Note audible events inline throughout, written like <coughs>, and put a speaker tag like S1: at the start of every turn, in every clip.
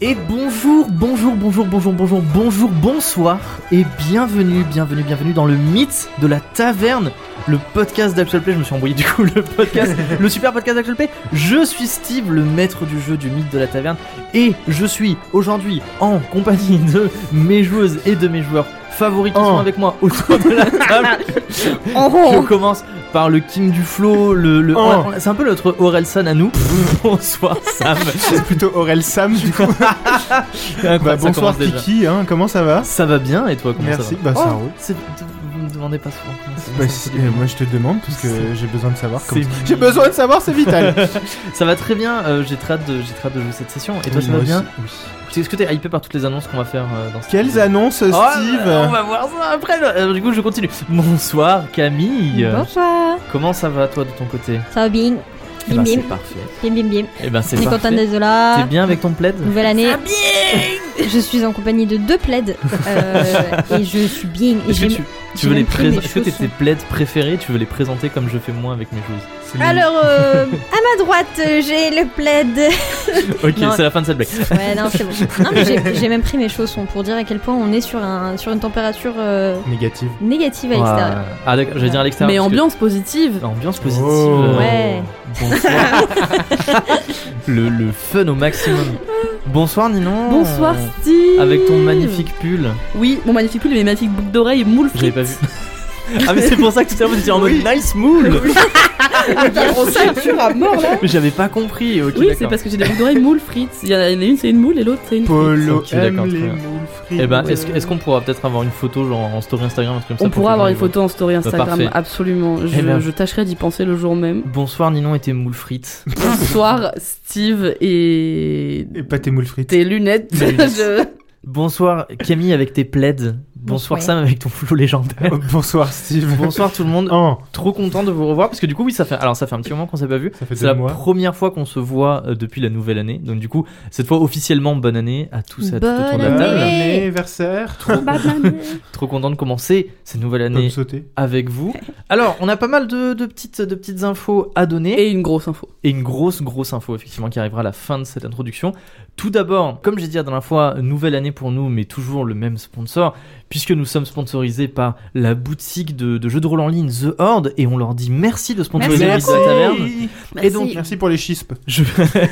S1: Et bonjour, bonjour, bonjour, bonjour, bonjour, bonjour, bonsoir et bienvenue, bienvenue, bienvenue dans le mythe de la taverne, le podcast d'Axel Play. Je me suis embrouillé du coup, le
S2: <laughs>
S1: podcast, le super podcast d'Axel Play. Je suis Steve, le maître du jeu du mythe de la taverne et je suis aujourd'hui en compagnie de mes joueuses et de mes joueurs favoris qui
S2: Oh.
S1: sont avec moi autour de
S2: <laughs>
S1: la table. Je commence par le king du flow, le, le-
S2: Oh.
S1: c'est un peu notre Orelsan à nous. <laughs> bonsoir Sam.
S2: C'est plutôt Aurel Sam
S1: <laughs>
S2: du coup. Bah,
S1: Incroyable, ça
S2: bonsoir
S1: commence déjà.
S2: Kiki, hein, comment ça va
S1: Ça va bien et toi comment
S2: Merci,
S1: ça va
S2: bah ça
S1: Oh,
S2: roule.
S1: c'est- te- Vous me demandez pas souvent comment ça
S2: Bah,
S1: va.
S2: si, euh, moi je te demande parce
S1: C'est-
S2: que j'ai besoin de savoir.
S1: c'est
S2: comment-
S1: mignon.
S2: J'ai besoin de savoir, c'est vital.
S1: Ça va très bien, euh, j'ai très hâte de j'ai très hâte de jouer cette session. Et toi
S2: Oui,
S1: ça va
S2: moi aussi,
S1: bien
S2: oui.
S1: Est-ce que t'es hypé par toutes les annonces qu'on va faire euh, dans cette
S2: Quelles annonces, Steve
S1: Oh, euh, On va voir ça après. Euh, du coup je continue. Bonsoir Camille.
S3: Bonsoir.
S1: Comment ça va toi de ton côté
S3: Ça va bien.
S1: Eh
S3: Bim
S1: ben c'est
S3: bim.
S1: parfait.
S3: Bim bim bim.
S1: Eh ben c'est
S3: On est
S1: parfait.
S3: contente d'être
S1: T'es
S3: là.
S1: bien avec ton plaid
S3: Nouvelle année. Je suis en compagnie de deux plaids. euh, et je suis bien. Et
S1: Est-ce que
S3: j'aime-
S1: tu, tu
S3: j'ai
S1: veux les
S3: même pris mes
S1: présenter Est-ce que t'es
S3: chaussons.
S1: tes plaids préférés Tu veux les présenter comme je fais moi avec mes choses
S2: C'est le-
S3: Alors, euh, à ma droite, euh, j'ai le plaid.
S1: Ok,
S3: Non.
S1: c'est la fin de cette blague.
S3: Ouais, non, c'est bon. Non, mais j'ai- j'ai même pris mes chaussons pour dire à quel point on est sur, un, sur une température euh,
S2: Négative.
S3: négative à l'extérieur.
S1: Ah d'accord, j'allais dire à l'extérieur.
S4: Mais
S1: parce que-
S4: ambiance positive.
S1: Ambiance positive.
S2: Oh.
S1: euh,
S3: Ouais.
S2: <laughs>
S1: Bonsoir. le, le fun au maximum. Bonsoir Ninon.
S4: Bonsoir Steve.
S1: Avec ton magnifique pull.
S4: Oui, mon magnifique pull et mes magnifiques boucles d'oreilles moule
S1: J'avais pas vu. <laughs> Ah mais c'est pour ça que tout à l'heure vous étiez en mode nice moule.
S4: On sature à mort
S1: <laughs>
S4: là.
S1: Mais J'avais pas compris. Ok,
S4: Oui, c'est
S1: d'accord.
S4: parce que j'ai des boucles d'oreilles moule frites. Il y en a une, c'est une moule et l'autre, c'est une frite.
S2: Polo
S1: Ok,
S2: aime
S1: d'accord,
S2: les
S1: très bien.
S2: moules frites.
S1: Eh ben, est-ce que- est-ce qu'on pourra peut-être avoir une photo genre en story Instagram un truc comme ça
S4: On
S1: pour
S4: pourra
S1: que
S4: avoir
S1: je-
S4: une photo en story Instagram,
S1: Bah, parfait.
S4: absolument. Je,
S1: Eh ben.
S4: je tâcherai d'y penser le jour même.
S1: Bonsoir Ninon et tes moules frites.
S4: Bonsoir Steve et
S2: Et pas tes moules frites.
S4: tes lunettes. <laughs>
S1: Mes lunettes.
S4: Je-
S1: Bonsoir Camille avec tes plaids. Bonsoir
S3: Bonsoir.
S1: Sam avec ton flow légendaire.
S2: Oh, Bonsoir Steve.
S1: <laughs> Bonsoir tout le monde.
S2: Oh,
S1: Trop content de vous revoir parce que du coup oui ça fait alors ça fait un petit moment qu'on s'est pas vu.
S2: ça fait
S1: C'est
S2: deux
S1: la
S2: mois.
S1: première fois qu'on se voit euh, depuis la nouvelle année. Donc du coup, cette fois officiellement bonne année à tous et à toutes autour de la
S3: Bonne
S1: table.
S3: année.
S2: Anniversaire.
S3: Bah,
S1: Trop content de commencer cette nouvelle
S2: Pomme
S1: année
S2: sautée.
S1: avec vous. Alors, on a pas mal de, de petites, de petites infos à donner
S4: Et une grosse info.
S1: et une grosse, grosse info effectivement qui arrivera à la fin de cette introduction. Tout d'abord, comme j'ai dit la dernière fois, nouvelle année pour nous, mais toujours le même sponsor, puisque nous sommes sponsorisés par la boutique de, de jeux de rôle en ligne The Horde et on leur dit merci de sponsoriser
S3: Merci.
S1: la taverne. Et donc,
S2: Merci pour les chispes.
S1: Je,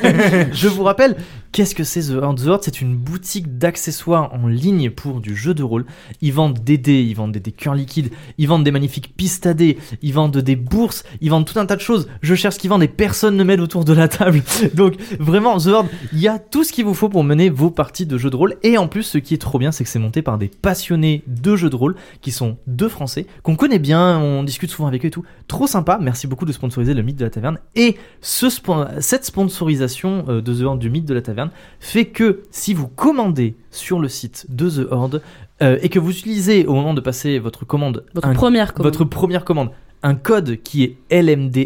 S1: <laughs> je vous rappelle, qu'est-ce que c'est The Horde The Horde, c'est une boutique d'accessoires en ligne pour du jeu de rôle. Ils vendent des dés, ils vendent des, des cœurs liquides, ils vendent des magnifiques pistes à dés, ils vendent des bourses, ils vendent tout un tas de choses. Je cherche ce qu'ils vendent et personne ne m'aide autour de la table. <laughs> Donc vraiment, The Horde, il y a tout ce qu'il vous faut pour mener vos parties de jeux de rôle. Et en plus, ce qui est trop bien, c'est que c'est monté par des passionnés de jeux de rôle qui sont deux Français, qu'on connaît bien, on discute souvent avec eux et tout. Trop sympa, merci beaucoup de sponsoriser le mythe de la taverne. Et ce spon- cette sponsorisation euh, de The Horde, du mythe de la taverne, fait que si vous commandez sur le site de The Horde euh, et que vous utilisez au moment de passer votre commande,
S4: Votre
S1: un-
S4: première commande.
S1: votre première commande, un code qui est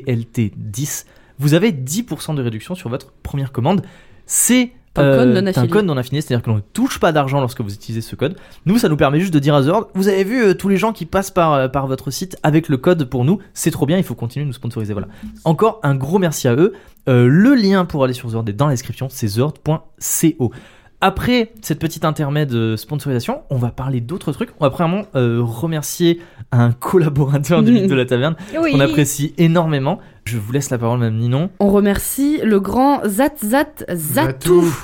S1: LMDLT10, vous avez 10% de réduction sur votre première commande. C'est euh,
S4: Un code non
S1: un
S4: affilié.
S1: code non affilié, c'est-à-dire que l'on ne touche pas d'argent lorsque vous utilisez ce code. Nous, ça nous permet juste de dire à The Horde, vous avez vu euh, tous les gens qui passent par, euh, par votre site avec le code pour nous, c'est trop bien, il faut continuer de nous sponsoriser. Voilà. Encore un gros merci à eux. Euh, le lien pour aller sur The Horde est dans la description, c'est thehorde.co. Après cette petite intermède euh, sponsorisation, on va parler d'autres trucs. On va premièrement euh, remercier un <laughs> collaborateur du mythe de la taverne
S3: Oui.
S1: qu'on apprécie énormément. Je vous laisse la parole, même Ninon.
S4: On remercie le grand Zat Zat
S2: Bah,
S4: Zatou.
S2: Zatou.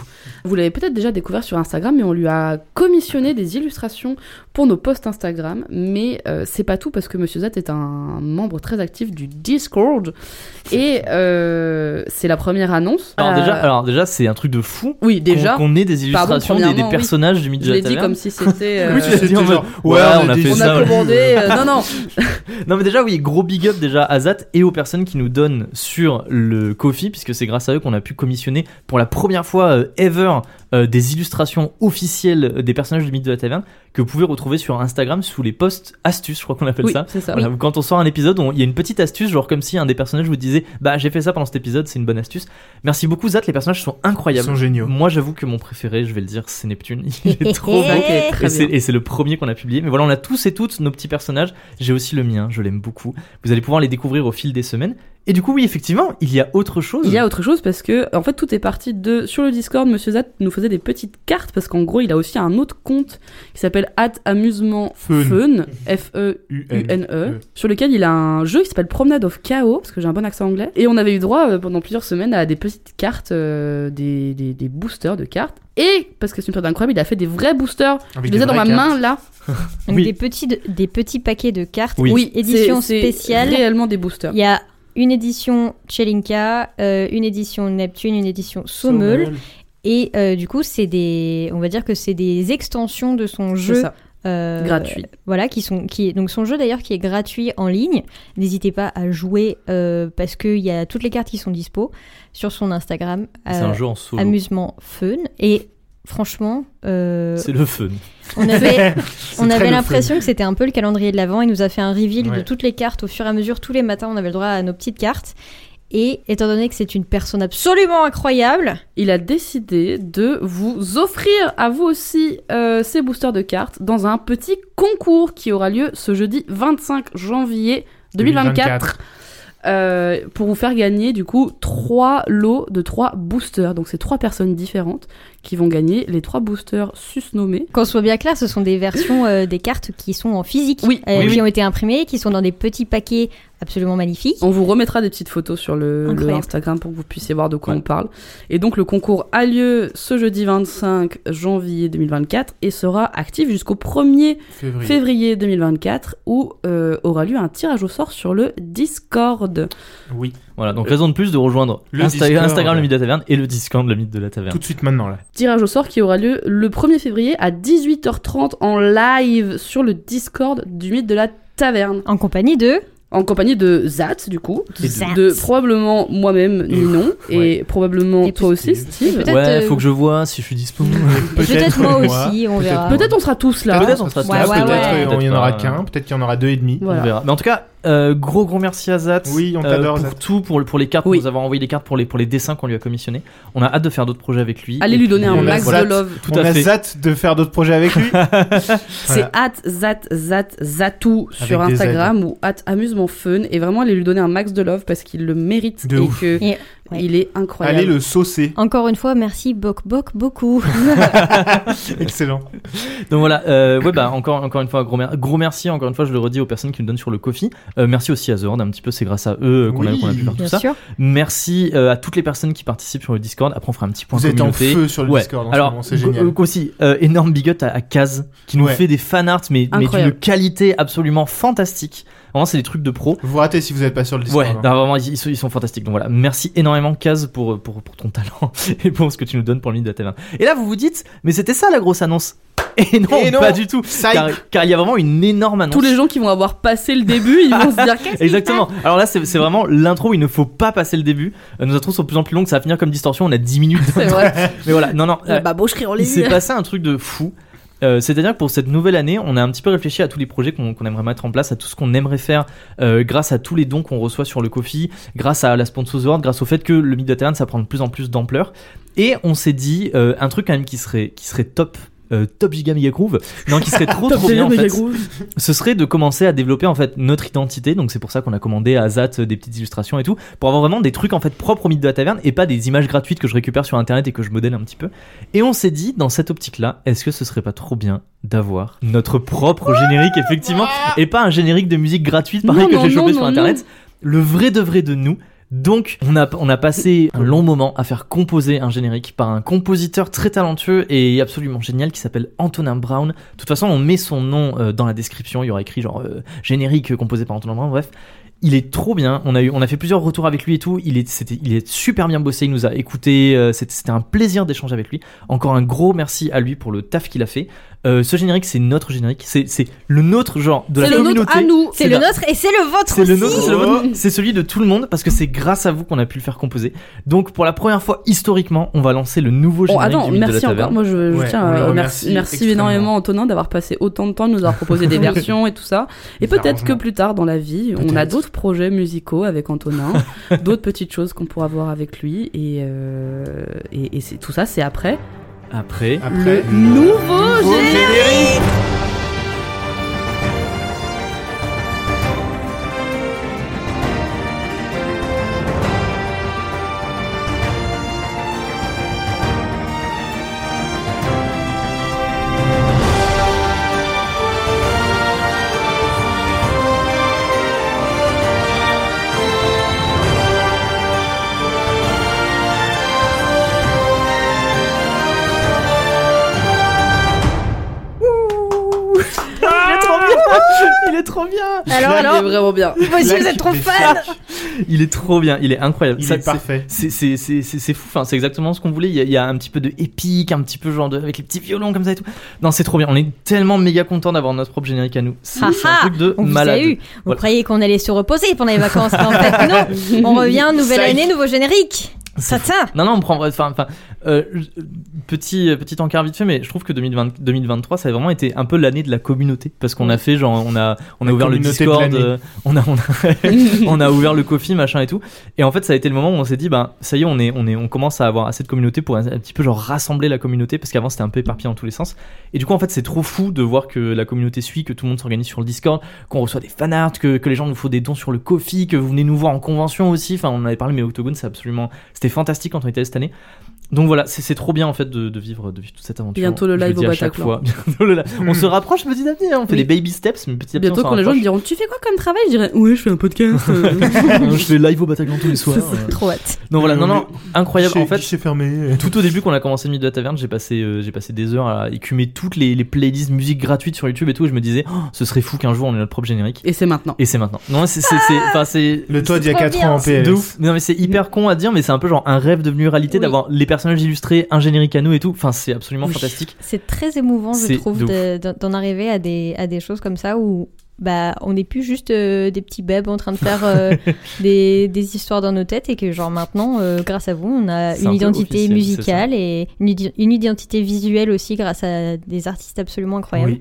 S4: Vous l'avez peut-être déjà découvert sur Instagram, mais on lui a commissionné des illustrations pour nos posts Instagram. Mais euh, c'est pas tout parce que Monsieur Zat est un membre très actif du Discord et euh, c'est la première annonce.
S1: Alors
S4: Euh,
S1: déjà, alors déjà, c'est un truc de fou.
S4: oui,
S1: qu'on-
S4: déjà,
S1: qu'on ait des
S4: Pardon,
S1: illustrations des- des,
S4: premièrement, oui.
S1: personnages du mythe
S4: je
S1: de la
S4: l'ai dit
S1: taverne.
S4: comme
S1: <laughs>
S4: si c'était. euh,
S2: Oui, tu sais,
S1: c'était
S2: c'était
S1: en mode,
S2: genre,
S1: ouais, on a
S2: dit
S1: fait
S4: on
S1: ça,
S4: a
S1: ouais.
S4: commandé.
S1: <laughs>
S4: euh, non, non.
S1: Non mais déjà oui, gros big up déjà à Zat et aux personnes qui nous donnent sur le Kofi puisque c'est grâce à eux qu'on a pu commissionner pour la première fois euh, ever euh, des illustrations officielles euh, des personnages du mythe de la taverne que vous pouvez retrouver sur Instagram sous les posts astuces, je crois qu'on appelle
S4: Oui,
S1: ça.
S4: c'est ça.
S1: Voilà, Quand on sort un épisode, on- il y a une petite astuce, genre comme si un des personnages vous disait Bah, j'ai fait ça pendant cet épisode, c'est une bonne astuce. Merci beaucoup, Zat, les personnages sont
S2: Ils
S1: incroyables.
S2: sont géniaux.
S1: Moi, j'avoue que mon préféré, je vais le dire, c'est Neptune. <laughs> Il est trop
S4: <laughs> C'est vrai
S1: beau.
S4: qu'elle est très
S1: Et c'est,
S4: bien.
S1: et c'est le premier qu'on a publié. Mais voilà, on a tous et toutes nos petits personnages. J'ai aussi le mien, je l'aime beaucoup. Vous allez pouvoir les découvrir au fil des semaines. Et du coup, oui, effectivement, il y a autre chose.
S4: Il y a autre chose parce que en fait tout est parti de sur le Discord. Monsieur Zat nous faisait des petites cartes parce qu'en gros, il a aussi un autre compte qui s'appelle At Amusement
S2: Fun.
S4: Fun, E F-E-U-N-E,
S2: U-N-E.
S4: sur lequel il a un jeu qui s'appelle Promenade of Chaos, parce que j'ai un bon accent anglais. Et on avait eu droit euh, pendant plusieurs semaines à des petites cartes, euh, des, des- des boosters de cartes. Et, parce que c'est une période incroyable, il a fait des vrais boosters.
S2: Avec
S4: Je
S2: des
S4: les ai dans ma
S2: vraies
S4: main là.
S3: Donc
S1: Oui.
S3: des, petits de- des petits paquets de cartes.
S1: Oui.
S3: Édition
S4: c'est- c'est
S3: spéciale.
S4: Réellement des boosters.
S3: Il y a une édition Chelinka, euh, une édition Neptune, une édition Sommel.
S2: Sommel.
S3: Et euh, du coup, c'est des, on va dire que c'est des extensions de son
S4: C'est
S3: jeu
S4: ça.
S3: euh,
S4: Gratuit.
S3: Voilà, qui sont, qui est- donc son jeu d'ailleurs qui est gratuit en ligne. N'hésitez pas à jouer euh, parce qu'il y a toutes les cartes qui sont dispo sur son Instagram.
S1: C'est
S3: euh,
S1: un jeu en solo.
S3: Amusement fun et franchement, euh,
S1: C'est le fun.
S3: on
S1: <laughs>
S2: <laughs>
S3: avait, <laughs>
S2: C'est
S3: on
S2: très
S3: avait
S2: le
S3: l'impression que c'était un peu le calendrier de l'avant. Il nous a fait un reveal de
S2: Ouais.
S3: toutes les cartes au fur et à mesure. Tous les matins, on avait le droit à nos petites cartes. Et étant donné que c'est une personne absolument incroyable,
S4: il a décidé de vous offrir à vous aussi euh, ces boosters de cartes dans un petit concours qui aura lieu ce jeudi 25 janvier 2024. euh, pour vous faire gagner du coup trois lots de trois boosters. Donc c'est trois personnes différentes qui vont gagner les trois boosters susnommés.
S3: qu'on soit bien clair, ce sont des versions euh, des cartes qui sont en physique,
S4: Oui,
S3: euh,
S2: oui,
S3: qui
S2: oui.
S3: ont été imprimées, qui sont dans des petits paquets absolument magnifiques.
S4: On vous remettra des petites photos sur le,
S3: Incroyable.
S4: le Instagram pour que vous puissiez voir de quoi on parle. Et donc le concours a lieu ce jeudi 25 janvier 2024 et sera actif jusqu'au 1er
S2: Février.
S4: février 2024 où euh, aura lieu un tirage au sort sur le Discord.
S2: Oui.
S1: Voilà, donc raison de plus de rejoindre
S2: Euh, Le
S1: Insta-
S2: Discord.
S1: Instagram le mythe de la taverne et le Discord le mythe de la taverne.
S2: Tout de suite <laughs> maintenant là.
S4: Tirage au sort qui aura lieu le 1er février à 18h30 en live sur le Discord du mythe de la taverne
S3: En compagnie de.
S4: en compagnie de Zat du coup.
S1: Et de-
S3: Zats.
S4: De probablement moi-même, Ninon,
S2: ouais.
S4: et probablement
S3: Et
S4: toi aussi,
S2: Steve.
S4: Steve.
S3: Et
S4: Peut-être
S3: peut-être,
S1: Ouais,
S3: euh,
S1: faut que je vois si je suis
S4: <laughs>
S1: dispo.
S3: Peut-être moi aussi, on
S2: peut-être
S3: verra.
S2: moi.
S4: on sera tous là.
S1: Ah, Peut-être on sera
S3: Ouais, ouais,
S2: peut-être
S3: ouais.
S2: euh, il y en aura
S1: Peut-être pas.
S2: qu'un, peut-être qu'il y en aura deux et demi.
S4: Voilà.
S1: On verra. Mais en tout cas, euh, gros gros merci à Zat.
S2: Oui, on
S1: euh,
S2: t'adore,
S1: pour
S2: Zat.
S1: tout, pour, le- pour les cartes,
S4: Oui.
S1: pour nous avoir envoyé les cartes, pour les, pour les dessins qu'on lui a commissionnés. On a hâte de faire d'autres projets avec lui.
S4: Allez
S1: Et
S4: lui
S1: puis,
S4: donner un
S1: euh,
S4: max
S1: voilà.
S4: de love.
S1: Tout
S2: on
S1: à
S2: a
S1: fait.
S2: hâte de faire d'autres projets avec lui.
S4: C'est at zat zat zatou sur
S2: des
S4: Instagram ou at amusement fun et vraiment aller lui donner un max de love parce qu'il le mérite
S2: De
S4: et
S2: ouf.
S4: que
S3: Et- ouais.
S4: il est incroyable.
S2: Allez le
S3: <laughs>
S2: saucer.
S3: Encore une fois, merci Bok Bok beaucoup.
S2: Excellent.
S1: Donc voilà, euh, ouais, bah, encore, encore une fois, gros, mer- gros merci, encore une fois, je le redis aux personnes qui nous donnent sur le Kofi. Euh, merci aussi à The Horde, un petit peu, c'est grâce à eux euh, qu'on a,
S2: Oui.
S1: qu'on a pu faire tout
S3: Bien
S1: ça.
S3: sûr.
S1: Merci euh, à toutes les personnes qui participent sur le Discord. Après, on fera un petit point
S2: Vous êtes en
S1: communauté.
S2: feu sur le
S1: Ouais.
S2: Discord en ce
S1: Alors,
S2: moment, c'est
S1: go-
S2: génial.
S1: euh, aussi, euh, énorme big up à, à Kaz qui nous
S2: Ouais.
S1: fait des fanarts, mais, mais d'une
S4: Incroyable.
S1: qualité absolument fantastique. Vraiment, c'est des trucs de pro.
S2: Vous ratez si vous n'êtes pas sur le Discord.
S1: Ouais,
S2: hein.
S1: non, vraiment, ils, ils sont, ils sont fantastiques. Donc voilà, merci énormément, Kaz, pour, pour, pour ton talent <laughs> et pour ce que tu nous donnes pour le mythe de la taverne. Et là, vous vous dites, mais c'était ça la grosse annonce. Et non,
S2: Et non.
S1: pas du tout.
S2: Psych.
S1: Car car il y a vraiment une énorme annonce.
S4: Tous les gens qui vont avoir passé le début, ils vont
S1: <laughs>
S4: se dire qu'est-ce qui
S1: Exactement. Alors là, c'est c'est vraiment l'intro, il ne faut pas passer le début. Euh, nos intros sont de plus en plus longues, ça va finir comme distorsion, on a 10 minutes.
S4: <laughs> se passe C'est vrai.
S1: Mais voilà, non, non. euh,
S4: La baboucherie en
S1: il s'est
S4: ligne.
S1: passé un truc de fou. Euh, C'est-à-dire que pour cette nouvelle année, on a un petit peu réfléchi à tous les projets qu'on qu'on aimerait mettre en place, à tout ce qu'on aimerait faire, euh, grâce à tous les dons qu'on reçoit sur le Kofi, grâce à la sponsor award, grâce au fait que le Mid Taverne ça prend de plus en plus d'ampleur. Et on s'est dit euh, un truc quand même qui serait qui serait top, euh, top giga méga groove, non qui
S4: <laughs>
S1: serait trop trop bien en fait ce serait de commencer à développer en fait notre identité. Donc c'est pour ça qu'on a commandé à Zat euh, des petites illustrations et tout pour avoir vraiment des trucs en fait propres au mythe de la taverne et pas des images gratuites que je récupère sur internet et que je modèle un petit peu. Et on s'est dit dans cette optique là, est-ce que ce serait pas trop bien d'avoir notre propre générique effectivement et pas un générique de musique gratuite pareil
S4: Non,
S1: que
S4: non,
S1: j'ai chopé
S4: non,
S1: sur
S4: non,
S1: internet, le vrai de vrai de nous. Donc, on a, on a passé un long moment à faire composer un générique par un compositeur très talentueux et absolument génial qui s'appelle Antonin Brown. De toute façon, on met son nom euh, dans la description. Il y aura écrit genre euh, générique euh, composé par Antonin Brown. Bref, il est trop bien. On a eu, on a fait plusieurs retours avec lui et tout. Il est, c'était, il est super bien bossé. Il nous a écouté. euh, c'était, c'était un plaisir d'échanger avec lui. Encore un gros merci à lui pour le taf qu'il a fait. Euh, ce générique, c'est notre générique. C'est, c'est le nôtre genre de la
S4: C'est le
S1: communauté.
S4: nôtre à nous.
S1: C'est
S3: C'est le
S1: la-
S3: nôtre et c'est le vôtre
S1: C'est
S3: aussi.
S1: le nôtre, c'est le vôtre,
S4: Oh.
S1: c'est celui de tout le monde parce que c'est grâce à vous qu'on a pu le faire composer. Donc pour la première fois historiquement, on va lancer le nouveau
S4: Bon,
S1: générique
S4: Oh, attends,
S1: du mythe de la
S4: merci
S1: taverne.
S4: encore. Moi, je, je
S2: Ouais,
S4: tiens
S2: on le
S4: à
S2: remercie
S4: merci, merci
S2: extrêmement.
S4: énormément Antonin d'avoir passé autant de temps, de nous avoir proposé
S2: <laughs>
S4: des versions et tout ça. Et
S2: Des
S4: peut-être
S2: arrangements.
S4: que plus tard dans la vie, on a
S2: Peut-être.
S4: d'autres projets musicaux
S2: <laughs>
S4: avec Antonin, d'autres petites choses qu'on pourra voir avec lui. Et, euh, et, et c'est- tout ça, c'est après
S1: Après,
S2: Après,
S4: le nouveau
S2: nouveau
S4: générique.
S2: générique. Ah trop bien
S3: Alors,
S2: Là,
S3: alors,
S4: Il est vraiment bien.
S3: vous aussi, vous êtes trop
S2: Des
S3: fan
S1: Il est trop bien, il est incroyable.
S2: Il
S1: Ça,
S2: est parfait.
S1: C'est, c'est, c'est, c'est, c'est fou, enfin, c'est exactement ce qu'on voulait. Il y, a, il y a un petit peu de épique, un petit peu genre de, avec les petits violons comme ça et tout. Non, c'est trop bien. On est tellement méga content d'avoir notre propre générique à nous. C'est
S3: Ah
S1: un
S3: ah,
S1: truc de
S3: On vous
S1: malade.
S3: a eu. Vous
S1: Voilà.
S3: croyez qu'on allait se reposer pendant les vacances, mais en
S1: <laughs>
S3: fait non. On revient, nouvelle
S2: Psych.
S3: année, nouveau générique. Ça, ça.
S1: Non, non, on prend. Enfin, enfin, euh, je- petit, euh, petit encart vite fait, mais je trouve que 2020, 2023, ça a vraiment été un peu l'année de la communauté. Parce qu'on a fait, genre, on a, on a
S2: La
S1: ouvert le
S2: communauté de
S1: Discord,
S2: l'année.
S1: euh, on a, on a, on a <laughs> ouvert le Kofi, machin et tout. Et en fait, ça a été le moment où on s'est dit, ben, ça y est, on, est, on, est, on commence à avoir assez de communauté pour un, un petit peu, genre, rassembler la communauté. Parce qu'avant, c'était un peu éparpillé en tous les sens. Et du coup, en fait, c'est trop fou de voir que la communauté suit, que tout le monde s'organise sur le Discord, qu'on reçoit des fanarts, que, que les gens nous font des dons sur le Kofi, que vous venez nous voir en convention aussi. Enfin, on en avait parlé, mais Octogone, c'est absolument. C'était fantastique quand on était là cette année. Donc voilà, c'est c'est trop bien en fait de, de vivre, de vivre toute cette aventure.
S4: Bientôt le
S1: Je
S4: live
S1: dis
S4: au
S1: à chaque
S4: Bataclan. Hmm.
S1: fois. <laughs> Bientôt le live. On se rapproche petit à petit, hein, on fait
S4: Oui.
S1: des baby steps, mais petit à petit. on
S4: Bientôt
S1: s'en
S4: quand les gens
S1: rapproche.
S4: me diront Tu fais quoi comme travail Je dirais Ouais, je fais
S2: <laughs>
S4: un podcast. euh.
S1: <laughs> Je fais live au Bataclan tous les soirs. euh.
S3: Trop hâte.
S1: Non voilà, non, non, incroyable.
S2: Guichet-
S1: En fait,
S2: guichet fermé.
S1: tout au début, qu'on a commencé le mythe de la taverne, j'ai passé, euh, j'ai passé des heures à écumer toutes les, les playlists musique gratuite sur YouTube et tout. Et je me disais, Oh, ce serait fou qu'un jour on ait notre propre générique.
S4: Et c'est maintenant.
S1: Et c'est maintenant. Non, c'est, c'est, c'est, enfin, c'est.
S2: Le toit d'il y a
S3: trop
S2: 4
S3: bien,
S2: ans en
S1: c'est
S2: PS.
S1: de ouf. Non, mais c'est hyper con à dire, mais c'est un peu genre un rêve devenu réalité
S3: Oui.
S1: d'avoir les personnages illustrés, un générique à nous et tout. Enfin, c'est absolument
S4: Oui.
S1: fantastique.
S3: C'est très émouvant, je
S1: C'est
S3: trouve,
S1: de ouf.
S3: de- d'en d'en arriver à des, à des choses comme ça où bah, on n'est plus juste euh, des petits bêbes en train de faire
S1: <laughs>
S3: euh, des, des histoires dans nos têtes et que, genre, maintenant, euh, grâce à vous, on a
S1: C'est un
S3: une
S1: peu
S3: identité
S1: officiel, c'est ça.
S3: musicale et une, idi- une identité visuelle aussi grâce à des artistes absolument incroyables.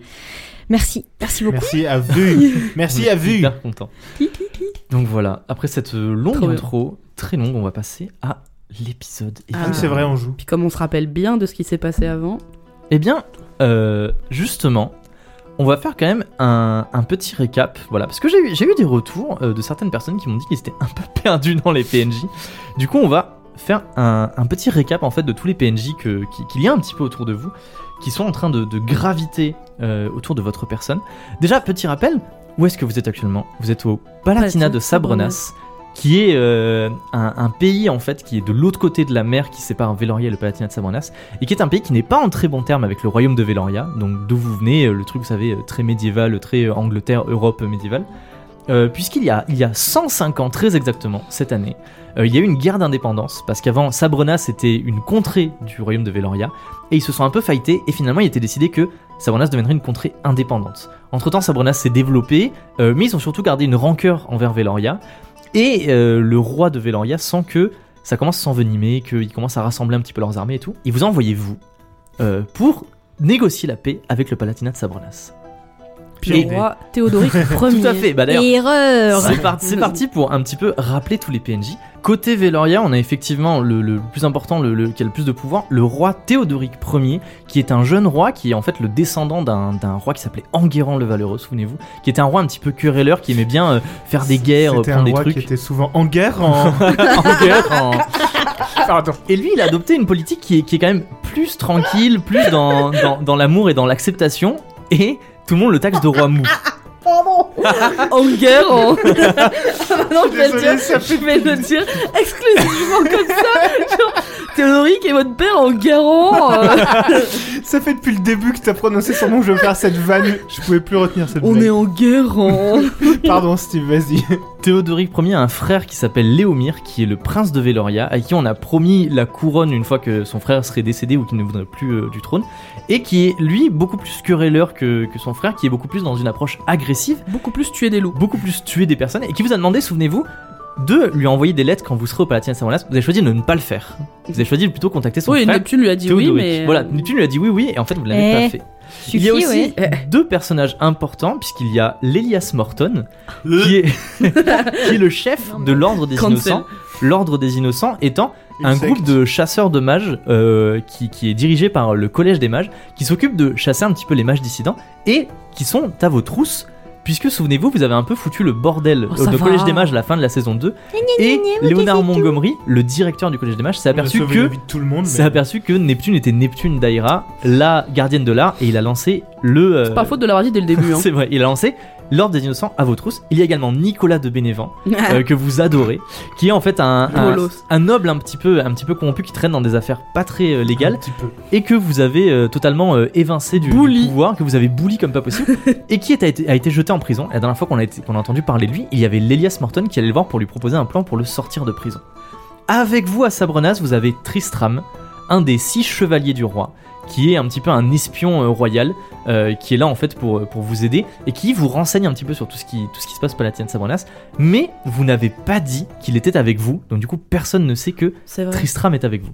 S3: Merci, merci beaucoup.
S2: Merci
S4: <laughs>
S2: à Vu. Merci à
S1: On est
S2: Vu.
S1: Hyper content. Donc voilà, après cette euh, longue
S4: Trop bien.
S1: intro, très longue, on va passer à l'épisode.
S4: Ah.
S2: Oui, c'est vrai, on joue.
S4: Puis comme on se rappelle bien de ce qui s'est passé avant,
S1: Eh bien, euh, justement, on va faire quand même un, un petit récap, voilà, parce que j'ai eu, j'ai eu des retours euh, de certaines personnes qui m'ont dit qu'ils étaient un peu <laughs> perdus dans les PNJ. Du coup, on va faire un, un petit récap en fait de tous les PNJ que, qui- qu'il y a un petit peu autour de vous, qui sont en train de, de graviter euh, autour de votre personne. Déjà, petit rappel, où est-ce que vous êtes actuellement Vous êtes au Palatinat de Sabronas, qui est euh, un, un pays en fait qui est de l'autre côté de la mer qui sépare Véloria et le Palatinat de Sabronas, et qui est un pays qui n'est pas en très bon terme avec le royaume de Véloria, donc d'où vous venez, euh, le truc vous savez euh, très médiéval, très euh, Angleterre, Europe euh, médiévale. Euh, Puisqu'il y a, il y a 105 ans, très exactement, cette année, euh, il y a eu une guerre d'indépendance, parce qu'avant, Sabronas était une contrée du royaume de Véloria, et ils se sont un peu fightés, et finalement, il était décidé que Sabronas deviendrait une contrée indépendante. Entre-temps, Sabronas s'est développé, euh, mais ils ont surtout gardé une rancœur envers Véloria, et euh, le roi de Véloria sent que ça commence à s'envenimer, qu'ils commencent à rassembler un petit peu leurs armées et tout. Il vous a envoyé, vous, euh, pour négocier la paix avec le Palatinat de Sabronas.
S4: le
S1: Et-
S4: roi
S2: <laughs>
S4: Théodoric Ier.
S1: Tout à fait, bah d'ailleurs...
S3: Erreur
S1: C'est parti, c'est parti pour un petit peu rappeler tous les PNJ. Côté Veloria, on a effectivement le, le plus important, le, le- qui a le plus de pouvoir, le roi Théodoric Ier, qui est un jeune roi, qui est en fait le descendant d'un d'un roi qui s'appelait Enguerrand le Valeureux, souvenez-vous, qui était un roi un petit peu querelleur, qui aimait bien euh, faire des guerres, euh,
S2: C'était
S1: prendre
S2: un
S1: des
S2: roi
S1: trucs.
S2: qui était souvent en guerre. En...
S1: <laughs> Enguerrand.
S2: <laughs> Pardon.
S1: Et lui, il a adopté une politique qui est, qui est quand même plus tranquille, plus dans, dans, dans l'amour et dans l'acceptation, et tout le monde le taxe de roi mou.
S4: En guerre <laughs> en- Ah, non, je vais le
S2: Désolé,
S4: dire,
S2: ça
S4: je vais le dire exclusivement comme ça. Genre, Théodoric et votre père en guerre
S1: <laughs>
S4: en, euh,
S2: Ça fait depuis le début que t'as prononcé son nom, je veux faire cette vanne. Je pouvais plus retenir cette
S4: On
S2: blague.
S4: est en guerre en...
S2: Pardon, Steve, vas-y.
S1: Théodoric Ier a un frère qui s'appelle Léomir, qui est le prince de Véloria, à qui on a promis la couronne une fois que son frère serait décédé ou qu'il ne voudrait plus euh, du trône, et qui est lui beaucoup plus querelleur que, que son frère, qui est beaucoup plus dans une approche agressive,
S4: Beaucoup plus tuer des loups.
S1: beaucoup plus tuer des personnes, et qui vous a demandé, souvenez-vous, de lui envoyer des lettres quand vous serez au Palatinat de Samonas. Vous avez choisi de ne pas le faire. Vous avez choisi de plutôt contacter son
S4: Oui,
S1: frère.
S4: Neptune lui a dit
S1: Théodoric.
S4: oui, mais... euh,
S1: Voilà, Neptune lui a dit oui, oui, et en fait vous ne l'avez
S3: Eh.
S1: pas fait. Il y a
S3: Suffit,
S1: aussi
S4: ouais.
S1: deux personnages importants, puisqu'il y a l'Elias Morton, qui est, E, <laughs> qui est le chef de l'Ordre des
S4: Cancel.
S1: Innocents. L'Ordre des Innocents étant un
S2: Une
S1: groupe
S2: secte.
S1: de chasseurs de mages euh, qui, qui est dirigé par le Collège des mages, qui s'occupe de chasser un petit peu les mages dissidents et qui sont à vos trousses. Puisque souvenez-vous, vous avez un peu foutu le bordel
S4: Oh,
S1: au
S4: ça
S1: de
S4: va.
S1: Collège des Mages à la fin de la saison 2
S3: gna,
S1: et
S3: gna, vous
S1: Léonard
S3: cassez tout.
S1: Montgomery, le directeur du Collège des Mages, s'est
S2: On a
S1: aperçu
S2: sauvé
S1: que
S2: la vie de tout le monde.
S1: s'est
S2: mais-
S1: aperçu que Neptune était Neptune d'Aïra, la gardienne de l'art, et il a lancé le. euh, <laughs>
S4: C'est pas faute de l'avoir dit dès le début. Hein.
S1: c'est vrai, il a lancé L'Ordre des Innocents à vos trousses. Il y a également Nicolas de Bénévent,
S4: Ah.
S1: euh, que vous adorez, qui est en fait un, un,
S4: <laughs> Bolos.
S1: un noble un petit, peu, un petit peu corrompu qui traîne dans des affaires pas très euh, légales
S2: Un petit peu. Oh,
S1: et que vous avez euh, totalement euh, évincé du, du
S4: Bouli.
S1: pouvoir, que vous avez bouli comme pas possible, et qui est- a, été, a été jeté en prison. La dernière fois qu'on a, été- qu'on a entendu parler de lui, il y avait l'Elias Morton qui allait le voir pour lui proposer un plan pour le sortir de prison. Avec vous à Sabrenas, vous avez Tristram, un des six chevaliers du roi, qui est un petit peu un espion euh, royal, euh, qui est là en fait pour, pour vous aider, et qui vous renseigne un petit peu sur tout ce qui, tout ce qui se passe palatine de Sabrenas, mais vous n'avez pas dit qu'il était avec vous, donc du coup personne ne sait que
S4: C'est vrai.
S1: Tristram est avec vous.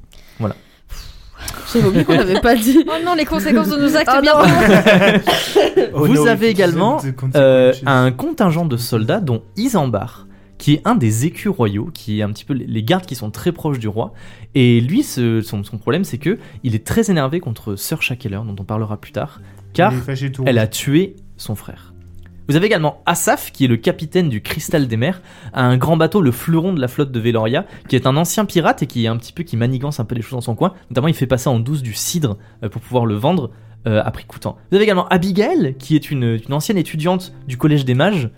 S4: J'avais oublié qu'on n'avait pas dit.
S3: Oh non, les conséquences de nos actes,
S4: Ah
S3: bien
S4: non.
S3: sûr.
S1: Vous avez également, euh, un contingent de soldats dont Isambard, qui est un des écus royaux, qui est un petit peu les- les gardes qui sont très proches du roi. Et lui, ce- son, son problème, c'est que il est très énervé contre Sir Shackler, dont on parlera plus tard, car elle a tué son frère. Vous avez également Asaf, qui est le capitaine du Cristal des Mers, un grand bateau, le fleuron de la flotte de Veloria, qui est un ancien pirate et qui est un petit peu qui manigance un peu les choses dans son coin. Notamment, il fait passer en douce du cidre euh, pour pouvoir le vendre euh, à prix coûtant. Vous avez également Abigail, qui est une, une ancienne étudiante du Collège des Mages,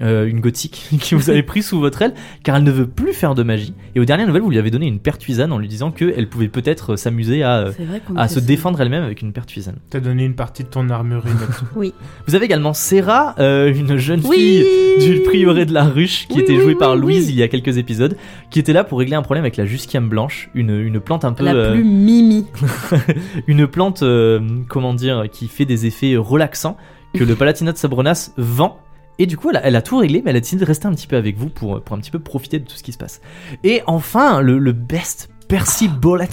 S1: euh, une gothique, <laughs> qui vous avez pris sous votre aile, car elle ne veut plus faire de magie. Et aux dernières nouvelles, vous lui avez donné une pertuisane en lui disant qu'elle pouvait peut-être euh, s'amuser à, <laughs> euh,
S4: C'est vrai qu'on
S1: à
S4: était
S1: se
S4: sous-
S1: défendre elle-même avec une pertuisane.
S2: T'as donné une partie de ton armurerie.
S4: <laughs>
S2: Mathieu.
S1: Vous avez également Sarah, euh, une jeune fille
S3: Oui.
S1: du prieuré de la ruche qui
S3: Oui,
S1: était
S3: oui,
S1: jouée
S3: oui,
S1: par
S3: oui.
S1: Louise il y a quelques épisodes, qui était là pour régler un problème avec la jusquiame blanche, une, une plante un peu...
S4: La
S1: euh,
S4: plus mimi.
S1: une plante, euh, comment dire, qui fait des effets relaxants que
S3: <laughs>
S1: le Palatinat de Sabronas vend. Et du coup, elle a, elle a tout réglé, mais elle a décidé de rester un petit peu avec vous pour, pour un petit peu profiter de tout ce qui se passe. Et enfin, le, le best, Percy Bollet.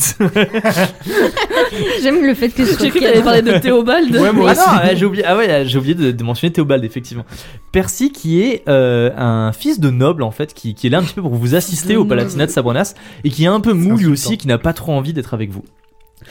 S3: J'aime le fait <laughs> que ce soit
S4: J'ai cru que
S3: Kenan.
S4: t'allais parler de Théobald.
S2: Ouais, moi
S1: ah
S2: aussi.
S1: non, euh, j'ai oublié, ah ouais, euh, j'ai oublié de, de mentionner Théobald, effectivement. Percy qui est euh, un fils de noble, en fait, qui, qui est là un petit peu pour vous assister
S4: de
S1: au Palatinat de Sabronas, et qui est un peu mou lui aussi,
S2: insultant.
S1: qui n'a pas trop envie d'être avec vous.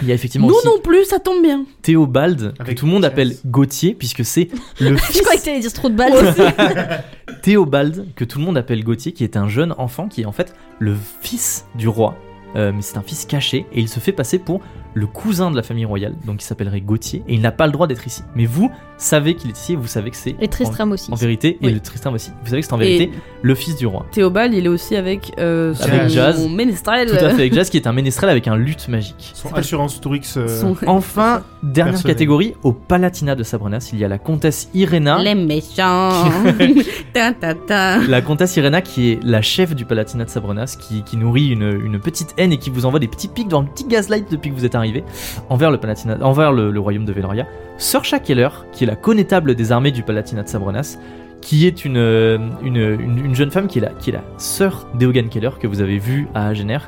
S1: Il y a effectivement
S4: Nous
S1: aussi
S4: non plus, ça tombe bien.
S1: Théobald, que
S2: Avec
S1: tout le monde
S2: Mathias.
S1: appelle Gauthier, puisque c'est le
S3: Je
S1: fils
S3: croyais que t'allais dire trop de balles.
S1: Théobald, que tout le monde appelle Gauthier, qui est un jeune enfant qui est en fait le fils du roi. Euh, mais c'est un fils caché et il se fait passer pour le cousin de la famille royale, donc il s'appellerait Gauthier et il n'a pas le droit d'être ici. Mais vous savez qu'il est ici et vous savez que c'est
S3: Et Tristram aussi.
S1: en, en vérité et
S4: Oui.
S1: le Tristram aussi. Vous savez que c'est en
S4: Et-
S1: vérité le fils du roi.
S4: Théobald, il est aussi avec, euh,
S2: Avec
S4: son
S1: Jazz.
S4: ménestrel.
S1: Tout à fait avec Jazz qui est un ménestrel avec un lutte magique.
S2: Son assurance Tourix. euh,
S4: <laughs> Son...
S1: Enfin, dernière
S2: Personnel.
S1: catégorie, au Palatinat de Sabrenas, il y a la comtesse Irena.
S4: Les méchants.
S2: <laughs>
S4: Ta, ta, ta.
S1: La comtesse Irena, qui est la chef du Palatinat de Sabrenas, qui, qui nourrit une, une petite haine et qui vous envoie des petits pics dans le petit gaslight depuis que vous êtes arrivé, envers le, Palatinat, envers le, le royaume de Veloria. Sorcha Keller, qui est la connétable des armées du Palatinat de Sabrenas, qui est une, euh, une, une- une jeune femme qui est, la, qui est la sœur d'Eogan Keller, que vous avez vue à Agener,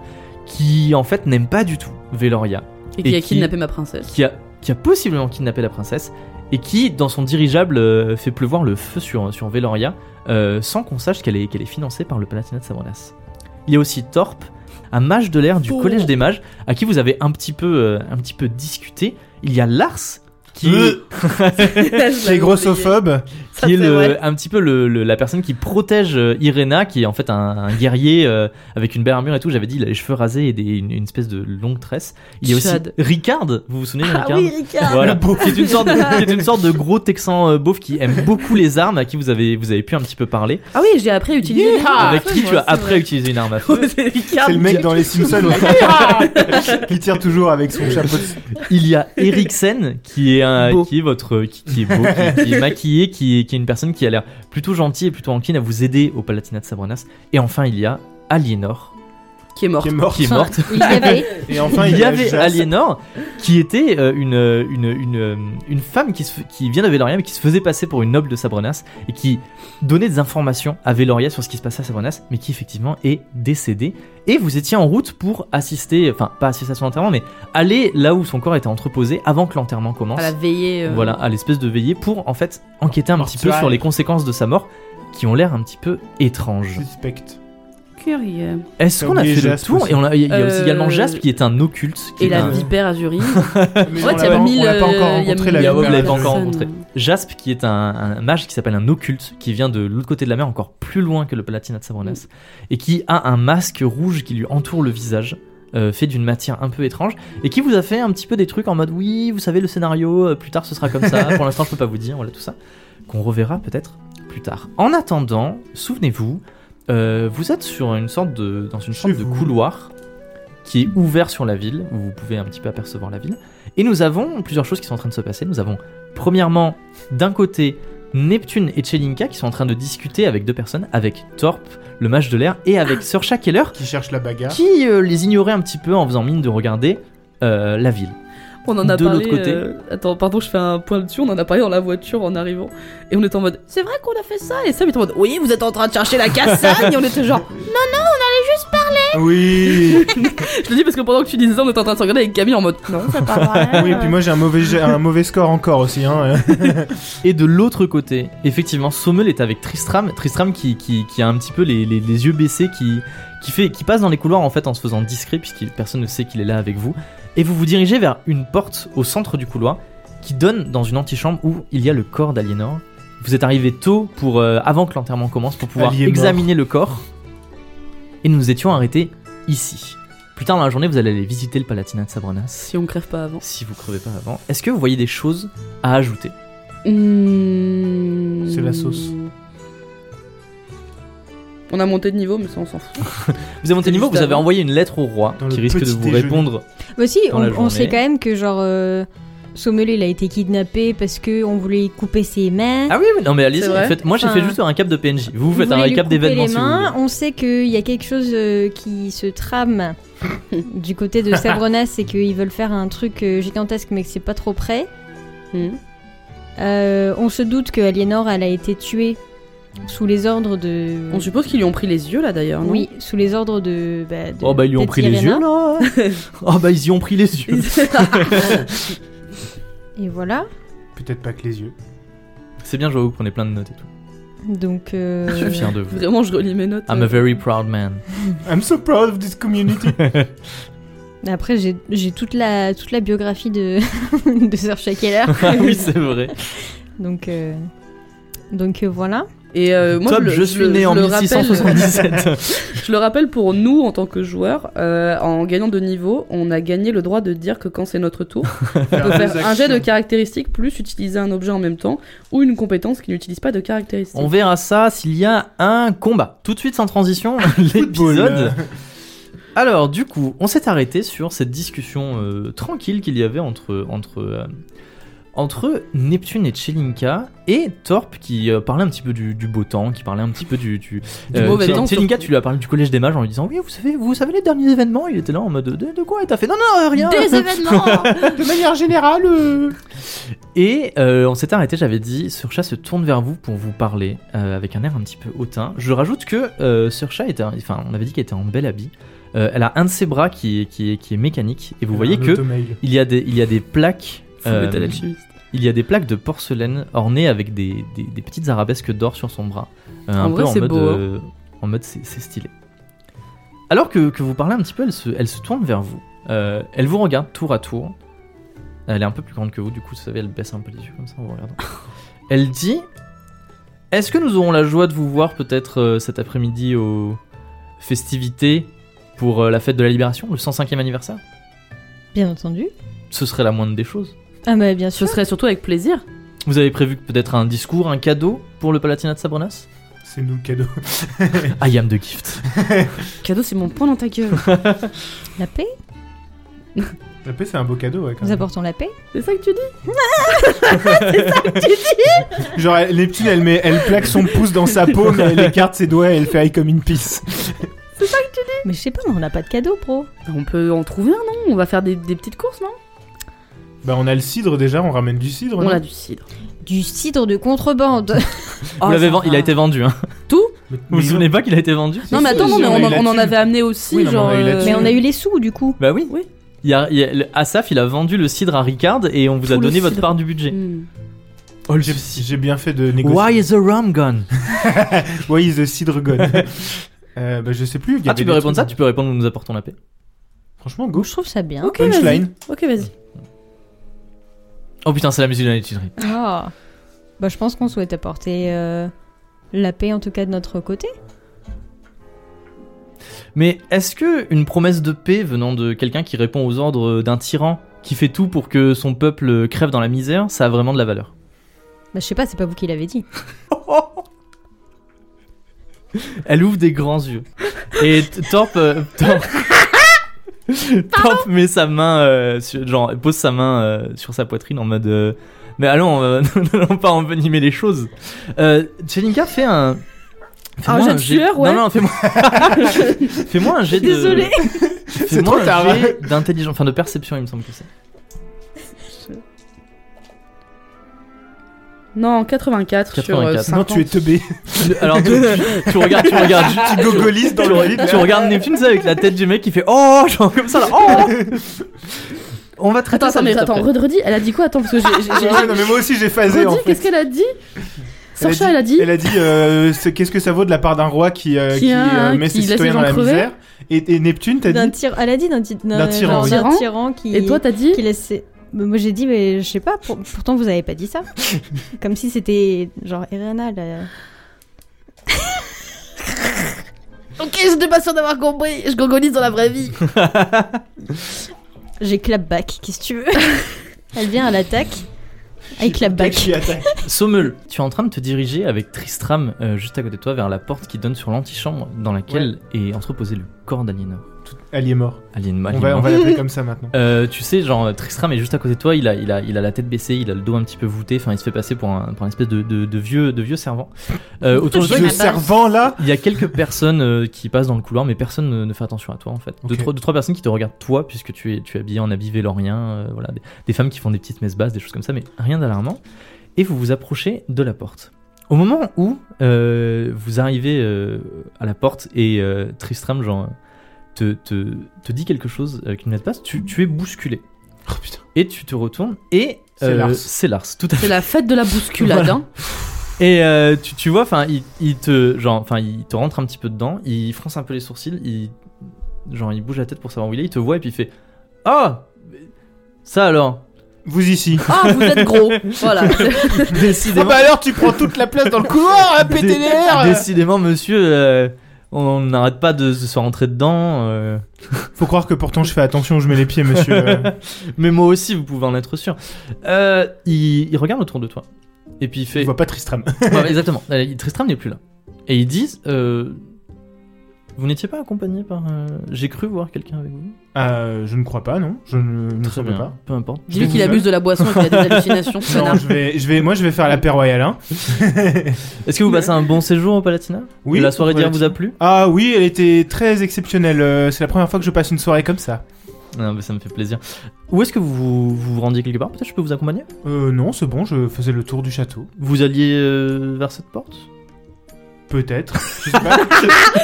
S1: qui en fait n'aime pas du tout Veloria,
S4: Et qui
S1: Et
S4: a
S1: qui-
S4: kidnappé ma <laughs> princesse.
S1: qui a, qui a possiblement kidnappé la princesse, et qui, dans son dirigeable, euh, fait pleuvoir le feu sur, sur Veloria, euh, sans qu'on sache qu'elle est, qu'elle est financée par le Palatinat de Savonas. Il y a aussi Torp, un mage de l'air du
S4: Oh.
S1: Collège des Mages, à qui vous avez un petit peu, euh, un petit peu discuté. Il y a Lars, <laughs> qui,
S2: Euh,
S4: Je
S2: Qui est
S4: l'avais
S2: grossophobe.
S4: oublié. Ça,
S1: qui est
S4: c'est
S1: le-
S4: vrai.
S1: un petit peu le, le- la personne qui protège euh, Irena, qui est en fait un, un guerrier euh, avec une belle armure et tout. J'avais dit, il a les cheveux rasés et des- une, une espèce de longue tresse. Il y a aussi
S4: Chad.
S1: Ricard, vous vous souvenez de
S4: Ah
S1: Ricard
S4: oui, Ricard.
S1: voilà. qui est une sorte de, qui est une sorte de gros texan euh, beauf qui aime beaucoup les armes, à qui vous avez, vous avez pu un petit peu parler,
S4: Ah oui, j'ai appris à utiliser. les armes à
S1: avec
S4: feu,
S1: qui
S4: moi,
S1: tu as
S4: c'est
S1: après
S4: vrai.
S1: utilisé une arme à feu.
S4: <laughs> Ouais, C'est Ricard.
S2: C'est le mec
S4: Jack.
S2: dans les Simpsons. <laughs>
S4: Ah,
S2: qui tire toujours avec son chapeau. de-
S1: Il
S4: <laughs>
S1: y a Eriksen qui est un,
S4: Beau.
S1: qui est votre, qui, qui est beau, qui, qui est maquillé, qui est, qui est une personne qui a l'air plutôt gentille et plutôt encline à vous aider au Palatinat de Sabrenas. Et enfin, il y a Aliénor
S4: Qui est mort.
S2: Qui est mort.
S1: qui est morte.
S3: Il y avait. <laughs>
S2: Et enfin,
S1: il y
S2: a
S1: avait
S2: Jas-
S1: Aliénor qui était euh, une, euh, une, une, euh, une femme qui, se f- qui vient de Veloria mais qui se faisait passer pour une noble de Sabrenas et qui donnait des informations à Veloria sur ce qui se passait à Sabrenas mais qui effectivement est décédée. Et vous étiez en route pour assister, enfin pas assister à son enterrement mais aller là où son corps était entreposé avant que l'enterrement commence.
S4: À la veillée. euh,
S1: Voilà, à l'espèce de veillée pour en fait enquêter un petit peu
S2: Mortuaire.
S1: sur les conséquences de sa mort qui ont l'air un petit peu étranges.
S2: Suspect.
S4: Curieux.
S1: Est-ce
S2: T'as
S1: qu'on a fait
S2: oublié
S1: le
S2: Jasp
S1: tour
S2: aussi.
S1: Et on a- il y a aussi
S4: Euh,
S1: également Jasp qui est un occulte. qui
S4: Et
S1: est
S4: la
S1: un-
S4: vipère azurine.
S2: Mais
S4: En
S2: <laughs>
S4: fait,
S2: on
S4: il y
S2: l'a
S4: a
S2: pas-
S4: mille.
S2: On l'a pas
S4: euh,
S2: encore
S4: il y a
S2: rencontré
S4: mille
S2: la
S1: vous l'avez
S2: vipère.
S1: pas encore
S4: personnes.
S1: rencontré. Jasp, qui est un, un mage qui s'appelle un occulte, qui vient de l'autre côté de la mer, encore plus loin que le Palatinat de Sabronas, et qui a un masque rouge qui lui entoure le visage, euh, fait d'une matière un peu étrange, et qui vous a fait un petit peu des trucs en mode oui, vous savez le scénario, euh, plus tard ce sera comme ça, pour l'instant je peux pas vous dire, voilà tout ça, qu'on reverra peut-être plus tard. En attendant, souvenez-vous, euh, vous êtes sur une sorte de, dans une sorte de
S2: vous.
S1: couloir qui est ouvert sur la ville, où vous pouvez un petit peu apercevoir la ville. Et nous avons plusieurs choses qui sont en train de se passer. Nous avons, premièrement, d'un côté, Neptune et Chelinka qui sont en train de discuter avec deux personnes, avec Torp, le mage de l'air, et avec Sir Shakeller,
S2: Qui cherche la bagarre.
S1: qui euh, les ignorait un petit peu en faisant mine de regarder euh, la ville.
S4: On en a
S1: De l'autre
S4: parlé.
S1: côté.
S4: euh, Attends, pardon, je fais un point dessus. On en a parlé dans la voiture en arrivant. Et on était en mode, c'est vrai qu'on a fait ça. Et Sam était en mode, oui, vous êtes en train de chercher la cassagne. et on était genre,
S1: Ah
S2: Oui.
S4: je te dis parce que pendant que tu disais ça, on était en train de se regarder avec Camille en mode, non, c'est pas vrai.
S2: Ah oui, et puis moi j'ai un mauvais, jet- un mauvais score encore aussi. Hein.
S1: Et de l'autre côté, effectivement, Sommel est avec Tristram. Tristram qui, qui, qui a un petit peu les, les- les yeux baissés, qui, qui, fait, qui passe dans les couloirs en fait en se faisant discret, puisque personne ne sait qu'il est là avec vous. Et vous vous dirigez vers une porte au centre du couloir qui donne dans une antichambre où il y a le corps d'Aliénor. Vous êtes arrivé tôt pour euh, avant que l'enterrement commence pour pouvoir
S2: Aliénor.
S1: examiner le corps. Et nous nous étions arrêtés ici. Plus tard dans la journée, vous allez aller visiter le Palatinat de Sabranas.
S4: Si on crève pas avant.
S1: Si vous crevez pas avant, est-ce que vous voyez des choses à ajouter Hmm.
S4: Mmh.
S2: C'est la sauce.
S4: On a monté de niveau, mais ça on s'en fout.
S1: Vous avez monté le niveau,
S4: Juste
S1: vous avez
S4: avant.
S1: envoyé une lettre au roi
S2: Dans
S1: qui
S2: le
S1: risque de
S2: petit
S1: vous
S2: déjeuner.
S1: répondre.
S3: Mais si,
S1: Dans
S3: on,
S1: la
S3: on sait
S1: journée.
S3: quand même que genre euh, Sommel il a été kidnappé parce que on voulait lui couper ses mains.
S1: Ah oui, mais non, mais allez-y.
S4: C'est vrai.
S1: faites- Moi, j'ai
S3: Enfin,
S1: fait juste un cap de PNJ. Vous,
S3: Vous
S1: faites un
S3: voulez lui
S1: récap
S3: couper
S1: d'événements
S3: les
S1: si vous
S3: mains.
S1: voulez.
S3: on sait qu'il y a quelque chose euh, qui se <laughs> trame du côté de Sabronas, c'est qu'ils veulent faire un truc euh, gigantesque mais que c'est pas trop prêt.
S1: Hmm.
S4: Mmh.
S3: Euh, on se doute que Aliénor elle a été tuée sous les ordres de.
S4: On suppose qu'ils lui ont pris les yeux là d'ailleurs. non <laughs>
S3: oui, sous les ordres de. bah, de-
S1: Oh bah ils lui ont
S3: peut-être
S1: pris les
S3: Irena.
S1: yeux là. oh bah ils y ont pris les yeux.
S4: Ah,
S3: Et voilà.
S2: <laughs> Peut-être pas que les yeux.
S1: C'est bien, je vois vous prenez plein de notes et tout.
S3: Donc. euh,
S1: Je suis fier de vous.
S4: Vraiment, je relis mes notes.
S1: I'm a very proud man. <laughs>
S2: I'm so proud of this community.
S3: Après, j'ai j'ai toute la, toute la biographie de, <laughs> de Sir Shakeller.
S1: Ah oui, c'est vrai.
S3: Donc, euh, donc euh, voilà.
S4: Et euh, moi,
S1: Top,
S4: le-
S1: je, suis
S4: le-
S1: né
S4: je
S1: en
S4: le rappelle- euh,
S1: 1677.
S4: Je le rappelle pour nous en tant que joueurs, euh, en gagnant de niveau, on a gagné le droit de dire que quand c'est
S2: <laughs>
S4: notre tour, on peut faire un jet de caractéristiques plus utiliser un objet en même temps ou une compétence qui n'utilise pas de caractéristiques.
S1: on verra ça s'il y a un combat. Tout de suite, sans
S4: <laughs>
S1: transition, l'épisode. Alors, du coup, on s'est arrêté sur cette discussion euh, tranquille qu'il y avait entre, entre, euh, entre Neptune et Chelinka et Torp qui euh, parlait un petit peu du, du beau temps, qui parlait un petit peu du. Du, euh,
S4: mauvais
S1: Che-
S4: temps,
S1: Chelinka,
S4: surtout.
S1: tu lui as parlé du collège des mages en lui disant Oui, vous savez, vous savez les derniers événements Il était là en mode De, de quoi Et t'as fait Non, non, rien
S4: Des événements
S2: De manière générale. euh,
S1: Et euh, on s'est arrêté, j'avais dit, Surcha se tourne vers vous pour vous parler euh, avec un air un petit peu hautain. Je rajoute que euh, Surcha était, un- enfin, on avait dit qu'elle était en bel habit. Euh, elle a un de ses bras qui est, qui est, qui est mécanique et vous voyez
S2: un
S1: que
S2: automail.
S1: il y a des, il y a des plaques,
S4: Full
S1: euh,
S4: Metal Alchemist.
S1: il y a des plaques de porcelaine ornées avec des, des- des petites arabesques d'or sur son bras. Euh,
S4: En
S1: un
S4: vrai,
S1: peu en
S4: c'est
S1: mode,
S4: beau, hein.
S1: euh, en mode c'est c'est stylé. Alors que, que vous parlez un petit peu, elle se, elle se tourne vers vous. Euh, elle vous regarde tour à tour. Elle est un peu plus grande que vous, du coup, vous savez, elle baisse un peu les yeux comme ça en vous
S4: <laughs>
S1: regardant. elle dit Est-ce que nous aurons la joie de vous voir peut-être euh, cet après-midi aux festivités pour euh, la fête de la libération, le 105e anniversaire
S3: Bien entendu.
S1: Ce serait la moindre des choses.
S3: Ah bah bien
S4: Ce
S3: sûr.
S4: serait surtout avec plaisir.
S1: Vous avez prévu que peut-être un discours, un cadeau pour le Palatinat de
S2: <laughs>
S1: Ah, Sabranas
S2: C'est nous le cadeau.
S1: I am the gift.
S4: Cadeau, c'est mon point dans ta gueule.
S3: <laughs> La paix.
S2: La paix, c'est un beau cadeau. Ouais, quand
S3: Nous
S2: même.
S3: apportons la paix.
S4: c'est ça que tu dis
S2: Genre, elle- les petites, elle, met, elle plaque son pouce dans sa peau, mais elle écarte ses doigts et elle fait I comme une piece.
S3: Mais je sais pas, mais on n'a pas de cadeau, pro.
S4: On peut en trouver un, non On va faire des, des petites courses, non
S2: Bah, on a le cidre déjà, on ramène du cidre.
S4: On
S2: non
S4: a du cidre.
S3: Du cidre de contrebande.
S4: Oh,
S1: Vous l'avez
S4: ça
S1: ven-
S4: va.
S1: Il a été vendu, hein.
S2: Mais-
S1: Vous vous
S2: mais
S1: souvenez pas qu'il a été vendu
S4: Non, mais attends,
S2: Si,
S4: non,
S2: si,
S4: mais on,
S2: on a eu
S4: en- on en
S2: là-dessus.
S4: avait amené aussi,
S2: Oui, non, mais on
S4: genre.
S2: a eu
S4: euh,
S2: là-dessus.
S3: Mais on a eu les sous, du coup.
S1: Bah oui.
S4: Oui.
S1: Il y a, il y a- le- Asaf, il a vendu le cidre à Ricard et on vous a
S4: Tout le
S1: donné votre
S4: cidre.
S1: part du budget.
S4: Hmm.
S1: Oh, le
S2: J'ai j'ai bien fait de négocier.
S1: Why is the rum gone
S2: Why is the cidre <laughs> gone Euh, bah, je sais plus. il y
S1: Ah,
S2: avait
S1: tu
S2: des
S1: peux répondre ça
S2: trucs-
S1: Tu peux répondre nous apportons la paix.
S2: Franchement, gauche.
S3: Je trouve ça bien.
S4: Ok, vas-y.
S2: Punchline.
S4: Ok, vas-y.
S1: Oh putain, c'est la musique de la litigerie.
S3: Ah. Bah je pense qu'on souhaite apporter euh, la paix, en tout cas de notre côté.
S1: Mais est-ce que une promesse de paix venant de quelqu'un qui répond aux ordres d'un tyran qui fait tout pour que son peuple crève dans la misère, ça a vraiment de la valeur
S3: Bah je sais pas, c'est pas vous qui l'avez dit.
S1: Elle ouvre des grands yeux. Et t- Torp. euh,
S4: <laughs>
S1: Torp... Torp met sa main. euh, sur- genre, elle pose sa main euh, sur sa poitrine en mode. euh, mais allons, euh, <laughs> n'allons pas envenimer les choses. Euh, Tchelinka fait un. fais-moi
S4: jet de
S1: jet-
S4: sueur, Ah, ouais.
S1: Non, non, fais-moi.
S2: Ah,
S1: fais-moi un jet de.
S4: Désolée.
S1: <laughs> Fais-moi
S2: trop tard.
S1: un jet d'intelligence. Enfin, de perception, il me semble que c'est.
S4: Non, 84, sur euh,
S1: 84.
S4: 50.
S2: Non, tu es <laughs> teubé.
S1: Alors, tu, tu regardes, tu regardes.
S2: Ah, tu gogolises dans
S1: tu,
S2: le
S1: re-
S2: vide. <laughs>
S1: tu regardes Neptune tu sais, avec la tête du mec qui fait oh genre comme ça là oh on va traiter
S4: Attends,
S1: ça
S4: attends, mais
S1: juste
S4: attends,
S1: après.
S4: re- redis, elle a dit quoi Attends, parce que j'ai- j'ai.
S2: Ouais, non, mais moi aussi j'ai phasé
S4: j'ai-
S2: en
S4: Redis,
S2: fait.
S4: qu'est-ce qu'elle a dit
S2: Elle a
S4: Sorcha, elle a dit.
S2: Elle a dit euh, c'est- qu'est-ce que ça vaut de la part d'un roi qui, euh,
S4: Qui
S2: qui,
S4: a-
S2: euh, met
S4: qui
S2: ses
S4: laisse les
S2: citoyens
S4: gens
S2: dans la
S4: crever.
S2: misère et, et Neptune, t'as
S3: D'un
S2: dit
S3: tyran. Elle a dit d'un ti- d'un-
S2: D'un tyran,
S3: genre
S2: oui.
S3: d'un
S4: Tyran.
S3: tyran qui.
S4: Et toi, t'as
S3: <laughs>
S4: dit
S3: qui laissait. Mais Moi j'ai dit, mais je sais pas, pour- pourtant vous avez pas
S2: <laughs>
S3: dit ça. Comme si c'était genre Irena. la-
S4: Ok, je n'étais pas sûre d'avoir compris. Je gogolise dans la vraie vie.
S3: J'ai clapback, qu'est-ce que tu
S2: <laughs>
S3: veux Elle vient à l'attaque. Elle
S2: Tac,
S3: clapback.
S2: qui attaque.
S1: Sommel tu es en train de te diriger avec Tristram euh, juste à côté de toi vers la porte qui donne sur l'antichambre dans laquelle est entreposé le corps d'Aliénor
S2: Elle y Bah, est morte.
S1: Alien
S2: On va, on va l'appeler comme ça maintenant.
S1: Euh, tu sais, genre Tristram est juste à côté de toi, il a, il a, il a la tête baissée, il a le dos un petit peu voûté, enfin il se fait passer pour un, pour un espèce de, de, de vieux, de vieux servant. Euh, autour de toi,
S2: Le servant là
S1: <laughs> Il y a quelques personnes euh, qui passent dans le couloir, mais personne ne, ne fait attention à toi en fait. Deux,
S2: Ok.
S1: trois, deux, trois personnes qui te regardent toi, puisque tu es, tu es habillé en habit vélorien, euh, voilà, des, des femmes qui font des petites messes basses, des choses comme ça, mais rien d'alarmant. Et vous vous approchez de la porte. Au moment où euh, vous arrivez euh, à la porte et euh, Tristram genre, te, te, te dit quelque chose euh, qui ne l'aide pas, tu, tu es bousculé.
S2: Oh putain.
S1: Et tu te retournes et euh,
S2: C'est Lars.
S1: c'est Lars, tout à fait.
S4: C'est la fête de la bousculade.
S1: Voilà.
S4: hein.
S1: Et euh, tu, tu vois, enfin, il, il te, genre, enfin, il te rentre un petit peu dedans, il fronce un peu les sourcils, il, genre, il bouge la tête pour savoir où il est, il te voit et puis il fait, ah, ça alors.
S2: Vous ici.
S4: Ah, vous êtes gros.
S2: <laughs>
S4: Voilà.
S2: Ah
S1: Décidément,
S2: bah alors tu prends toute la place dans le couloir, hein, à péter les airs
S1: décidément, monsieur, euh, on n'arrête pas de se rentrer dedans. euh.
S2: Faut croire que pourtant je fais attention où je mets les pieds, monsieur. <laughs> euh.
S1: Mais moi aussi, vous pouvez en être sûr. Euh, il, il regarde autour de toi et puis il
S2: Je
S1: fait,
S2: vois pas Tristram.
S1: Ouais, exactement. Euh, Tristram n'est plus là. Et ils disent, euh, vous n'étiez pas accompagné par, euh, j'ai cru voir quelqu'un avec vous.
S2: Euh, je ne crois pas, non Je ne ne savais
S1: <laughs>
S2: pas.
S1: Peu importe.
S4: Dis-lui qu'il abuse de la boisson et qu'il a des hallucinations. ce
S2: Non,
S4: connard.
S2: je vais, je vais, moi je vais faire la paix royale. Hein.
S1: Est-ce que vous passez un bon séjour au Palatinat
S2: Oui,
S1: La soirée d'hier
S2: relativement.
S1: vous a plu
S2: Ah oui, elle était très exceptionnelle. euh, C'est la première fois que je passe une soirée comme ça.
S1: Non, mais ça me fait plaisir. Où est-ce que vous vous, vous vous rendiez quelque part Peut-être je peux vous accompagner
S2: Euh, non, c'est bon, je faisais le tour du château.
S1: Vous alliez euh, vers cette porte
S2: Peut-être. Je sais
S1: <laughs>
S2: pas.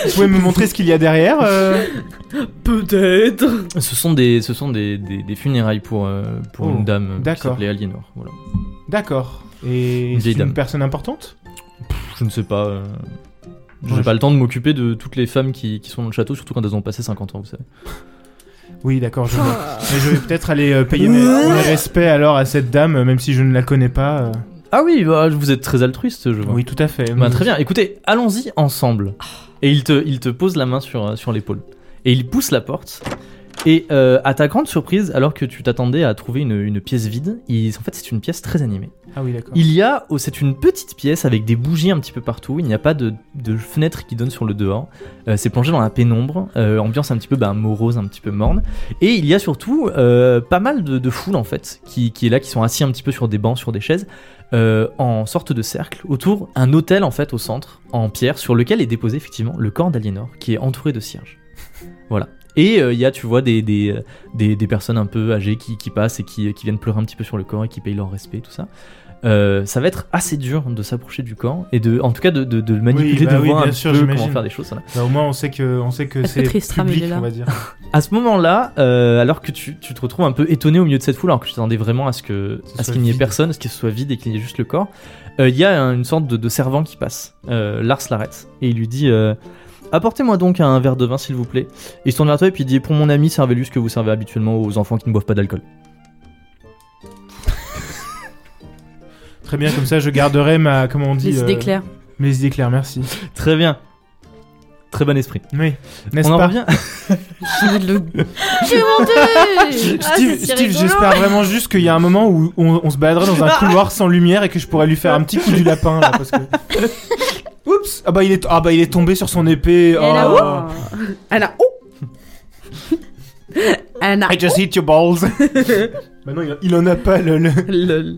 S2: Vous pouvez me montrer ce qu'il y a derrière euh
S4: Peut-être.
S1: Ce sont des, ce sont des, des, des funérailles pour, euh, pour
S2: Oh,
S1: une dame euh, qui
S2: d'accord.
S1: s'appelait Aliénor. Voilà.
S2: D'accord. Et
S1: Une
S2: c'est
S1: vieille
S2: une
S1: dame.
S2: personne importante
S1: Je ne sais pas. euh, J'ai
S2: Ouais,
S1: pas le temps de m'occuper de toutes les femmes qui, qui sont dans le château, surtout quand elles ont passé 50 ans, vous savez.
S2: Oui, d'accord, je vois. Mais je vais peut-être aller euh, payer mes, mes respects alors à cette dame, euh, même si je ne la connais pas. euh.
S1: Ah oui, bah, vous êtes très altruiste, je vois.
S2: Oui, tout à fait.
S1: Bah, très bien, écoutez, allons-y ensemble. Et il te, il te pose la main sur, euh, sur l'épaule. Et il pousse la porte. Et euh, à ta grande surprise, alors que tu t'attendais à trouver une, une pièce vide, il- en fait c'est une pièce très animée.
S2: Ah oui, d'accord.
S1: Il y a, oh, c'est une petite pièce avec des bougies un petit peu partout, il n'y a pas de, de fenêtre qui donne sur le dehors, Euh, c'est plongé dans la pénombre, euh, ambiance un petit peu bah, morose, un petit peu morne, et il y a surtout euh, pas mal de, de foule en fait, qui, qui est là, qui sont assis un petit peu sur des bancs, sur des chaises, euh, en sorte de cercle, autour un hôtel en fait au centre, en pierre, sur lequel est déposé effectivement le corps d'Aliénor, qui est entouré de cierges. <laughs> Voilà. Et euh, il y a, tu vois, des, des, euh, des, des personnes un peu âgées qui, qui passent et qui, qui viennent pleurer un petit peu sur le corps et qui payent leur respect, tout ça. Euh, ça va être assez dur de s'approcher du corps et de, en tout cas, de, de, de le manipuler,
S2: Oui, bah
S1: de
S2: oui,
S1: voir
S2: bien
S1: un
S2: sûr,
S1: peu comment
S2: j'imagine.
S1: faire des choses. voilà.
S2: Bah, au moins, on sait que, on sait que
S4: Est-ce que
S2: c'est
S4: Tristram,
S2: public,
S4: il est là
S2: on va dire.
S1: À ce moment-là, euh, alors que tu, tu te retrouves un peu étonné au milieu de cette foule, alors que tu t'attendais vraiment à ce que
S2: Ce
S1: à ce
S2: soit
S1: qu'il n'y ait
S2: vide.
S1: personne, à ce qu'il soit vide et qu'il y ait juste le corps, euh, il y a un- une sorte de, de servant qui passe. Euh, Lars l'arrête et il lui dit euh, Apportez-moi donc un verre de vin, s'il vous plaît. Et il se tourne vers toi et puis il dit Pour mon ami, servez-lui ce que vous servez habituellement aux enfants qui ne boivent pas d'alcool.
S2: Très bien, comme ça, je garderai ma. Comment on dit
S4: Les
S2: euh,
S4: idées claires.
S2: Mes idées claires, merci.
S1: Très bien. Très bon esprit.
S2: Oui, n'est-ce
S1: On en
S2: pas
S1: revient
S4: J'ai envie de le-
S3: Steve,
S4: Ah,
S2: Steve, Steve, j'espère vraiment juste qu'il y a un moment où
S4: <laughs>
S2: on, on se baladera dans un couloir sans lumière et que je pourrais lui faire un petit coup du lapin là, parce que
S1: Ouh,
S2: Oups ah bah, il est... ah bah il est tombé sur son épée.
S3: elle a
S2: oh.
S4: Anna, oh Anna,
S2: I just hit your
S4: <laughs>
S2: balls. bah non, il, il en a pas le. le-
S4: lol.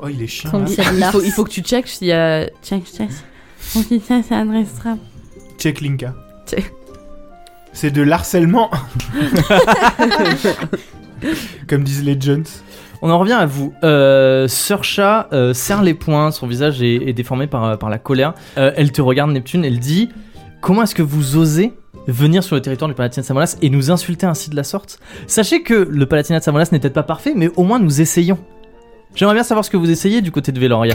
S2: Oh, il est chiant.
S3: Comme
S2: là.
S3: si elle
S4: Il
S3: l'a-
S4: faut, il faut que tu checkes s'il y a. Check,
S2: <laughs>
S4: check. On dit ça, c'est Andrés Trapp.
S2: Check Linka.
S4: Check.
S2: C'est de
S4: <laughs>
S2: l'harcèlement. Comme disent les Jones.
S1: On en revient à vous. Euh, Sœur Chat euh, serre les poings, son visage est, est déformé par, euh, par la colère. Euh, elle te regarde, Neptune, elle dit Comment est-ce que vous osez venir sur le territoire du Palatinat de Samolas et nous insulter ainsi de la sorte Sachez que le Palatinat de Samolas n'est peut-être pas parfait, mais au moins nous essayons. J'aimerais bien savoir ce que vous essayez du côté de Veloria.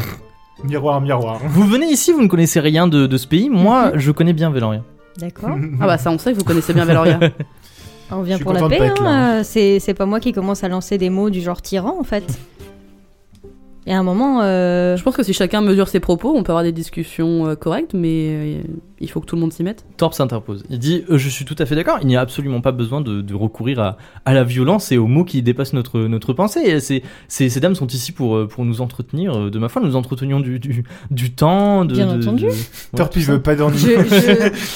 S2: Miroir, miroir.
S1: Vous venez ici, vous ne connaissez rien de, de ce pays. Moi, je connais bien Veloria.
S3: D'accord.
S4: Ah bah ça, on sait que vous connaissez bien Valoria.
S3: On
S2: Je
S3: vient
S2: suis
S3: pour la
S2: content de
S3: paix.
S2: pas être là.
S3: hein, euh, C'est c'est pas moi qui commence à lancer des mots du genre tyran en fait. Il y a un moment, euh,
S4: Je pense que si chacun mesure ses propos, on peut avoir des discussions euh, correctes, mais euh, il faut que tout le monde s'y mette.
S1: Torp s'interpose. Il dit euh, Je suis tout à fait d'accord, il n'y a absolument pas besoin de, de recourir à, à la violence et aux mots qui dépassent notre, notre pensée. Et Ces, ces, ces dames sont ici pour, euh, pour nous entretenir. euh, De ma foi, nous entretenions du, du, du temps. De,
S3: Bien
S1: de-
S3: entendu.
S1: de-
S2: Torpille veut pas dormir.
S3: je, je,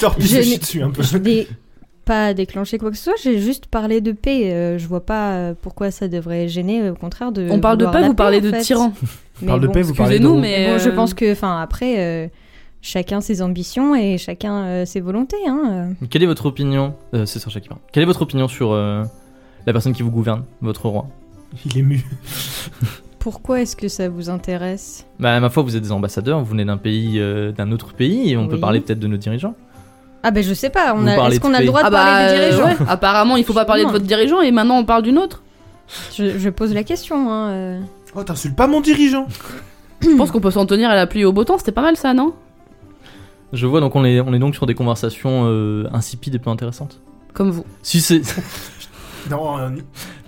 S2: <laughs> Torpille
S3: je
S2: se
S3: n'ai-
S2: chie dessus un peu.
S3: je n'ai pas déclenché quoi que ce soit, j'ai juste parlé de paix. euh, je vois pas euh, pourquoi ça devrait gêner, au contraire de.
S4: On parle de
S3: Euh, vouloir
S4: paix,
S3: la
S4: vous parlez
S3: en
S4: de
S3: fait.
S4: tyran.
S3: Mais
S2: parle de
S3: bon,
S2: paix, vous parlez
S4: Excusez-nous,
S2: de-
S4: mais.
S3: bon, je
S4: euh,
S3: pense que, enfin, après, euh, chacun ses ambitions et chacun euh, ses volontés. Hein. euh.
S1: Quelle est votre opinion euh, C'est Sacha qui parle. Quelle est votre opinion sur euh, la personne qui vous gouverne, votre roi
S2: Il est mu.
S3: Pourquoi est-ce que ça vous intéresse
S1: bah, Ma foi, vous êtes des ambassadeurs, vous venez d'un pays, euh, d'un autre pays, et on peut
S3: Oui.
S1: parler peut-être de nos dirigeants.
S3: Ah ben je sais pas. On
S1: Vous
S3: a...
S1: parlez
S3: Est-ce qu'on
S1: de
S3: a le
S1: paix.
S3: droit de
S4: Ah bah,
S3: parler de
S4: euh,
S3: dirigeants
S4: ouais,
S3: <laughs>
S4: apparemment, il faut pas parler de votre dirigeant et maintenant on parle d'une autre.
S3: je, je pose la question. Hein, euh.
S2: Oh, t'insultes pas mon dirigeant.
S4: Je pense qu'on peut s'en tenir à la pluie et au beau temps, c'était pas mal ça, non
S1: Je vois, donc on est, on est donc sur des conversations euh, insipides et peu intéressantes.
S4: Comme vous.
S1: Si c'est. <laughs>
S2: Non, euh,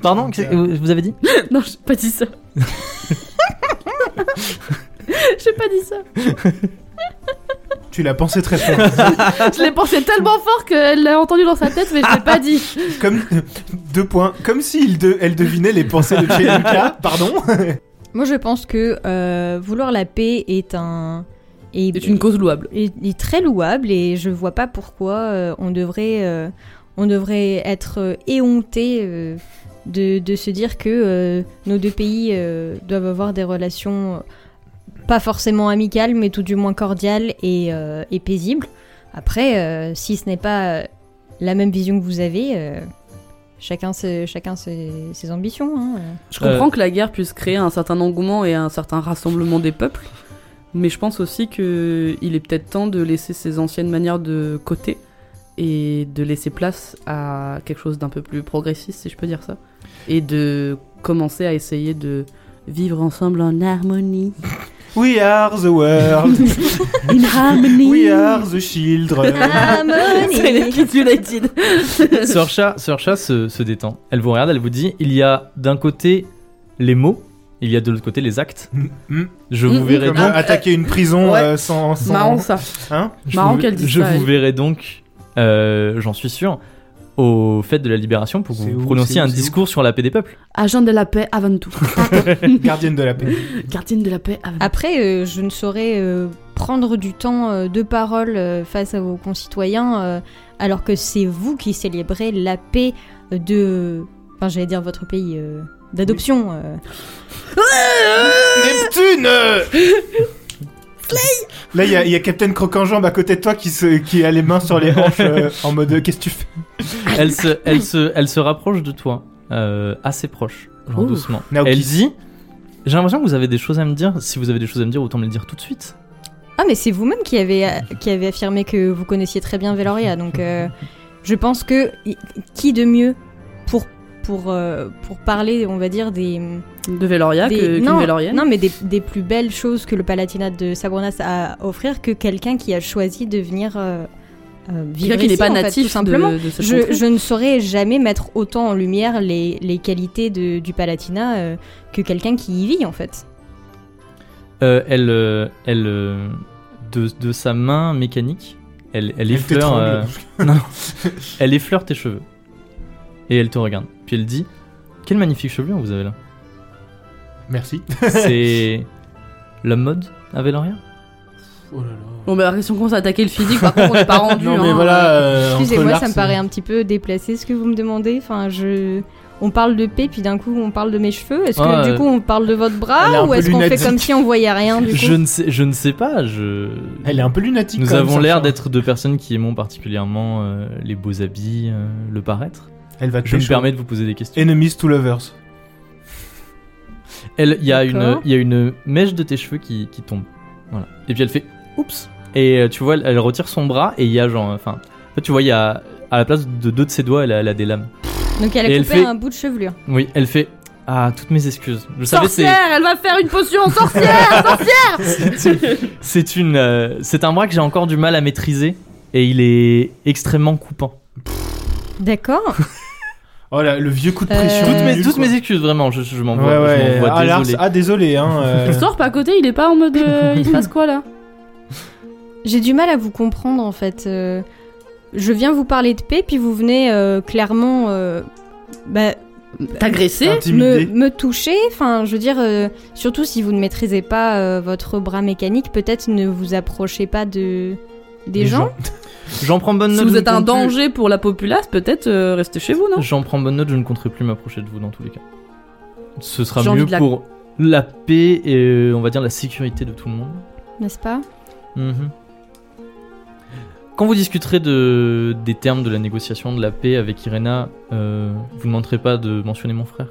S1: Pardon, qu'est-ce que vous vous avez dit
S4: <laughs> non, j'ai pas dit ça. <laughs> j'ai pas <laughs> dit ça.
S2: tu l'as pensé très fort.
S4: Je l'ai pensé tellement fort qu'elle l'a entendu dans sa tête, mais je l'ai pas dit.
S2: Comme deux points. Comme si il de- elle devinait les pensées de chez Lucas. Pardon.
S3: Moi, je pense que euh, vouloir la paix est un. est-
S4: C'est une cause louable.
S3: est, est très louable et je vois pas pourquoi euh, on devrait euh, on devrait être euh, éhonté euh, de, de se dire que euh, nos deux pays euh, doivent avoir des relations euh, pas forcément amicales mais tout du moins cordiales et, euh, et paisibles. Après, euh, si ce n'est pas la même vision que vous avez, euh, chacun, ses, chacun ses, ses ambitions. hein.
S4: Je comprends que la guerre puisse créer un certain engouement et un certain rassemblement des peuples, mais je pense aussi que il est peut-être temps de laisser ces anciennes manières de côté et de laisser place à quelque chose d'un peu plus progressiste, si je peux dire ça, et de commencer à essayer de vivre ensemble en harmonie.
S2: We are the world.
S4: In harmony.
S2: We are the
S3: <laughs>
S2: children.
S4: <laughs> C'est les Kids United.
S1: Sœur Chat, Sœur Chat se, se détend. Elle vous regarde, elle vous dit il y a d'un côté les mots, il y a de l'autre côté les actes.
S2: Mm.
S1: Je
S4: Mm,
S1: vous
S4: mm,
S1: verrai
S2: Comme
S1: donc.
S4: Ah,
S2: attaquer une prison
S4: ouais.
S2: euh, sans, sans-
S4: Marrant ça.
S2: Hein
S1: Je
S4: marrant
S1: vous,
S4: qu'elle dise
S1: je
S4: ça,
S1: vous
S4: elle.
S1: verrai donc, euh, j'en suis sûr, au fait de la libération pour que
S2: C'est
S1: vous
S2: où,
S1: prononciez
S2: c'est où,
S1: un
S2: c'est où
S1: discours sur la paix des
S4: <laughs>
S1: peuples.
S4: Agent de la paix avant tout.
S2: Gardienne de la paix.
S4: Gardienne de la paix avant tout.
S3: Après, euh, je ne saurais euh, prendre du temps euh, de parole euh, face à vos concitoyens, euh, alors que c'est vous qui célébrez la paix de. Enfin, j'allais dire votre pays. euh, D'adoption. euh.
S2: Neptune Là, il y a- il y, a Captain Croc-en-Jambe à côté de toi qui, se, qui a les mains sur les hanches euh, en mode Qu'est-ce que tu fais
S1: Elle se, elle se, elle se rapproche de toi, euh, assez proche, genre
S4: Ouf.
S1: doucement.
S2: Naoki.
S1: Elle dit J'ai l'impression que vous avez des choses à me dire. Si vous avez des choses à me dire, autant me les dire tout de suite.
S3: Ah, mais c'est vous-même qui avez, euh, qui avez affirmé que vous connaissiez très bien Veloria, donc euh, je pense que y- qui de mieux pour, pour, euh, pour parler, on va dire, des.
S4: De Veloria,
S3: Des-
S4: que, qu'une
S3: non,
S4: Vélorienne.
S3: non, mais des, des plus belles choses que le Palatinat de Sabornas a à offrir que quelqu'un qui a choisi de venir euh, euh, vivre
S4: Quelqu'un qui
S3: ici,
S4: n'est pas
S3: en fait,
S4: natif
S3: tout simplement.
S4: de, de cette
S3: Je,
S4: contrée.
S3: je ne saurais jamais mettre autant en lumière les, les qualités de- du Palatinat euh, que quelqu'un qui y vit en fait.
S1: Euh, elle, euh, elle euh, de, de sa main mécanique, elle, elle effleure, euh,
S2: t'étrangle.
S1: elle effleure tes cheveux. Et elle te regarde. Puis elle dit Quelle magnifique chevelure vous
S2: <laughs>
S1: avez là
S2: Merci.
S1: C'est la mode à Veloria
S2: Oh là là.
S4: Bon, bah, alors, si on commence à attaquer le physique, par contre, on
S3: <laughs>
S4: n'est pas rendu.
S2: non, mais
S4: hein.
S2: voilà. euh, entre
S3: Excusez-moi,
S2: l'art,
S3: ça me
S2: c'est-
S3: paraît un petit peu déplacé ce que vous me demandez. Enfin, je. On parle de paix, puis d'un coup on parle de mes cheveux. Est-ce que
S1: Ah,
S3: du
S1: euh,
S3: coup on parle de votre
S2: elle est un
S3: bras ou
S2: peu
S3: est-ce qu'on fait
S2: lunatique.
S3: comme si on voyait rien du coup
S1: Je ne sais, je ne sais pas. Je.
S2: Elle est un peu lunatique.
S1: Nous
S2: quand même,
S1: avons
S2: Sacha.
S1: l'air d'être deux personnes qui aimons particulièrement euh, les beaux habits, euh, le paraître.
S2: Elle va te
S1: Je me
S2: pécho.
S1: permets de vous poser des questions.
S2: Enemies to lovers.
S1: Elle, il y a une,
S3: D'accord.
S1: il y a une mèche de tes cheveux qui, qui tombe. Voilà. Et puis elle fait, oups. Et euh, tu vois, elle, elle retire son bras et il y a genre, enfin, en fait, tu vois, il y a à la place de deux de ses doigts, elle a, elle a des lames.
S3: Donc elle a
S1: Et elle
S3: coupé
S1: fait-
S3: un bout de chevelure.
S1: Oui, elle fait. Ah, toutes mes excuses. Je savais c'est
S4: Sorcière, elle va faire une potion sorcière, sorcière.
S1: <laughs> c'est une euh, c'est un bras que j'ai encore du mal à maîtriser et il est extrêmement coupant.
S3: D'accord.
S2: Oh là, le vieux coup de
S3: Euh,
S2: pression.
S1: Toutes mes
S2: nul,
S1: toutes
S2: quoi.
S1: mes excuses vraiment, je, je m'en
S2: Ouais,
S1: vois- je
S2: ouais.
S1: m'en vois
S2: ah, Lars,
S1: désolé.
S2: ah,
S1: <laughs>
S2: désolé, hein. euh,
S4: Sors pas à côté, il est pas en
S3: <laughs>
S4: mode. euh, il se passe quoi là
S3: J'ai du mal à vous comprendre en fait. Euh, Je viens vous parler de paix, puis vous venez euh, clairement euh, bah,
S4: T'agresser
S3: me,
S2: intimidé.
S3: me toucher. Enfin, je veux dire, euh, surtout si vous ne maîtrisez pas euh, votre bras mécanique, peut-être ne vous approchez pas de des,
S2: Des
S3: gens.
S2: gens.
S1: J'en prends bonne note.
S4: Si vous
S1: je
S4: êtes
S1: ne
S4: un
S1: compte plus.
S4: danger pour la populace, peut-être euh, restez chez vous, non
S1: J'en prends bonne note, je ne compterai plus m'approcher de vous dans tous les cas. Ce sera
S4: J'ai envie
S1: mieux
S4: de la-
S1: pour la paix et euh, on va dire la sécurité de tout le monde.
S3: n'est-ce pas
S1: Mhm. Quand vous discuterez de, des termes de la négociation de la paix avec Irena, euh, vous ne manquerez pas de mentionner mon frère.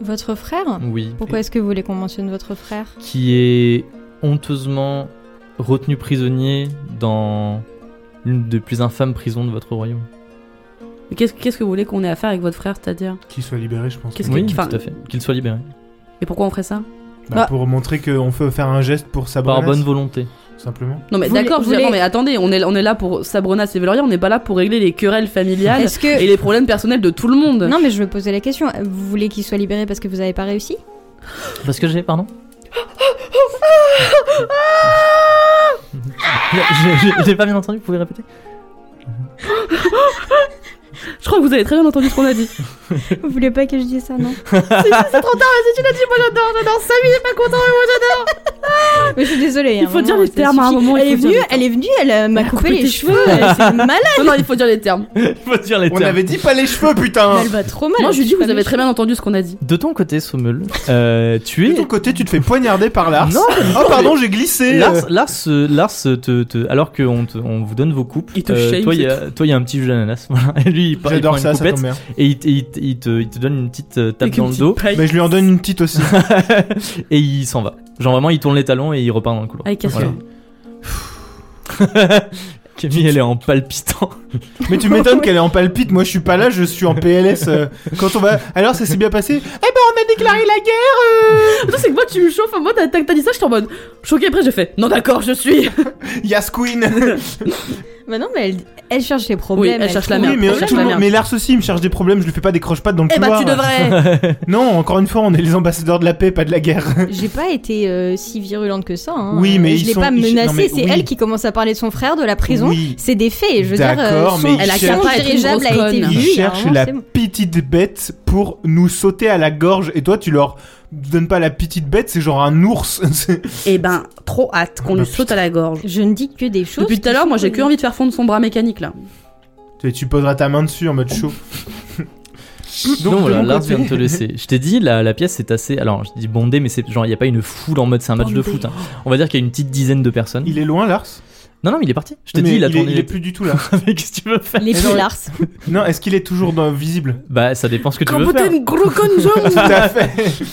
S3: Votre
S4: Ah.
S3: frère
S1: Oui.
S3: Pourquoi est-ce que vous voulez qu'on mentionne votre frère
S1: qui est honteusement retenu prisonnier dans l'une des plus infâmes prisons de votre royaume.
S4: Mais Qu'est-ce qu'est-ce que vous voulez qu'on ait à faire avec votre frère, c'est-à-dire
S2: Qu'il soit libéré, je pense.
S4: Qu'est-ce
S1: Oui,
S4: que- enfin-
S1: tout à fait. Qu'il soit libéré.
S4: Et pourquoi on ferait ça
S2: Bah,
S4: Ah.
S2: Pour montrer qu'on peut faire un geste pour sa
S1: Par bonne
S2: bonne
S1: volonté.
S2: Simplement.
S4: Non mais
S3: Vous
S4: d'accord,
S3: les-
S4: je veux dire,
S3: vous
S4: non
S3: les-
S4: mais attendez, on est, on est là pour Sabronas et Veloria, on n'est pas là pour régler les querelles familiales
S3: Est-ce que
S4: et les problèmes personnels de tout le monde.
S3: non mais je veux poser la question. Vous voulez qu'il soit libéré parce que vous n'avez pas réussi
S1: Parce que j'ai, pardon
S2: Ah
S1: Je je- je l'ai pas bien entendu, vous pouvez
S4: <laughs>
S1: répéter
S4: Je crois que vous avez très bien entendu ce qu'on
S3: <laughs>
S4: a dit.
S3: Vous voulez pas que je
S2: <laughs>
S3: dise ça, non
S4: c'est trop tard, vas-y, tu l'as dit, moi j'adore, j'adore, Samy est pas content.
S3: Mais Ah Je suis désolée. à
S4: Il
S3: un
S4: faut dire
S3: moment,
S4: les
S3: ça
S4: termes, à un
S3: suffit.
S4: moment, il
S3: Elle est
S4: faut dire
S3: venue,
S4: les
S3: elle est venue, elle euh, m'a
S4: Elle a
S3: coupé
S4: coupé
S3: les
S4: tes
S3: cheveux. euh,
S4: <laughs>
S3: C'est malade.
S4: Non, non, il faut dire
S3: <laughs>
S4: les termes.
S1: Il faut dire les
S2: On
S1: termes.
S2: avait dit pas les cheveux, putain
S3: Elle va trop mal.
S4: Moi je lui dis,
S3: suis
S4: vous
S3: pas
S4: avez
S3: méchante.
S4: très bien entendu ce qu'on a dit.
S1: De ton côté, Sommel, euh, tu
S2: De
S1: es...
S2: ton côté, tu te fais poignarder par Lars.
S1: Non,
S2: Oh, pardon, j'ai glissé
S1: Lars,
S2: euh,
S1: Lars, euh, Lars te, te- alors qu'on te- on vous donne vos coupes, euh,
S4: Il te shame,
S1: toi il y
S4: c'est
S1: a- toi, il y a un petit jus d'ananas, <laughs> voilà. Et lui il, part- il prend
S2: J'adore
S1: une
S2: ça, ça
S1: coupette
S2: tombe bien.
S1: et il, te- il te- il te, il te donne une petite euh, tape
S4: Avec une
S1: dans le
S4: petite
S1: dos <laughs>
S4: paille.
S2: Bah, je lui en donne une petite aussi.
S1: et il s'en va. Genre vraiment, il tourne les talons et il repart dans le couloir.
S4: Avec
S1: Voilà.
S4: Cassio.
S1: Camille, elle est en palpitant.
S2: Mais
S1: <laughs>
S2: tu m'étonnes qu'elle est en palpite, moi je suis pas là, je suis en PLS. euh, quand on va. Alors ça s'est bien passé Eh ben on a déclaré la guerre
S4: Attends, c'est que moi tu me chauffes, moi t'as t'as dit ça, je suis en mode choqué. Après j'ai fait non, d'accord, je suis.
S2: Yas Queen
S3: Bah non, mais elle, elle cherche les problèmes.
S4: elle cherche la
S3: trouve-
S2: Oui,
S4: merde.
S2: mais, euh,
S4: on cherche
S2: tout le
S4: la
S2: monde-
S4: merde.
S2: mais Lars aussi il me cherche des problèmes, je lui fais pas des croche-pattes dans le
S4: Eh bah
S2: couloir.
S4: tu devrais.
S2: euh, Non, encore une fois, on est les ambassadeurs de la paix, pas de
S1: <laughs>
S2: la guerre.
S3: J'ai pas été euh, si virulente que ça. hein.
S2: Oui, mais
S3: je
S2: ils
S3: l'ai
S2: sont-
S3: pas
S2: ils- non, mais
S3: menacée. C'est
S2: oui.
S3: elle qui commence à parler de son frère, de la prison.
S2: Oui.
S3: C'est des faits. Je veux dire, euh,
S2: D'accord,
S3: son,
S2: mais ils
S3: son
S4: cherchent- Elle a qu'à être une
S3: dirigeable
S4: grosse
S3: a été
S4: conne.
S3: vu.
S2: Ils
S3: il y a un
S2: cherchent
S1: hein,
S3: moment,
S2: la
S3: c'est bon.
S2: petite bête pour nous sauter à la gorge. Et toi, tu leur donnes pas la petite bête, c'est genre un ours. <laughs> C'est-
S4: Eh ben trop hâte qu'on
S2: Bah,
S4: lui saute à la gorge.
S3: Je ne dis que des choses.
S4: Depuis tout à
S3: qui
S4: l'heure, moi
S3: sont-
S4: j'ai que envie de faire fondre son bras mécanique là.
S2: tu, tu poseras ta main dessus en
S1: <laughs>
S2: mode chaud. Donc,
S1: non, voilà,
S2: de mon
S1: Lars
S2: côté-
S1: vient de te
S2: <laughs>
S1: laisser. Je t'ai dit, la, la pièce est assez. Alors, je dis bondée, mais c'est genre, il n'y a pas une foule en mode, c'est un match de
S4: Bondée.
S1: foot. hein. On va dire qu'il y a une petite dizaine de personnes.
S2: Il est loin, Lars
S1: Non, non, mais il est parti. Je t'ai
S2: Mais
S1: dit, il a
S2: il, est,
S1: tourné.
S2: il est plus du tout là.
S1: Mais <laughs> Qu'est-ce que tu veux faire
S3: Les
S2: Mais non,
S3: pieds Lars.
S2: non, est-ce qu'il est toujours dans- visible
S1: Bah, ça dépend ce que tu veux faire.
S4: Kabouten gros conjon
S1: <laughs>
S2: Tout à fait.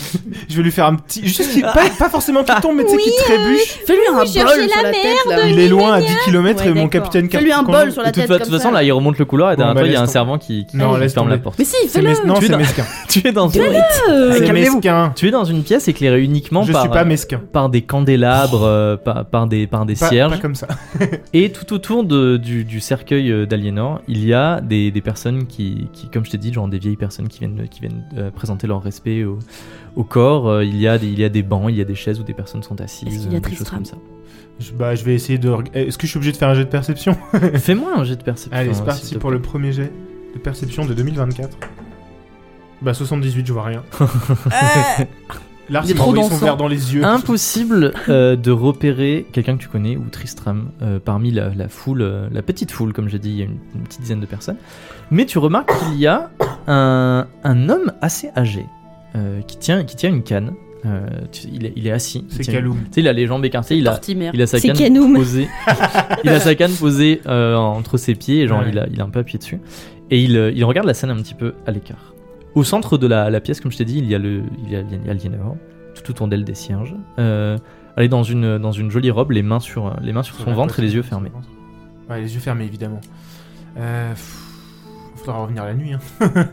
S2: Je vais lui faire un petit. Juste qu'il- pas, pas forcément qu'il tombe, mais tu sais qu'il trébuche.
S4: Fais-lui un bol
S3: cherchez la
S4: sur la tête là.
S2: Il est loin à 10 km
S3: Ouais,
S2: et mon
S3: d'accord.
S2: capitaine
S4: Fais-lui un
S2: Car-
S4: bol sur la
S1: De toute,
S4: tête.
S1: fa- de
S4: comme
S1: toute façon,
S4: ça.
S1: là, il remonte le couloir et
S2: Bon,
S1: derrière
S2: bah,
S1: toi, il y a
S2: laisse
S1: un
S2: tomber.
S1: servant qui, qui-
S2: Non,
S1: qui
S2: laisse
S1: ferme la
S2: tomber.
S1: porte.
S4: Mais si,
S2: C'est
S4: fais-le.
S2: mes- Non,
S1: Tu es
S2: c'est
S1: dans-
S2: mesquin.
S1: Tu es dans une.
S4: Euh,
S2: C'est
S1: calmez-vous.
S2: mesquin.
S1: Tu es dans une pièce éclairée uniquement
S2: Je
S1: par, euh,
S2: suis pas mesquin.
S1: par des candélabres, euh, par, par des, par des
S2: Pas,
S1: cierges.
S2: pas comme ça.
S1: Et tout autour de- du, du cercueil euh, d'Aliénor, il y a des, des personnes qui, qui, comme je t'ai dit, genre des vieilles personnes qui viennent, qui viennent euh, présenter leur respect au, au corps. Euh, il, y a des, il y a des bancs, il y a des chaises où des personnes sont
S4: Est-ce
S1: assises,
S4: qu'il y a
S1: euh, des choses
S4: Tristram
S1: comme ça.
S2: Je- bah, je vais essayer de. reg- Est-ce que je suis obligé de faire un jet de perception
S1: Fais-moi un jet de perception.
S2: Allez,
S1: euh,
S2: c'est
S1: s'il
S2: parti
S1: te
S2: pour
S1: plaît.
S2: le premier jet de perception de 2024. Bah 78, je vois rien. Lars,
S4: Euh. Il est
S2: il
S4: trop
S2: envoie son
S4: dansant.
S2: verre dans les yeux.
S1: Impossible euh, de repérer quelqu'un que tu connais ou Tristram euh, parmi la, la foule, euh, la petite foule, comme j'ai dit, il y a une, une petite dizaine de personnes. Mais tu remarques qu'il y a un, un homme assez âgé euh, qui, tient, qui tient une canne. Euh, tu- il, est, il est assis. il
S2: C'est
S1: tient une-
S2: Kaloum.
S1: Tu sais, il a les jambes écartées, il a,
S4: Tortimère.
S1: il a sa
S3: C'est
S1: canne
S3: Canoum.
S1: <laughs> posée. il a sa canne posée euh, entre ses pieds, et genre
S2: Ouais.
S1: il, a, il a un peu appuyé dessus. Et il, euh, il regarde la scène un petit peu à l'écart. Au centre de la, la pièce, comme je t'ai dit, il y a le, il y a, il y a Aliénor, tout autour d'elle des cierges. Euh, elle est dans une, dans une jolie robe, les mains sur, euh, les mains sur son ventre et les yeux fermés.
S2: Ouais, les yeux fermés, évidemment. Euh, pff, faudra revenir la nuit. Hein. <laughs>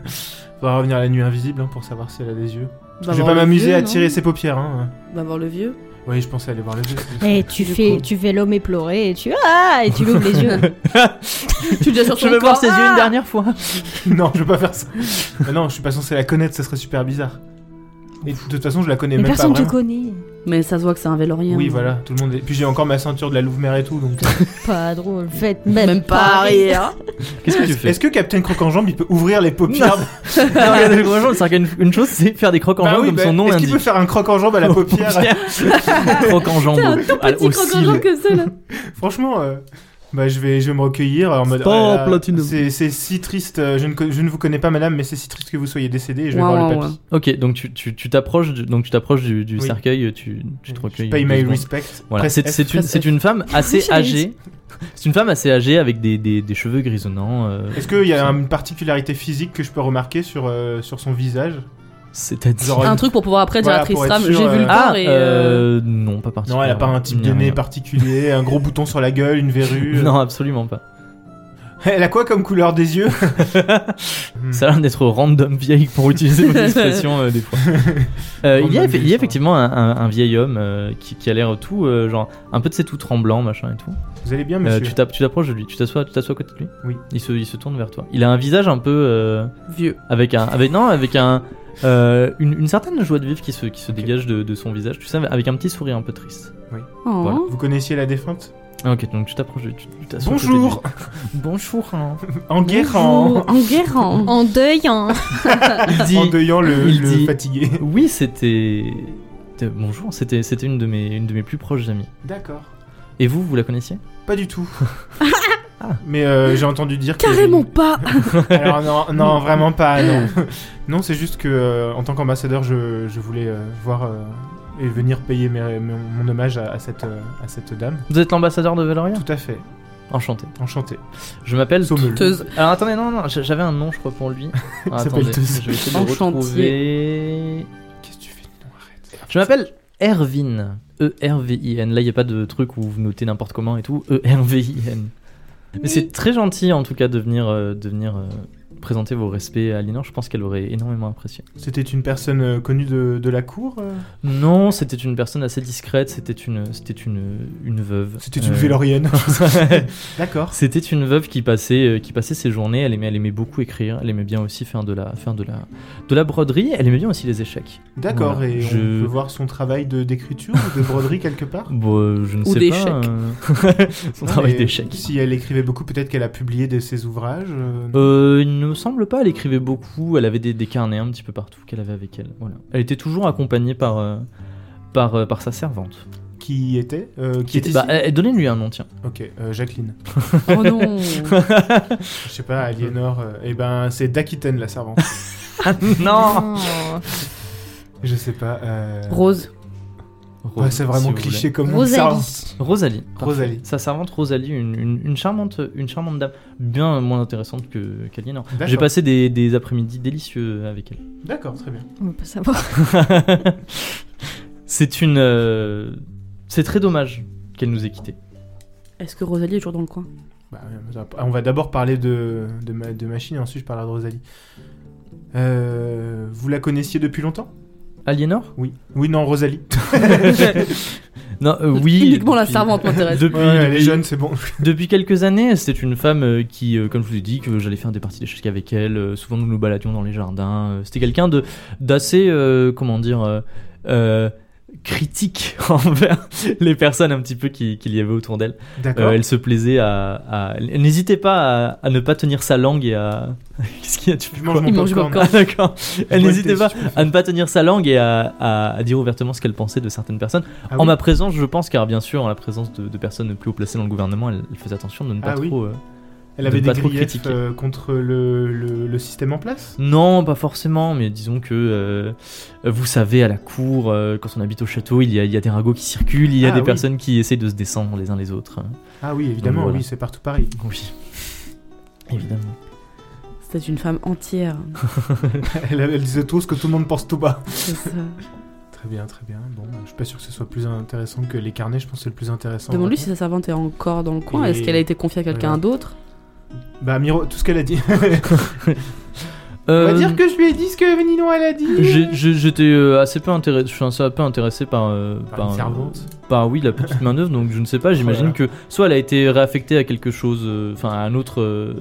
S2: faudra revenir la nuit invisible hein, pour savoir si elle a des yeux.
S4: Va
S2: je vais
S4: voir
S2: pas
S4: le
S2: m'amuser
S4: vieux,
S2: à
S4: non
S2: tirer ses paupières. Hein.
S4: Va voir le vieux.
S2: Oui, je pensais aller voir les yeux.
S3: Et tu
S4: Du
S3: fais,
S4: coup.
S3: tu fais l'homme éploré et tu ah et tu l'ouvres les yeux.
S4: tu le dis sur
S1: Je
S4: son
S1: veux voir
S4: corps.
S1: ses yeux une dernière fois.
S2: <laughs> non, je veux pas faire ça. Mais non, je suis pas censé la connaître, ça serait super bizarre. Et de toute façon, je la connais
S3: Mais
S2: même
S3: personne
S2: pas
S3: te hein.
S2: vraiment.
S3: connaît.
S4: Mais ça se voit que c'est un Vélorien.
S2: Oui, voilà, tout le monde. Est... Puis j'ai encore ma ceinture de la Louvre-Mère et tout, donc.
S3: Pas drôle. Faites
S4: Même,
S3: même,
S4: pas
S3: rire.
S4: rire.
S1: Qu'est-ce que tu fais
S2: Est-ce que Captain Croc-en-Jambe il peut ouvrir les paupières
S1: Non, regardez, le gros, c'est qu'une- une chose, c'est faire des crocs en
S2: Bah
S1: jambe
S2: oui,
S1: comme
S2: bah,
S1: son nom
S2: Est-ce qu'il peut
S1: l'indique.
S2: faire un croc-en-jambe
S1: <laughs>
S2: à la paupière
S1: Crocs en jambe.
S4: C'est un tout
S1: à-
S4: petit
S1: au cil.
S4: croc-en-jambe que c'est là.
S2: Franchement, euh, bah, je, vais, je vais me recueillir en mode.
S1: Sport
S2: oh là là,
S1: Platinum.
S2: C'est c'est si triste, euh, je ne, co- je ne vous connais pas, madame, mais c'est si triste que vous soyez décédée et je vais
S4: Ouais,
S2: voir
S4: ouais,
S2: le papy.
S4: ouais.
S1: Ok, donc tu tu- tu t'approches du, donc tu t'approches du, du
S2: Oui.
S1: cercueil, tu, tu te recueilles.
S2: Pay
S1: deux
S2: my
S1: secondes.
S2: respect.
S1: Voilà,
S2: Presse
S1: c'est
S2: F.
S1: c'est une,
S4: presse
S1: c'est
S4: F.
S1: une
S2: <laughs>
S1: femme assez
S4: J'ai
S1: âgée. C'est une femme assez âgée avec des, des, des cheveux grisonnants. euh,
S2: Est-ce qu'il y a une particularité physique que je peux remarquer sur, euh, sur son visage
S1: C'est-à-dire.
S2: Genre-
S4: Un truc pour pouvoir après dire
S2: Voilà,
S4: à
S2: pour être
S4: Tristram,
S2: sûr,
S4: j'ai vu le
S2: euh,
S1: Ah,
S4: corps et. euh,
S1: euh, non, pas
S2: Non,
S1: particulièrement.
S2: elle a pas un type de
S1: Ni
S2: nez euh.
S1: rien.
S2: particulier, un gros bouton sur la gueule, une verrue.
S1: Non, absolument pas.
S2: Elle a quoi comme couleur
S1: <laughs>
S2: des yeux Hmm.
S1: Ça a l'air d'être random vieille pour
S4: <laughs>
S1: utiliser votre expression euh, des
S2: <laughs>
S1: fois. Euh, il, y a,
S2: Random
S1: il y
S2: vieille,
S1: a effectivement un, un- un vieil homme euh, qui, qui a l'air tout, euh, genre, un peu de ses tout tremblant, machin et tout.
S2: Vous allez bien,
S1: Euh,
S2: monsieur
S1: tu t'app- tu t'approches de lui, tu t'assois tu t'assois à côté de lui.
S2: Oui.
S1: Il se, il se tourne vers toi. Il a un visage un peu. euh,
S4: Vieux.
S1: Avec un, avec non, avec un, euh, une, une certaine joie de vivre qui se, qui se dégage de, de son visage. Tu sais, avec un petit sourire un peu triste.
S4: Oh.
S1: Voilà.
S2: Vous connaissiez la défunte
S1: Ah, ok, donc tu t'approches de, tu, tu t'assois à côté de lui.
S2: Bonjour <laughs>
S1: bonjour. hein.
S2: En guérant
S4: Bonjour. En guérant.
S3: En deuil. hein.
S1: <laughs> Il dit,
S2: En deuillant le,
S1: Il
S2: le
S1: dit-
S2: fatigué.
S1: oui, c'était, c'était- bonjour, c'était, c'était une de mes, une de mes plus proches amies.
S2: D'accord.
S1: Et vous, vous la connaissiez
S2: Pas du tout. Mais euh, j'ai entendu dire que-
S4: Carrément pas.
S2: Alors non, non, vraiment pas. Non, <laughs> non c'est juste que euh, en tant qu'ambassadeur, je, je voulais euh, voir euh, et venir payer mes- mon, mon hommage à, à cette, euh, à cette dame.
S1: Vous êtes l'ambassadeur de Valoria
S2: Tout à fait.
S1: Enchanté.
S2: Enchanté.
S1: Je m'appelle.
S2: Sommel.
S4: Teuse.
S1: Alors attendez, non, non, j'a- j'avais un nom, je crois, pour
S2: <laughs>
S1: lui. Ah,
S2: s'appelle
S1: attendez,
S2: Teuse.
S1: je vais essayer de
S4: Enchantier.
S1: retrouver.
S2: Qu'est-ce que tu fais Non, arrête.
S1: Je m'appelle Ervin. E E-R-V-I-N. Là, il n'y a pas de truc où vous notez n'importe comment et tout. E E-R-V-I-N. Mais c'est très gentil, en tout cas, de venir, euh, de venir euh, présenter vos respects à Linor. Je pense qu'elle aurait énormément apprécié.
S2: C'était une personne euh, connue de, de la cour euh
S1: Non, c'était une personne assez discrète. C'était une, c'était une, une veuve.
S2: C'était une
S1: Euh, <laughs>
S2: Vélorienne. <laughs> D'accord.
S1: C'était une veuve qui passait, euh, qui passait ses journées. Elle aimait, elle aimait beaucoup écrire. Elle aimait bien aussi faire de la, faire de la, de la broderie. Elle aimait bien aussi les échecs.
S2: D'accord.
S1: Voilà.
S2: Et
S1: Je-
S2: on peut voir son travail de- d'écriture ou de broderie quelque part
S1: Bon, euh, je ne
S4: Ou
S1: sais
S4: des
S1: pas.
S4: chèques.
S1: euh, <laughs> Son
S2: Non,
S1: travail
S2: mais
S1: d'échecs.
S2: Si elle écrivait beaucoup, peut-être qu'elle a publié de ses ouvrages. euh,
S1: Euh, il ne me semble pas, elle écrivait beaucoup, elle avait des, des carnets un petit peu partout qu'elle avait avec elle. Voilà. Elle était toujours accompagnée par, euh, par, euh, par sa servante.
S2: Qui était euh, Qui, était
S1: bah,
S2: ici
S1: elle- elle- Donnez-lui un nom,
S2: <laughs>
S1: tiens.
S2: Ok, euh, Jacqueline.
S4: Oh non.
S2: Je sais pas, Aliénor. euh, eh ben, c'est Dakiten
S1: <laughs>
S2: la servante. Ah,
S1: non
S3: Oh.
S2: Je sais pas. Euh...
S4: Rose.
S2: Ouais, c'est
S1: si
S2: vraiment
S1: vous
S2: cliché comme nom de
S3: Rosalie.
S2: servante.
S1: voulez. Rosalie. parfait.
S2: Rosalie.
S1: Sa servante Rosalie, une, une- une charmante, une charmante dame, bien moins intéressante que qu'Aliénor.
S2: D'accord.
S1: J'ai passé des, des après-midi délicieux avec elle.
S2: D'accord, très bien.
S3: On veut pas savoir.
S1: <laughs> c'est une. euh, C'est très dommage qu'elle nous ait quittés.
S4: Est-ce que Rosalie est toujours dans le coin
S2: Bah, on va d'abord parler de, de, ma- de machine et ensuite je parlerai de Rosalie. Euh, vous la connaissiez depuis longtemps
S1: Aliénor
S2: Oui. Oui, non, Rosalie.
S1: Non, euh, oui.
S4: <laughs> Uniquement la
S1: depuis-
S2: <laughs>
S4: servante m'intéresse.
S1: Depuis,
S2: Ouais, elle est
S1: depuis-
S2: jeune, c'est bon.
S1: Depuis quelques années, c'était une femme euh, qui, euh, comme je vous ai dit, que j'allais faire des parties d'échecs avec elle. euh, souvent, nous nous baladions dans les jardins. euh, c'était quelqu'un de d'assez, euh, comment dire, euh, euh, critique <laughs> envers les personnes un petit peu qui- qu'il y avait autour d'elle.
S2: <laughs> D'accord.
S1: Euh, elle se plaisait à. à- Elle n'hésitait pas à, à ne pas tenir sa langue et à. <laughs> Qu'est-ce qu'il y a Tu fais
S2: Je
S1: quoi
S2: mange mon
S4: Il mange
S2: popcorn.
S1: Ah, <laughs> d'accord. Elle
S2: Je vois
S1: n'hésitait
S2: le thé,
S1: pas Ah,
S2: si tu préfères.
S1: à ne pas tenir sa langue et à, à- à dire ouvertement ce qu'elle pensait de certaines personnes.
S2: Ah
S1: en
S2: oui.
S1: ma présence, je pense, car bien sûr, en la présence de, de personnes plus haut placées dans le gouvernement, elle, elle faisait attention de ne pas
S2: Ah oui.
S1: trop. euh,
S2: Elle
S1: de
S2: avait des
S1: pas trop
S2: griefs
S1: critiquer.
S2: euh, contre le, le, le système en place
S1: Non, pas forcément, mais disons que euh, vous savez, à la cour, euh, quand on habite au château, il y a, il y a des ragots qui circulent, il y a
S2: Ah,
S1: des
S2: oui.
S1: personnes qui essayent de se descendre les uns les autres.
S2: Ah oui, évidemment,
S1: voilà.
S2: oui, c'est partout pareil. <laughs>
S1: Oui. Évidemment.
S4: C'était une femme entière.
S2: elle, elle disait tout ce que tout le monde pense tout bas.
S4: C'est ça.
S2: Très bien, très bien. Bon, bah, je suis pas sûr que ce soit plus intéressant que les carnets, je pense que c'est le plus intéressant.
S4: Demande-lui si sa servante est encore dans le coin.
S2: Et-
S4: Est-ce qu'elle a été confiée à quelqu'un
S2: Voilà.
S4: d'autre
S2: Bah, Miro, tout ce qu'elle a dit. <laughs> On
S1: Euh,
S2: va dire que je lui ai dit ce que Véninon, elle a dit.
S1: j'ai- j'ai- J'étais euh, assez peu intéressé, je suis assez peu intéressé par, euh,
S2: Par une servante.
S1: par, oui la petite main d'œuvre. Donc je ne sais pas. J'imagine
S2: Oh là
S1: que soit elle a été réaffectée à quelque chose, euh, enfin à un autre euh,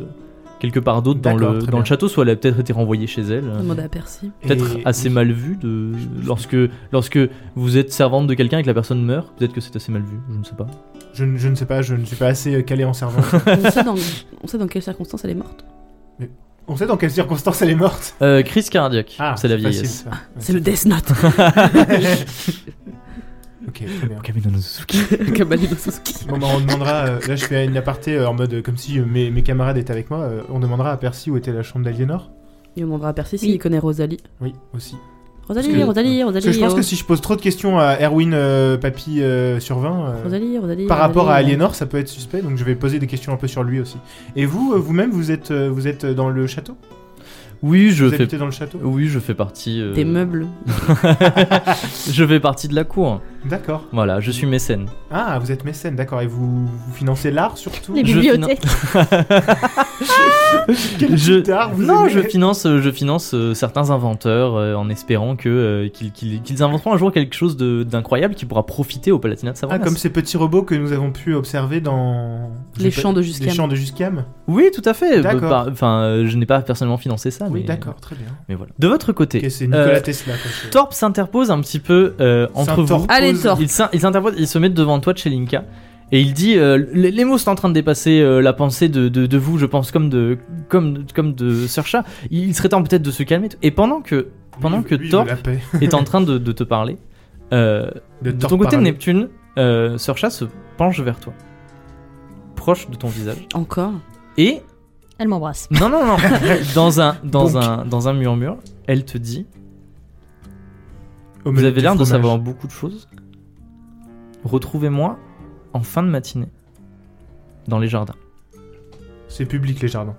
S1: quelque part d'autre dans
S2: D'accord,
S1: le
S2: très
S1: dans le
S2: bien.
S1: château, soit elle a peut-être été renvoyée chez elle.
S4: Demande
S2: <laughs>
S4: à Percy.
S1: peut-être
S2: Et-
S1: assez mal vu de lorsque lorsque vous êtes servante de quelqu'un et que la personne meurt, peut-être que c'est assez mal vu, je ne sais pas.
S2: Je, ne- je ne sais pas, je ne suis pas assez euh, calé
S1: <laughs>
S2: en servante.
S4: on, sait dans, on sait dans quelles circonstances elle est morte.
S2: On sait dans quelles circonstances elle est morte Ah,
S1: Euh, crise cardiaque, c'est la
S2: facile,
S1: vieillesse.
S2: ça.
S4: <laughs> C'est le Death Note.
S1: <laughs>
S2: <laughs> Ok, très bien.
S1: Kamino no Suzuki.
S4: Kabalino Suzuki.
S2: Bon, bah, on demandera. euh, là, je fais une aparté euh, en mode euh, comme si euh, mes, mes camarades étaient avec moi. euh, on demandera à Percy où était la chambre d'Aliénor.
S4: Il demandera à Percy s'il connaît Rosalie.
S2: Oui, aussi.
S4: Rosalie,
S2: Parce que-
S4: Rosalie,
S2: Parce
S4: Rosalie.
S2: que je pense
S4: oh.
S2: que si je pose trop de questions à Erwin euh, Papy euh, sur 20, euh,
S4: Rosalie, Rosalie.
S2: par
S4: Rosalie.
S2: rapport à Aliénor, ça peut être suspect. Donc je vais poser des questions un peu sur lui aussi. Et vous, euh, vous-même, vous êtes, euh, vous êtes dans le château
S1: Oui, je
S2: Vous
S1: fais
S2: habitez dans le château
S1: oui, je fais partie euh,
S4: Des meubles.
S1: Je fais partie de la cour.
S2: D'accord.
S1: Voilà, je suis mécène.
S2: Ah, vous êtes mécène, d'accord. Et vous, vous financez l'art surtout
S3: Les
S1: Je
S3: bibliothèques.
S2: Quel
S1: Je-
S2: petit art vous
S1: non,
S2: aimez <laughs>
S1: je finance, euh, je finance euh, certains inventeurs euh, en espérant que euh, qu'ils qu'ils- qu'ils inventeront un jour quelque chose de- d'incroyable qui pourra profiter au Palatinat de
S2: Ah,
S1: Savoie.
S2: comme ces petits robots que nous avons pu observer dans
S4: Les
S2: je sais
S4: champs
S2: pas-
S4: de
S2: Les
S4: Jusquiame.
S2: champs de Jusquiame.
S1: Oui, tout à fait.
S2: D'accord.
S1: Bah, Enfin, euh, je n'ai pas personnellement financé ça.
S2: Oui,
S1: Ah, mais- euh,
S2: d'accord, très bien.
S1: Mais voilà. De votre côté,
S2: Ok, c'est Nikola
S1: Euh,
S2: Tesla. quoi, c'est-
S1: Torp s'interpose un petit peu euh,
S2: c'est un
S1: entre vous.
S2: torpose.
S4: Allez, Torp.
S1: Il s'in- il s'interpose, il se met devant toi, Chelinka, et il dit euh, les, les mots sont en train de dépasser euh, la pensée de, de- de vous, je pense, comme de comme comme de Sir Chat. Il, il serait temps peut-être de se calmer. Et pendant que pendant
S2: Lui,
S1: que
S2: lui, il veut
S1: Torp
S2: la paix.
S1: est en train de, de te parler, euh, de,
S2: Torp
S1: ton côté,
S2: parle.
S1: Neptune, euh, Sir Chat se penche vers toi, proche de ton visage,
S4: Encore
S1: et
S3: Elle m'embrasse.
S1: non non
S2: <laughs>
S1: non, dans un dans
S2: Bonk.
S1: un dans un murmure, elle te dit
S2: Omelette
S1: Vous avez
S2: de
S1: l'air de
S2: fromage.
S1: savoir beaucoup de choses. Retrouvez-moi en fin de matinée dans les jardins.
S2: C'est public les jardins.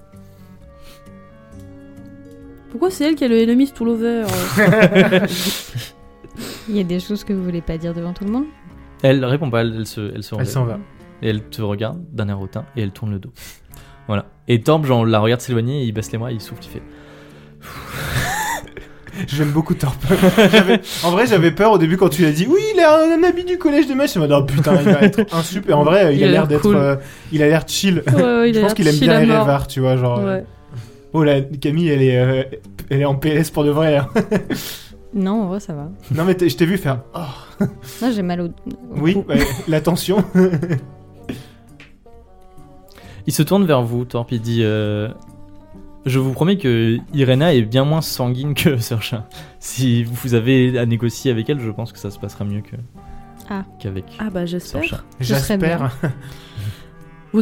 S4: Pourquoi c'est elle qui a le enemies
S2: <laughs>
S4: tout l'over
S3: Il y a des choses que vous voulez pas dire devant tout le monde.
S1: Elle répond pas, elle, elle se, elle se
S2: Elle
S1: relève.
S2: s'en va.
S1: et elle te regarde d'un air hautain et elle tourne le dos. Voilà. Et Torb, genre, la regarde s'éloigner, il baisse les bras, il souffle, il fait.
S2: J'aime beaucoup Torp.
S4: <laughs>
S2: J'avais- en vrai, j'avais peur au début quand tu l'as dit. Oui, il a un, un habit du collège de maître. Je me dis, oh putain, il va être un super. En vrai, il, a l'air d'être.
S4: cool.
S2: euh, il a l'air chill.
S4: Ouais, ouais, il
S2: Je
S4: a
S2: pense
S4: l'air
S2: qu'il aime
S4: chill
S2: bien
S4: à
S2: les
S4: mort.
S2: rêvards, tu vois. Genre, euh,
S4: Ouais.
S2: oh là, Camille, elle est, euh, elle est en PLS pour de vrai. hein.
S3: Non, en vrai, ça va.
S2: non, mais t'es- je t'ai vu faire. oh,
S3: Moi, j'ai mal au. au
S2: oui,
S4: Oh.
S3: cou.
S2: ouais, la tension.
S4: <laughs>
S1: Il se tourne vers vous, Torp, il dit euh, Je vous promets que Irena est bien moins sanguine que <laughs> Sercha. Si vous avez à négocier avec elle, je pense que ça se passera mieux que.
S3: Ah.
S1: Qu'avec.
S4: Ah bah j'espère.
S1: Sorcha.
S3: Ce serait bien.
S2: J'espère.
S4: Vous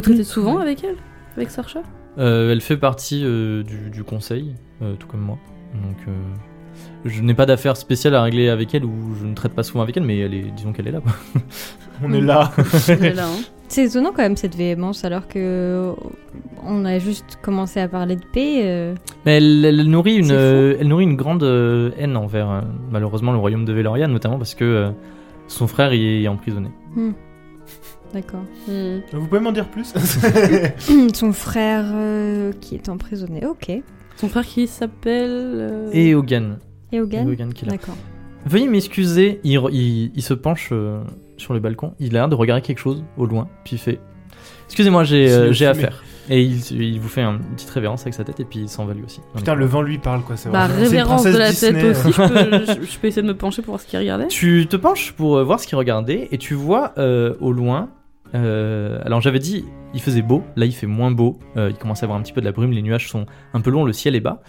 S2: <laughs>
S4: traitez souvent avec elle Avec Sarcha
S1: Euh, elle fait partie euh, du, du conseil, euh, tout comme moi. Donc, euh, je n'ai pas d'affaires spéciales à régler avec elle ou je ne traite pas souvent avec elle, mais elle est, disons qu'elle est là. quoi.
S2: On est
S4: <laughs>
S2: là.
S4: Elle est là,
S2: <laughs>
S4: hein.
S3: C'est étonnant quand même cette véhémence alors que on a juste commencé à parler de paix. euh,
S1: Mais elle, elle nourrit une,
S4: C'est fou.
S1: euh, elle nourrit une grande euh, haine envers euh, malheureusement le royaume de Veloria, notamment parce que euh, son frère y est emprisonné.
S3: D'accord.
S4: Hmm.
S2: Vous pouvez m'en dire plus
S3: <clears throat> Son frère euh, qui est emprisonné. Ok. Et
S4: Son frère qui s'appelle. euh,
S1: Et Hogan. Et
S3: Hogan
S1: Hogan qui est là.
S3: D'accord.
S1: Veuillez m'excuser, il, re- il- il se penche euh, sur le balcon, il a l'air de regarder quelque chose au loin, puis il fait Excusez-moi, j'ai
S2: C'est
S1: euh,
S2: <laughs> le
S1: j'ai
S2: fumé.
S1: affaire. Et il, il vous fait un- une petite révérence avec sa tête et puis il s'en va lui aussi.
S2: Putain, le vent lui parle quoi, c'est
S4: Bah,
S2: vraiment- c'est une
S4: révérence de
S2: princesse
S4: la
S2: Disney,
S4: tête
S2: euh.
S4: aussi,
S2: <laughs>
S4: je peux, je- je peux essayer de me pencher pour voir ce qu'il regardait.
S1: Tu te penches pour euh, voir ce qu'il regardait et tu vois euh, au loin. euh, alors j'avais dit, il faisait beau, là il fait moins beau, euh, il commence à avoir un petit peu de la brume, les nuages sont un peu longs, le ciel est bas.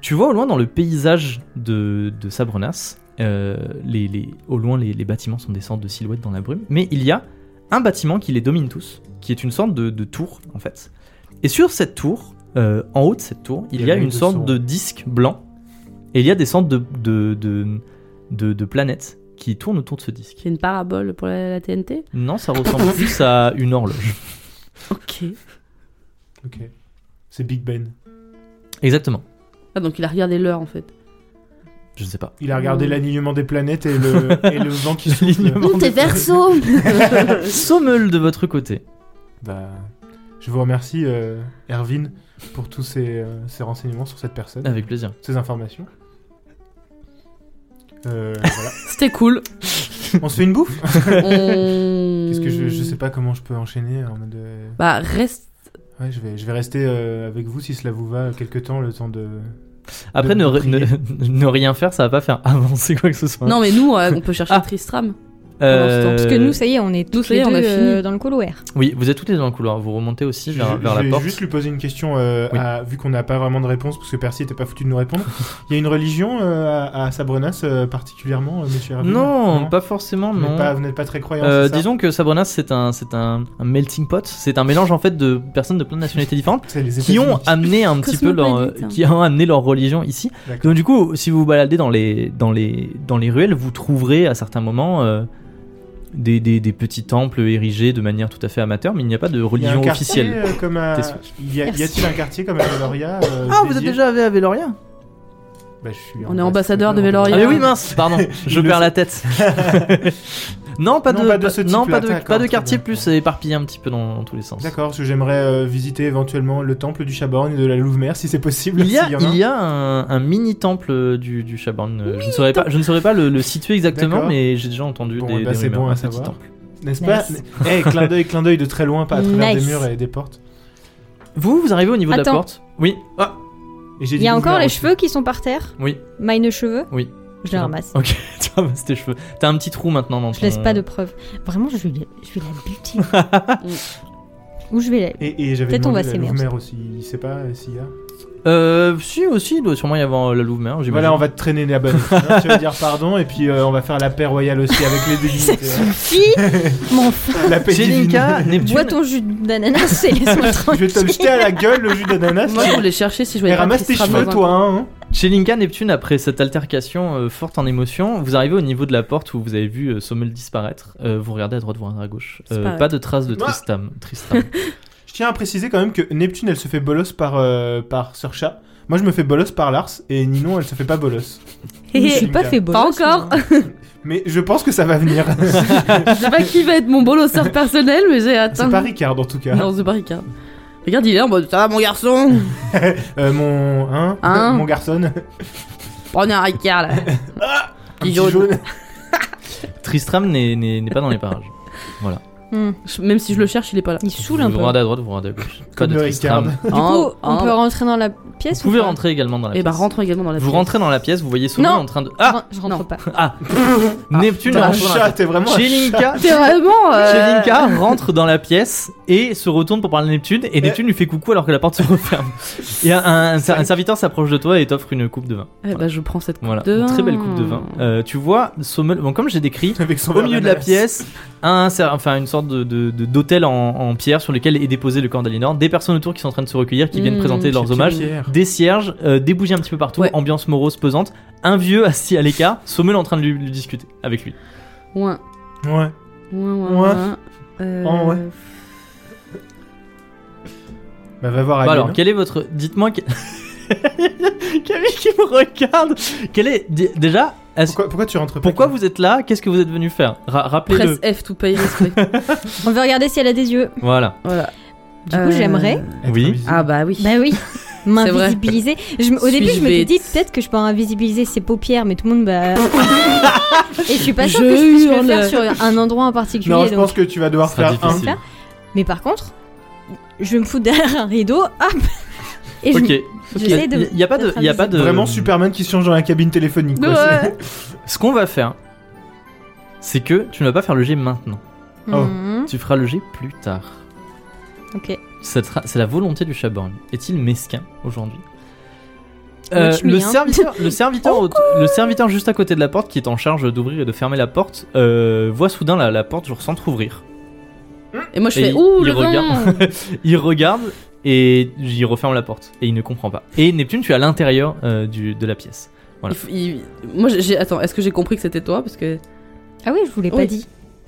S1: Tu vois au loin dans le paysage de, de Sabrenas, euh, les, les- au loin les, les bâtiments sont des sortes de silhouettes dans la brume, mais il y a un bâtiment qui les domine tous, qui est une sorte de, de tour en fait. Et sur cette tour, euh, en haut de cette tour, il y a
S2: le
S1: une
S2: monde de
S1: sorte
S2: Sauron.
S1: de disque blanc, et il y a des sortes de- de- de, de, de planètes qui tournent autour de ce disque.
S4: C'est une parabole pour la, la TNT.
S1: Non, ça
S3: <laughs>
S1: ressemble plus à une horloge.
S4: Ok.
S2: Ok. C'est Big Ben.
S1: Exactement.
S4: Ah, donc il a regardé l'heure en fait.
S1: Je sais pas.
S2: Il a
S4: Mm.
S2: regardé l'alignement des planètes et le, et le vent
S4: <laughs>
S2: qui souffle.
S1: L'alignement. Hum, t'es
S4: verso
S1: Sommeul de votre côté.
S2: Bah, je vous remercie, euh, Erwin, pour tous ces, euh, ces renseignements sur cette personne,
S1: Avec plaisir.
S2: ces informations. Euh, voilà.
S4: <laughs> C'était cool.
S2: On se fait une bouffe
S4: Qu'est-ce
S2: Qu'est-ce que je, je sais pas comment je peux enchaîner en mode. euh,
S4: Bah, reste.
S2: Ouais, je vais, je vais rester euh, avec vous si cela vous va quelques temps, le temps de.
S1: Après,
S2: De-
S1: ne,
S2: de
S1: ne, ne rien faire, ça va pas faire <laughs> avancer quoi que ce soit.
S4: Non, mais nous, euh, on peut chercher
S1: Ah.
S4: Tristram.
S1: Euh,
S3: Parce que nous, ça y est, on est tous
S4: ça y est,
S3: les
S4: on a
S3: deux,
S4: fini.
S3: euh, dans le couloir.
S1: Oui, vous êtes toutes les deux dans le couloir. Vous remontez aussi vers,
S2: Je-
S1: vers
S2: je
S1: la
S2: vais
S1: porte.
S2: juste lui poser une question, euh,
S1: Oui.
S2: à- vu qu'on n'a pas vraiment de réponse, parce que Percy n'était pas foutu de nous répondre. Il y a une religion euh, à, à Sabrenas euh, particulièrement, euh, monsieur Erwin
S1: Non, pas forcément,
S2: Vous n'êtes
S1: non.
S2: pas, vous n'êtes pas très croyant.
S1: Euh,
S2: c'est ça
S1: disons que Sabrenas, c'est un, c'est un, un melting pot. C'est un mélange en fait de personnes de plein de nationalités différentes
S2: C'est les
S1: qui ont
S2: États-Unis.
S1: amené un petit peu leur, euh,
S4: Cosmopolite, hein.
S1: qui ont amené leur religion ici.
S2: D'accord.
S1: Donc du coup, si vous vous baladez dans les, dans les, dans les ruelles, vous trouverez à certains moments euh, des, des- des petits temples érigés de manière tout à fait amateur, mais il n'y a pas de
S2: Il y a un
S1: religion
S2: quartier,
S1: officielle.
S2: euh, comme à-
S1: T'es sûr
S2: Il y a- y a-t-il un quartier comme à Veloria euh,
S1: Ah, vous êtes
S2: dédié
S1: déjà à Véloria
S2: Bah, je suis
S4: On est
S2: en-
S4: ambassadeur de
S2: en-
S1: Ah
S4: Veloria.
S1: mais oui, mince,
S2: <laughs>
S1: pardon, je
S2: le
S1: perds
S2: sait.
S1: la tête. non, pas
S2: Non,
S1: de,
S2: pas de ce
S1: pas- non,
S2: type-là,
S1: pas de,
S2: d'accord,
S1: pas de
S2: très
S1: quartier
S2: bien.
S1: plus euh, éparpillé un petit peu dans, tous les sens.
S2: D'accord, parce que j'aimerais euh, visiter éventuellement le temple du Chaborn et de la Louve-Mère si c'est possible.
S1: Il y a,
S2: s'il en
S1: il y a un, un mini temple du, du Chaborn. euh, Je ne saurais pas, je ne saurais pas le, le situer exactement,
S2: D'accord.
S1: mais j'ai déjà entendu
S2: Bon,
S1: des,
S2: eh ben,
S1: des
S2: c'est
S1: rumeurs
S2: bon à
S1: à ce petit
S2: savoir.
S1: temple.
S2: N'est-ce pas
S3: Nice.
S2: Eh, clin d'œil, clin d'œil de très loin, pas à travers
S3: Nice.
S2: des murs et des portes.
S1: Vous, vous arrivez au niveau de la
S3: Attends.
S1: porte Oui. Ah,
S2: Et j'ai
S3: Il
S2: dit
S3: y a encore
S2: Louve-Mère
S3: les
S2: aussi.
S3: cheveux qui sont par terre,
S1: oui, <laughs>
S3: mine cheveux,
S1: oui.
S3: je les ramasse.
S1: Ok, tu ramasses tes cheveux. T'as un petit trou maintenant dans
S3: Je
S1: ton-
S3: laisse pas de preuves. Vraiment, je vais, la- je vais la buter. Mm. Ou je vais la...
S2: Et, et j'avais
S3: Peut-être on
S2: demandé
S3: va
S2: la
S3: s'aimer
S2: Louve-Mère aussi. Il sait pas euh, s'il y a.
S1: Euh, si, aussi, il doit sûrement y avoir euh, la Louve-Mère, j'imagine.
S2: Voilà, on va te traîner là-bas.
S1: <laughs>
S2: Hein, tu vas dire pardon et puis euh, on va faire la paix royale aussi avec les divinités.
S3: Fille, mon fou,
S2: la paix
S1: Jelinka,
S2: <laughs> divine.
S3: bois
S1: Neptune.
S3: ton jus <laughs> d'ananas et laisse-moi
S2: Je vais te le
S3: tranquille.
S2: jeter à la gueule le jus d'ananas.
S4: Moi, je voulais chercher si je voyais
S2: Et
S4: pas
S2: ramasse tes
S4: Tristram
S2: cheveux,
S4: dans un
S2: toi. Hein.
S1: Jelinka, Neptune, après cette altercation euh, forte en émotion, vous arrivez au niveau de la porte où vous avez vu euh, Sommel disparaître. Euh, vous regardez à droite, vous regardez à gauche. Euh,
S4: Disparaître.
S1: pas de traces de
S2: Ah
S1: Tristram.
S3: <laughs>
S1: Tristram.
S2: Je tiens à préciser quand même que Neptune, elle se fait bolos par, euh, par Sir Chat. Moi, je me fais bolos par Lars et Ninon, elle se fait pas bolos.
S3: Je
S4: coin.
S3: suis pas fait beau.
S4: Pas encore.
S2: Mais je pense que ça va
S4: <laughs>
S2: venir.
S4: Je sais pas qui va être mon bolosseur personnel, mais j'ai atteint.
S2: hein. C'est hein. pas Ricard en tout cas.
S4: Non, c'est pas Ricard. Regarde, il est là en mode Ça va, mon garçon
S2: Euh, mon. Hein,
S4: Hein
S2: Mon garçon.
S4: Prenez
S2: <laughs>
S4: un Ricard là.
S2: Ah, Un petit
S4: jaune.
S2: jaune.
S1: Tristram n'est- n'est n'est pas dans les parages.
S3: Hmm.
S4: Je- Même si je le cherche, il est pas là. Hein
S3: Il <laughs> saoule
S1: vous
S3: un peu.
S1: regardez à droite, vous regardez à gauche. Pas
S2: Comme
S1: de
S2: le
S1: Tristram.
S4: Ah,
S2: Ricard.
S3: Du coup, on peut rentrer dans la pièce
S1: Vous pouvez
S3: ou pas
S1: rentrer également dans la
S3: Eh
S4: Et
S3: ben,
S1: pièce.
S4: bah, rentrons également dans la
S1: vous
S4: pièce.
S1: rentrez dans la pièce, vous voyez Sommel
S3: Non.
S1: en train de. Ah
S3: Je rentre Ah. <laughs>
S4: Non.
S3: pas.
S1: Ah Neptune
S2: T'es un
S1: rentre dans la
S2: chat, <laughs> t'es vraiment un
S1: pièce. Jelinka,
S4: T'es vraiment. euh,
S1: Jelinka
S4: <laughs>
S1: rentre dans la pièce et se retourne pour parler à Neptune
S4: Euh.
S1: et Neptune lui fait coucou alors que la porte se referme. Et un, un- un serviteur s'approche de toi et t'offre une coupe de vin.
S4: Eh bah, je prends cette coupe
S1: Voilà,
S4: de
S1: une
S4: vin.
S1: très belle coupe de vin. Euh, tu vois, Sommel, bon, comme j'ai
S4: <laughs>
S1: décrit,
S2: Avec son
S1: au milieu de la
S2: ananas.
S1: pièce, un, ser- enfin une sorte de de- de- d'hôtel en, en pierre sur lequel est déposé le corps d'Alinor, des personnes autour qui sont en train de se recueillir, qui viennent
S4: Mmh,
S1: présenter
S4: c'est
S1: leurs
S2: Petit
S1: hommages,
S2: Pierre.
S1: des cierges, euh, des bougies un petit peu partout,
S4: Ouais.
S1: ambiance morose pesante, un vieux assis à l'écart, Sommel en train de lui, lui discuter avec lui.
S4: Ouin,
S2: Ouais.
S4: ouin, ouin,
S2: Ouais.
S4: ouin. Euh,
S2: Oh, ouais. Bah, va voir
S1: Bah
S2: Aline.
S1: alors, quel est votre... Dites-moi... que- <laughs> Camille qui me regarde Quel est... d- Déjà, est-ce-
S2: pourquoi, pourquoi tu rentres pas
S1: pourquoi
S2: Camille
S1: vous êtes là Qu'est-ce que vous êtes venu faire Ra- Rappelez-le.
S4: Presse F to
S3: <laughs>
S4: pay respect.
S3: On veut regarder si elle a des yeux.
S1: Voilà.
S4: voilà.
S3: Du coup,
S4: Euh,
S3: j'aimerais.
S2: Être
S1: Oui.
S2: invisible.
S4: Ah bah oui.
S3: Bah <laughs> oui. M'invisibiliser. Je me- Au
S4: Suis-je
S3: début, je me suis
S4: bête
S3: dit peut-être que je peux invisibiliser ses paupières, mais tout le monde <laughs> bah. Et je suis pas sûre
S4: Je
S3: que je puisse le
S4: hurle.
S3: faire sur un endroit en particulier.
S2: Non, je
S3: donc-
S2: pense que tu vas devoir
S1: Ce sera
S2: faire un.
S1: difficile.
S3: Mais par contre, je me fous derrière un rideau, hop Et
S1: Ok.
S3: je, j'essaie de.
S1: Il y a pas de, il y a pas de.
S2: Vraiment Superman qui se change dans la cabine téléphonique. quoi.
S4: Ouais.
S1: Ce qu'on va faire, c'est que tu ne vas pas faire le G maintenant.
S2: Oh.
S3: Mhm.
S1: Tu feras le G plus tard.
S3: Ok.
S1: Ça sera- C'est la volonté du Chaborn. Est-il mesquin aujourd'hui
S3: Euh,
S1: le,
S3: me, hein.
S1: serviteur,
S3: <laughs>
S1: le, serviteur au- le serviteur juste à côté de la porte qui est en charge d'ouvrir et de fermer la porte euh, voit soudain la, la porte genre s'entrouvrir.
S4: Et moi je
S1: Et
S4: fais
S1: il-
S4: ouh
S1: il
S4: le
S1: regarde.
S4: vent
S1: Il regarde et il referme la porte et il ne comprend pas. Et Neptune, tu es à l'intérieur euh, du- de la pièce. Voilà.
S4: Il faut- il- Moi j'ai- j'ai attends, est-ce que j'ai compris que c'était toi parce que
S3: Ah oui, je vous l'ai
S4: Oui.
S3: pas dit.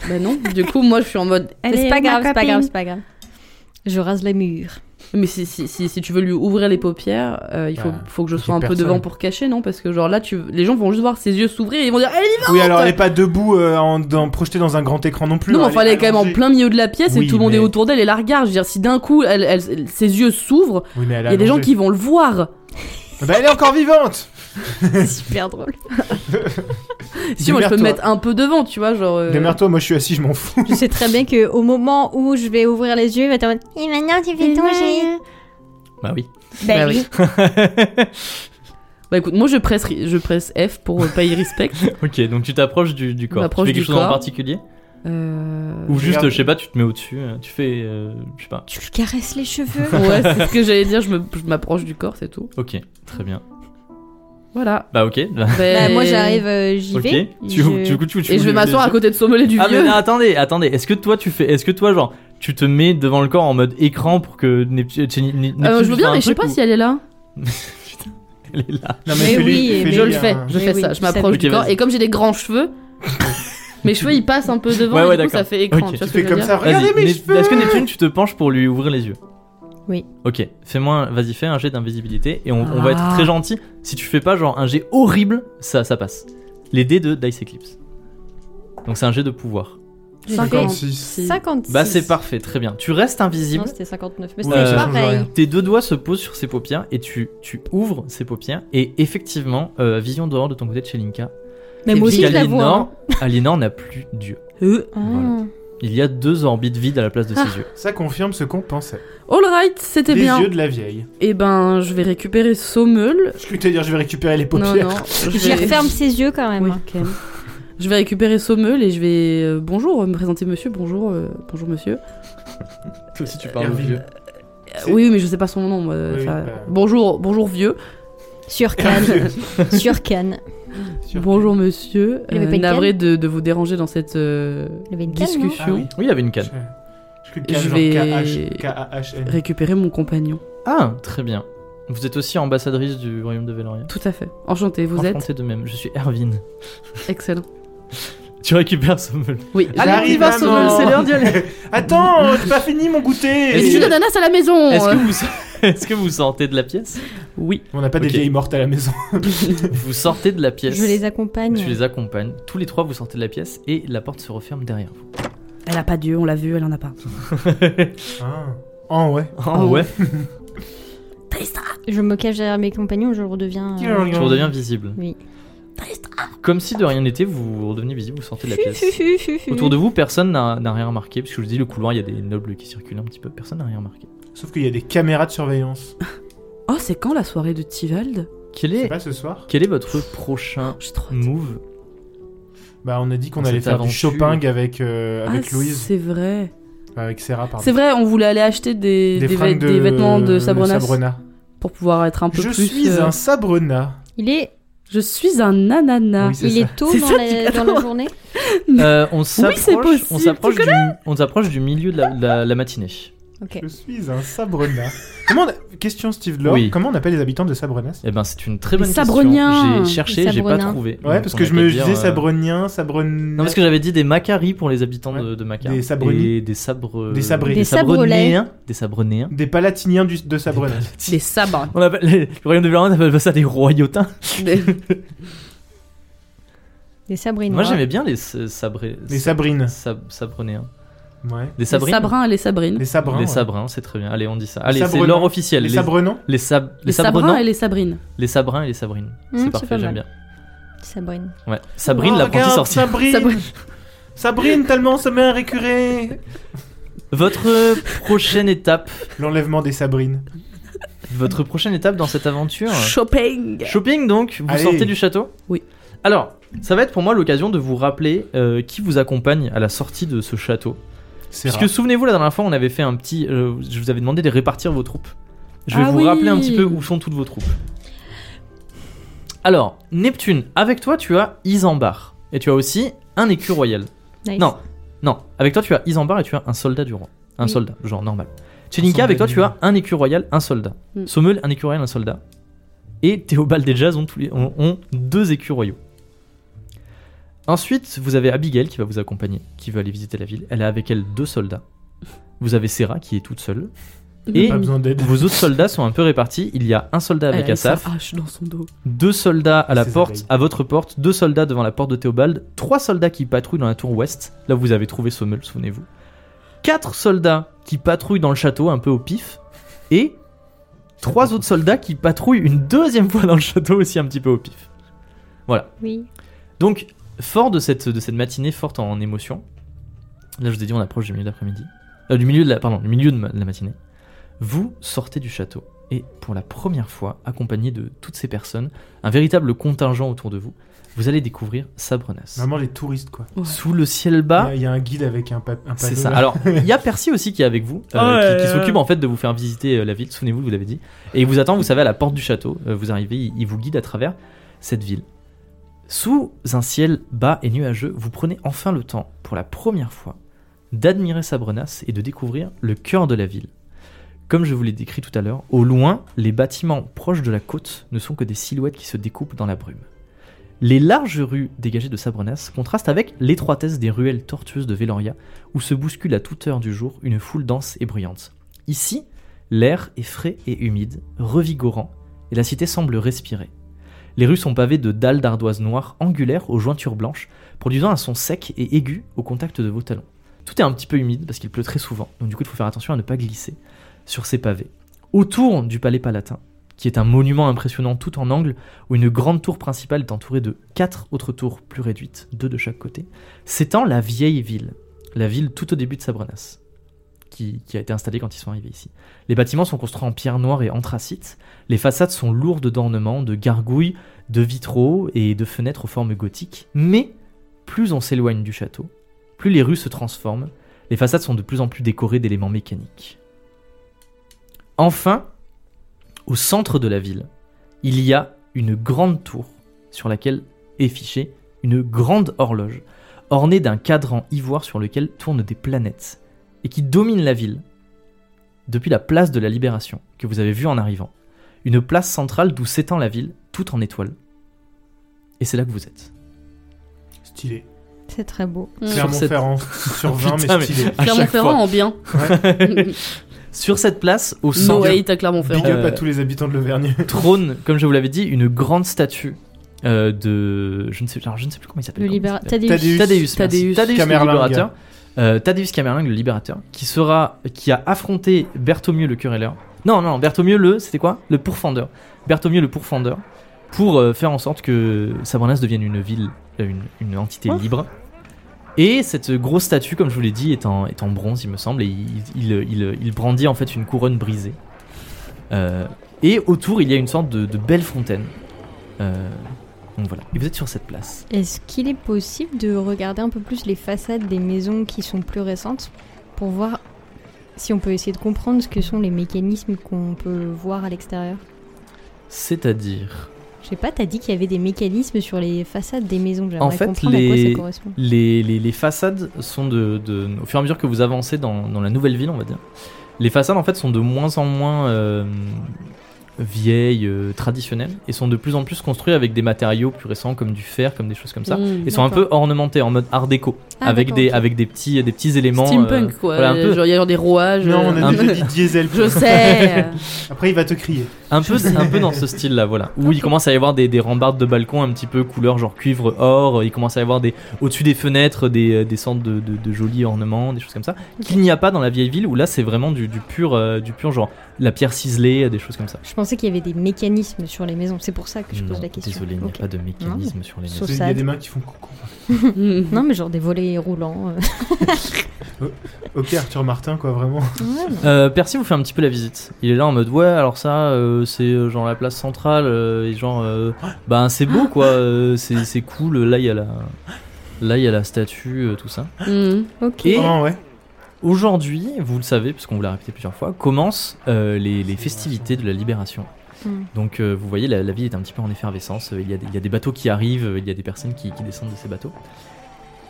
S4: bah non, du coup moi je suis en mode
S3: Mais c'est pas grave, c'est pas grave, c'est pas grave. <laughs> Je rase les murs.
S4: mais si, si, si, si tu veux lui ouvrir les paupières, euh, il faut,
S2: Bah,
S4: faut que je
S2: j'ai
S4: sois un peu
S2: personne.
S4: devant pour cacher non parce que genre là tu les gens vont juste voir ses yeux s'ouvrir et ils vont dire Eh, allez
S2: Oui, alors elle est pas debout, euh, en, dans- projetée dans un grand écran non plus.
S4: non, mais
S2: hein,
S4: enfin, elle est quand même en
S2: allongée.
S4: plein milieu de la pièce et
S2: Oui,
S4: tout le monde est
S2: mais-
S4: autour d'elle et la regarde. Je veux dire, si d'un coup elle, elle- ses yeux s'ouvrent,
S2: Oui, mais elle
S4: il y a des gens qui vont le voir.
S2: Bah, elle est encore vivante
S3: C'est super drôle.
S4: Si moi je peux me
S2: Démerde-toi.
S4: mettre un peu devant, tu vois, genre. euh,
S2: Démerde-toi, moi je suis assis, je m'en fous.
S3: Je sais très bien que au moment où je vais ouvrir les yeux, il va être en mode. Et maintenant tu fais ton G.
S1: Bah
S3: <laughs>
S1: oui.
S4: Bah
S3: Bah
S4: oui.
S3: oui.
S4: Bah écoute, moi je presse, ri- je presse F pour euh, payer respect.
S1: Ok, donc tu t'approches du, du corps. Tu
S4: m'approche
S1: fais quelque
S4: du
S1: chose en
S4: corps.
S1: particulier
S4: Euh,
S1: Ou juste,
S2: regarde.
S1: je sais pas, tu te mets au-dessus, euh, tu fais. euh, je sais pas.
S3: Tu lui caresses les cheveux.
S4: Ouais, c'est ce que j'allais dire, je me- je m'approche du corps, c'est tout.
S1: Ok, très bien.
S4: Voilà.
S1: Bah ok. bah,
S3: Bah,
S4: Ben,
S3: moi j'arrive, euh, j'y
S1: ok.
S3: vais.
S1: Tu,
S3: Je-
S1: tu- du coup, tu- tu
S4: Et je
S1: ouvres
S4: vais
S1: les
S4: m'asseoir à
S1: yeux.
S4: côté de sommelet du
S1: Ah mais
S4: vieux.
S1: non, attendez, attendez. Est-ce que toi tu fais, est-ce que toi genre tu te mets devant le corps en mode écran pour que Neptune, Cheney- Ne-
S4: Euh,
S1: Neptune
S4: je veux
S1: fasse
S4: bien,
S1: un
S4: mais je sais
S1: truc
S4: pas
S1: ou-
S4: si elle est là.
S1: Elle est là.
S2: Non,
S3: mais Mais fais-lui- oui, fais-lui mais
S4: Je le fais,
S2: un-
S4: je
S3: Mais
S4: fais
S3: oui,
S4: ça.
S3: ça-
S4: Je m'approche du
S1: Ok,
S4: corps.
S1: vas-y.
S4: Et comme j'ai des grands <laughs> cheveux, mes cheveux ils passent un peu devant.
S1: Ouais,
S4: et
S1: ouais,
S4: du coup, ça
S1: d'accord.
S4: fait écran.
S1: Ok.
S2: Tu
S4: Tu vois ce que
S2: fais
S4: je veux
S2: comme
S4: dire
S2: ça, regardez
S1: Vas-y,
S2: mes
S1: Nep-
S2: cheveux
S1: Est-ce que Neptune, tu te penches pour lui ouvrir les yeux
S3: Oui.
S1: Ok, fais-moi, un- vas-y, fais un jet d'invisibilité et on, on va être
S4: Ah.
S1: très gentil. Si tu fais pas genre un jet horrible, ça, ça passe. Les dés de Dice Eclipse. Donc c'est un jet de pouvoir.
S3: J'ai fait
S2: 56.
S3: 56.
S1: Bah c'est parfait, très bien. Tu restes invisible.
S3: Non, c'était 59, mais
S2: Ouais,
S3: c'était
S1: ça change
S3: pareil.
S2: rien.
S1: Tes deux doigts se posent sur ses paupières et tu, tu ouvres ses paupières et effectivement, euh, vision dehors de ton côté de chez Linka.
S3: Mais moi aussi je la vois.
S1: Aliénor,
S3: hein.
S1: <laughs> Aliénor n'a plus d'yeux.
S4: Euh,
S3: Ah.
S1: Voilà. Il y a deux orbites vides à la place de ses yeux.
S2: Ça confirme ce qu'on pensait.
S4: All right, c'était
S2: Les
S4: bien.
S2: yeux de la vieille.
S4: Et ben, je vais récupérer Sommeul.
S2: Je vais te dire, je vais récupérer les <laughs>
S4: Non,
S2: paupières.
S4: non. Je
S3: J'y
S4: vais...
S3: referme ses yeux quand même.
S4: Oui,
S3: hein.
S4: quand même. Je vais récupérer Sommeul et je vais euh, bonjour euh, me présenter monsieur bonjour euh, bonjour monsieur.
S1: Toi aussi tu
S2: parles au vieux.
S4: Euh,
S2: C'est-
S4: oui mais je sais pas son nom. moi, euh,
S2: Oui,
S4: ça-
S2: bah.
S4: Bonjour bonjour vieux.
S1: <laughs>
S3: Sur Cannes. Sur Cannes.
S2: Sur-
S4: Bonjour monsieur.
S3: Il avait
S4: Euh,
S3: pas de
S4: navré de, de vous déranger dans cette euh,
S3: Il y avait une canne, hein. non
S4: discussion.
S2: Ah oui.
S1: Oui, il avait une
S2: Je
S1: canne.
S2: je crois que
S4: Je
S2: genre
S4: vais-
S2: K-H- K-A-H-N.
S4: Récupérer mon compagnon.
S1: Ah, très bien. Vous êtes aussi ambassadrice du royaume de Veloria.
S4: Tout à fait. Enchanté. Vous
S1: Enchanté de même, je suis Erwin.
S4: êtes excellent.
S1: Tu récupères Sommel.
S4: Oui.
S2: J'arrive,
S4: j'arrive,
S2: maman.
S4: Sommeul, c'est l'heure
S1: <laughs>
S4: d'y aller.
S2: Attends, euh, j'ai pas fini mon goûter.
S4: Et
S1: Est-ce
S4: jus
S1: que-
S4: d'ananas à la maison.
S1: Est-ce que,
S4: euh.
S1: vous... <laughs> Est-ce que vous sortez de la pièce
S4: Oui.
S2: On n'a pas des
S1: Ok.
S2: vieilles mortes à la maison.
S1: Vous sortez de la pièce.
S3: Je les accompagne.
S1: Tu les accompagnes. Tous les trois, vous sortez de la pièce et la porte se referme derrière vous.
S4: Elle a pas d'yeux. On l'a vu. Elle en a pas.
S2: Ah. Ah ouais.
S1: oh ouais.
S3: Je me cache derrière mes compagnons, je redeviens. euh,
S1: Tu redeviens visible.
S3: Oui.
S1: Comme si de rien n'était, vous redevenez visible, vous
S4: <laughs>
S1: sortez de la pièce. Autour de vous, personne n'a n'a rien remarqué, puisque je vous dis, le couloir, il y a des nobles qui circulent un petit peu, personne n'a rien remarqué.
S2: Sauf qu'il y a des caméras de surveillance.
S4: Oh c'est quand la soirée de Tivald
S1: Quel
S2: C'est
S1: est,
S2: pas ce soir
S1: quel est votre prochain
S4: J'ai trop. hâte.
S1: move
S2: Bah on a dit qu'on
S1: On
S2: allait
S1: s'était
S2: faire du
S1: aventuré.
S2: shopping avec euh, avec
S4: ah,
S2: Louise,
S4: C'est vrai.
S2: Enfin, avec Sarah pardon.
S4: C'est vrai, on voulait aller acheter des, des, vê-
S2: fringues
S4: des vêtements de Sabronas
S2: Sabrona.
S4: pour pouvoir être un peu
S2: Je
S4: plus.
S2: suis
S4: euh,
S2: un Sabrona.
S3: Il est,
S4: Je suis un ananas.
S2: Oui, c'est
S3: il
S2: ça.
S3: est tôt
S4: C'est
S3: dans,
S4: ça,
S3: la-
S4: tu-
S3: dans la journée.
S1: Euh, On s'approche
S4: possible,
S1: on s'approche
S4: tu
S1: du, on s'approche du milieu de la, de la- la matinée.
S2: Je suis un Sabrona. comment on- Question Steve Lord,
S1: Oui.
S2: comment on appelle les habitants de Sabronas
S1: Eh ben, c'est une très bonne
S4: Les
S1: question.
S4: Sabroniens.
S1: J'ai cherché,
S3: Les
S1: j'ai pas
S3: Sabroniens.
S1: trouvé.
S2: Ouais,
S1: Donc,
S2: parce
S1: on
S2: que
S1: a
S2: je
S1: qu'à
S2: me
S1: dire,
S2: disais
S1: euh,
S2: Sabronien, Sabron.
S1: Non, parce que j'avais dit des macaris pour les habitants
S2: Ouais.
S1: de, de Macar.
S2: Des Sabroni.
S1: Et des sabres.
S2: Des sabrés.
S1: Des
S3: Des
S1: sabronéens. Des sabronéens.
S2: Des palatiniens du- de Sabronas.
S1: <laughs>
S4: Des sabres.
S1: On appelle, les- le royaume de Vélorand appelle pas ça des royotins.
S4: Des-
S3: Des Sabrina.
S1: Moi j'aimais bien les s- sabrés.
S2: Des Sabrines.
S1: sab- sabronéens.
S2: Ouais.
S1: Des hein.
S4: des
S1: sabrines.
S4: sabrins et les sabrines.
S2: Les Sabrins.
S1: Des
S2: ouais.
S1: sabrins, c'est très bien. Allez, on dit ça. Allez, c'est
S2: sabrenants.
S1: l'or officiel.
S2: Les
S1: Les,
S2: Sabrenants.
S1: les, sab- les
S4: Les sabrins
S1: sabrenants.
S4: et les sabrines.
S1: Les sabrins et les sabrines.
S3: Mmh,
S1: c'est
S3: c'est
S1: parfait,
S3: pas
S1: j'aime
S3: mal.
S1: bien.
S3: Sabrine.
S1: Ouais. Sabrine,
S2: Oh,
S1: l'apprentie
S2: regarde,
S1: sorcière.
S2: Sabrine.
S4: Sabrine.
S2: Sabrine, tellement ça met un récuré.
S1: Votre prochaine étape,
S2: L'enlèvement des Sabrines.
S1: votre prochaine étape dans cette aventure.
S4: Shopping
S1: Shopping donc, vous
S2: Allez.
S1: sortez du château
S4: Oui.
S1: Alors, ça va être pour moi l'occasion de vous rappeler euh, qui vous accompagne à la sortie de ce château.
S2: C'est
S1: Parce
S2: rare.
S1: que souvenez-vous, la dernière fois, on avait fait un petit. euh, je vous avais demandé de répartir vos troupes. Je vais
S4: Ah
S1: vous
S4: oui.
S1: rappeler un petit peu où sont toutes vos troupes. Alors, Neptune, avec toi, tu as Isambard. Et tu as aussi un écu royal.
S3: Nice.
S1: Non, non, avec toi, tu as Isambard et tu as un soldat du roi. Un
S3: Oui.
S1: soldat, genre normal. Tunica,
S2: soldat
S1: avec toi,
S2: du
S1: tu as
S2: roi.
S1: un écu royal, un soldat.
S4: Mm.
S1: Sommel, un écu royal, un soldat. Et Théobald et Jazz ont, tous les, ont- ont deux écus royaux. Ensuite, vous avez Abigail qui va vous accompagner, qui veut aller visiter la ville. Elle a avec elle deux soldats. Vous avez Serra qui est toute seule. Et
S2: Pas besoin d'aide.
S1: vos autres soldats sont un peu répartis. Il y a un soldat avec Asaf,
S4: hache dans son dos.
S1: deux soldats à la
S2: Ses
S1: porte,
S2: oreilles.
S1: à votre porte, deux soldats devant la porte de Théobald, trois soldats qui patrouillent dans la tour ouest, là où vous avez trouvé Sommel, souvenez-vous, quatre soldats qui patrouillent dans le château un peu au pif, et trois autres soldats qui patrouillent une deuxième fois dans le château aussi un petit peu au pif.
S3: Oui.
S1: Donc, fort de cette, de cette matinée forte en, émotion, là je vous ai dit on approche du milieu d'après-midi, euh, du milieu de la, pardon, du milieu de, ma- de la matinée, vous sortez du château et pour la première fois, accompagné de toutes ces personnes, un véritable contingent autour de vous, vous allez découvrir Sabrenas.
S2: Vraiment les touristes, quoi.
S1: Sous le ciel bas,
S2: Il y a- il y, a un guide avec un, pa- un panneau.
S1: Ah. c'est ça.
S2: là.
S1: Alors, il y
S4: <laughs>
S1: a Percy aussi qui est avec vous, euh,
S4: Ah ouais,
S1: qui, qui
S4: ouais,
S1: s'occupe
S4: ouais.
S1: en fait de vous faire visiter euh, la ville. Souvenez-vous, vous l'avez dit. Et il vous attend, vous savez, à la porte du château. Euh, vous arrivez, il, il vous guide à travers cette ville. Sous un ciel bas et nuageux, vous prenez enfin le temps, pour la première fois, d'admirer Sabrenas et de découvrir le cœur de la ville. Comme je vous l'ai décrit tout à l'heure, au loin, les bâtiments proches de la côte ne sont que des silhouettes qui se découpent dans la brume. Les larges rues dégagées de Sabrenas contrastent avec l'étroitesse des ruelles tortueuses de Veloria où se bouscule à toute heure du jour une foule dense et bruyante. Ici, l'air est frais et humide, revigorant, et la cité semble respirer. Les rues sont pavées de dalles d'ardoise noire angulaires aux jointures blanches, produisant un son sec et aigu au contact de vos talons. Tout est un petit peu humide parce qu'il pleut très souvent, donc du coup il faut faire attention à ne pas glisser sur ces pavés. Autour du palais palatin, qui est un monument impressionnant tout en angle, où une grande tour principale est entourée de quatre autres tours plus réduites, deux de chaque côté, s'étend la vieille ville la ville tout au début de Sabrenas, qui, qui a été installée quand ils sont arrivés ici. Les bâtiments sont construits en pierre noire et anthracite. Les façades sont lourdes d'ornements, de gargouilles, de vitraux et de fenêtres aux formes gothiques. Mais plus on s'éloigne du château, plus les rues se transforment. Les façades sont de plus en plus décorées d'éléments mécaniques. Enfin, au centre de la ville, il y a une grande tour sur laquelle est fichée une grande horloge ornée d'un cadran ivoire sur lequel tournent des planètes, et qui domine la ville depuis la place de la Libération, que vous avez vue en arrivant. Une place centrale d'où s'étend la ville, tout en étoiles. Et c'est là que vous êtes.
S2: Stylé.
S3: C'est très beau.
S4: Mm.
S1: Sur cette-
S2: Clermont-Ferrand
S1: <laughs>
S2: sur 20,
S1: Putain,
S2: mais
S1: mais-
S2: stylé.
S1: À chaque
S4: Clermont-Ferrand en bien. <laughs>
S1: Sur cette place, au
S4: no
S1: centre,
S4: hate à
S2: Big
S4: Clermont-Ferrand.
S2: up
S1: Euh,
S2: à tous les habitants de l'Auvergne.
S1: trône, comme je vous l'avais dit, une grande statue euh, de... Je ne, sais, alors, je ne sais plus comment il s'appelle.
S3: Le
S1: comment il
S3: libéra...
S1: s'appelle.
S2: Thaddeus.
S3: Thaddeus.
S1: Thaddeus, merci.
S4: Thaddeus.
S1: Thaddeus le
S2: Camerlingue.
S1: libérateur. Euh, Thaddeus Camerlingue, le libérateur, qui sera, qui a affronté Berthomieux le querelleur. Non, non, Berthomieux le, c'était quoi Le pourfendeur. Berthomieux le pourfendeur, pour euh, faire en sorte que Sabranas devienne une ville, euh, une, une entité libre. Et cette grosse statue, comme je vous l'ai dit, est en, est en bronze, il me semble, et il, il- il- il brandit en fait une couronne brisée. Euh, et autour, il y a une sorte de, de belle fontaine. Euh, donc voilà. Et vous êtes sur cette place.
S3: Est-ce qu'il est possible de regarder un peu plus les façades des maisons qui sont plus récentes pour voir si on peut essayer de comprendre ce que sont les mécanismes qu'on peut voir à l'extérieur
S1: C'est-à-dire
S3: Je sais pas, t'as dit qu'il y avait des mécanismes sur les façades des maisons. J'aimerais
S1: En fait,
S3: comprendre à
S1: les-
S3: quoi ça correspond.
S1: les, les- les façades sont de, de- Au fur et à mesure que vous avancez dans, dans la nouvelle ville, on va dire, les façades en fait sont de moins en moins euh, vieilles, euh, traditionnelles, et sont de plus en plus construites avec des matériaux plus récents comme du fer, comme des choses comme ça.
S4: Mm.
S1: Et sont un peu
S3: D'accord.
S1: ornementées en mode art déco,
S3: Ah,
S1: avec,
S3: d'accord,
S1: des,
S3: ok.
S1: avec des, petits, des petits éléments. euh,
S4: Steampunk, quoi.
S1: voilà, un peu-
S4: Genre, il y a genre des rouages.
S2: Non, on
S4: euh,
S2: a
S1: un
S2: déjà
S1: peu-
S2: dit diesel.
S4: Je sais.
S2: Après, il va te crier.
S1: Un peu, un peu dans ce style-là, voilà. Où il commence à y avoir des, des rambardes de balcons un petit peu couleur genre cuivre, or. Il commence à y avoir des au-dessus des fenêtres des, des sortes de, de- de jolis ornements, des choses comme ça. Qu'il n'y a pas dans la vieille ville où là c'est vraiment du, du pur, euh, du pur genre la pierre ciselée, des choses comme ça.
S3: Je pensais qu'il y avait des mécanismes sur les maisons. C'est pour ça que je pose
S1: Non,
S3: la question.
S1: Désolé, il n'y a
S3: Ok.
S1: pas de mécanisme sur les
S3: Sauf
S1: maisons.
S2: Il y
S3: ça.
S2: a des mains qui font coucou.
S4: Mm.
S3: Non, mais genre des volets roulants. euh.
S2: Ok, Arthur Martin, quoi, vraiment.
S3: Ah, Ouais, non.
S1: Euh, Percy vous fait un petit peu la visite. Il est là en mode ouais alors ça euh, c'est euh, genre la place centrale euh, et genre euh, ben c'est beau quoi euh, c'est c'est cool là il y a la là il y a la statue euh, tout ça.
S4: Mhm.
S3: <laughs> Ok.
S1: Et-
S2: Ah ouais.
S1: Aujourd'hui vous le savez puisqu'on vous l'a répété plusieurs fois commencent euh, les, les festivités de la libération.
S3: Mm.
S1: Donc euh, vous voyez la, la ville est un petit peu en effervescence. Euh, Il y a des, il y a des bateaux qui arrivent, euh, il y a des personnes qui, qui descendent de ces bateaux.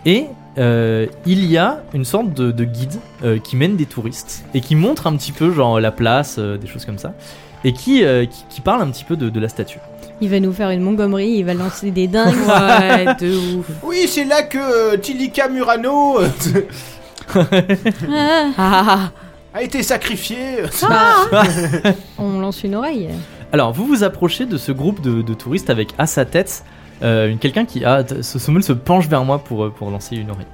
S1: Et euh, il y a une sorte de, de guide euh, qui mène des touristes et qui montre un petit peu genre la place, euh, des choses comme ça, et qui, euh, qui, qui parle un petit peu de, de la statue.
S3: Il va nous faire une Montgomery, il va lancer des dingues.
S4: Ouais, de ouf.
S2: Oui, c'est là que euh, Tilika Murano euh, <laughs>
S3: Ah,
S4: Ah,
S2: a été sacrifiée.
S3: on lance une oreille.
S1: Alors vous vous approchez de ce groupe de, de touristes avec à sa tête euh, une- quelqu'un qui ah, t- ce Sommel se penche vers moi pour, euh, pour lancer une oreille,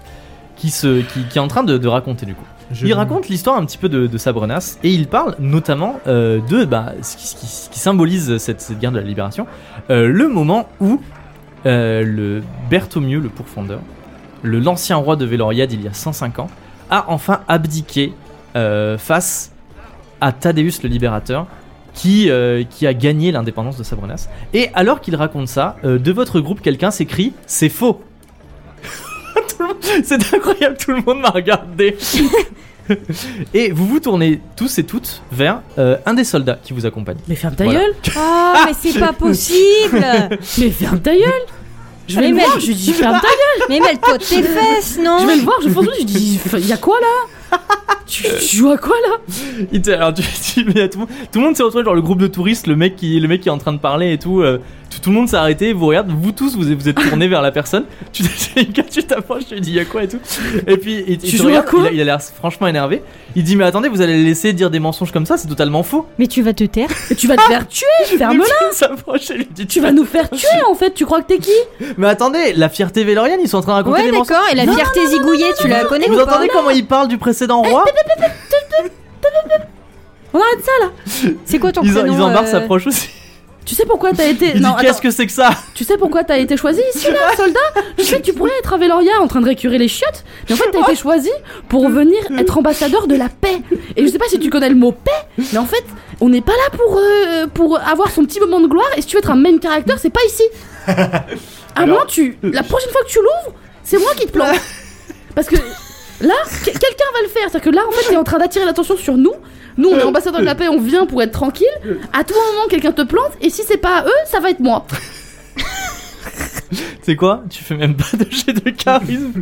S1: qui, se, qui, qui est en train de, de raconter du coup.
S2: Je-
S1: Il raconte l'histoire un petit peu de, de Sabrenas et il parle notamment euh, de bah, ce, qui, ce qui- ce qui symbolise cette, cette guerre de la libération, euh, le moment où euh, le Bertholomieu, le pourfondeur, le l'ancien roi de Véloriade il y a 105 ans, a enfin abdiqué euh, face à Thaddeus le libérateur qui, euh, qui a gagné l'indépendance de Sabrenas. Et alors qu'il raconte ça, euh, de votre groupe quelqu'un s'écrie « C'est faux !» <laughs> Tout le monde- C'est incroyable, tout le monde m'a regardé et vous vous tournez tous et toutes vers euh, un des soldats qui vous accompagne.
S4: mais ferme ta
S1: Voilà.
S4: gueule
S3: Oh, mais
S1: <laughs>
S3: c'est pas possible
S4: Mais ferme ta gueule Je vais
S3: Allez,
S4: le
S3: mec.
S4: voir, je lui dis ferme ta gueule
S3: Mais mêle-toi de tes fesses,
S4: Je
S3: non
S4: vais le voir, je fonce dessus, je dis il y a quoi là tu, tu joues à quoi là
S1: Il te- alors tu, tu- mais tout, le monde- tout le monde s'est retrouvé genre le groupe de touristes, le mec qui, le mec qui est en train de parler et tout. euh, tout, tout le monde s'est arrêté, vous regarde, vous tous vous, vous êtes tournés vers la personne. <laughs> Tu t'approches, tu t'approches, tu lui dis y a quoi et tout. Et puis il, il
S4: Tu
S1: te
S4: joues à
S1: regarde,
S4: quoi
S1: il a- il a l'air franchement énervé. Il dit mais attendez, vous allez le laisser dire des mensonges comme ça, c'est totalement faux.
S3: Mais tu vas te taire
S4: Mais tu vas te faire tuer, ferme-la
S1: Il s'approche et lui dit
S4: Tu vas nous faire tuer en fait, tu crois que t'es qui
S1: Mais attendez, la fierté vélorienne, ils sont en train de raconter des
S3: Ouais,
S1: mensonges.
S3: d'accord, et la
S1: Non,
S3: fierté zigouillée, tu la connais
S1: Vous
S3: ou pas Eh,
S1: entendez comment il parle du précédent roi
S4: On arrête ça là
S3: C'est quoi ton
S1: Ils
S3: prénom
S1: en barre
S3: euh,
S1: s'approche aussi.
S4: Tu sais pourquoi t'as été.
S1: Il dit
S4: Non, attends.
S1: qu'est-ce que c'est que ça
S4: Tu sais pourquoi t'as été choisi ici, là, soldat Je sais que tu pourrais être à Veloria en train de récurer les chiottes, mais en fait t'as été choisi pour venir être ambassadeur de la paix. Et je sais pas si tu connais le mot paix, mais en fait, on n'est pas là pour, euh, pour avoir son petit moment de gloire, et si tu veux être un main character, c'est pas ici. À
S2: Alors
S4: moins tu... La prochaine fois que tu l'ouvres, c'est moi qui te plante. Parce que là, que- quelqu'un va le faire. C'est-à-dire que là, en fait, t'es en train d'attirer l'attention sur nous. Nous, on est ambassadeur de la paix, on vient pour être tranquille. À tout moment, quelqu'un te plante, et si c'est pas à eux, ça va être moi.
S1: C'est quoi Tu fais même pas de jet de
S4: <laughs>
S1: charisme.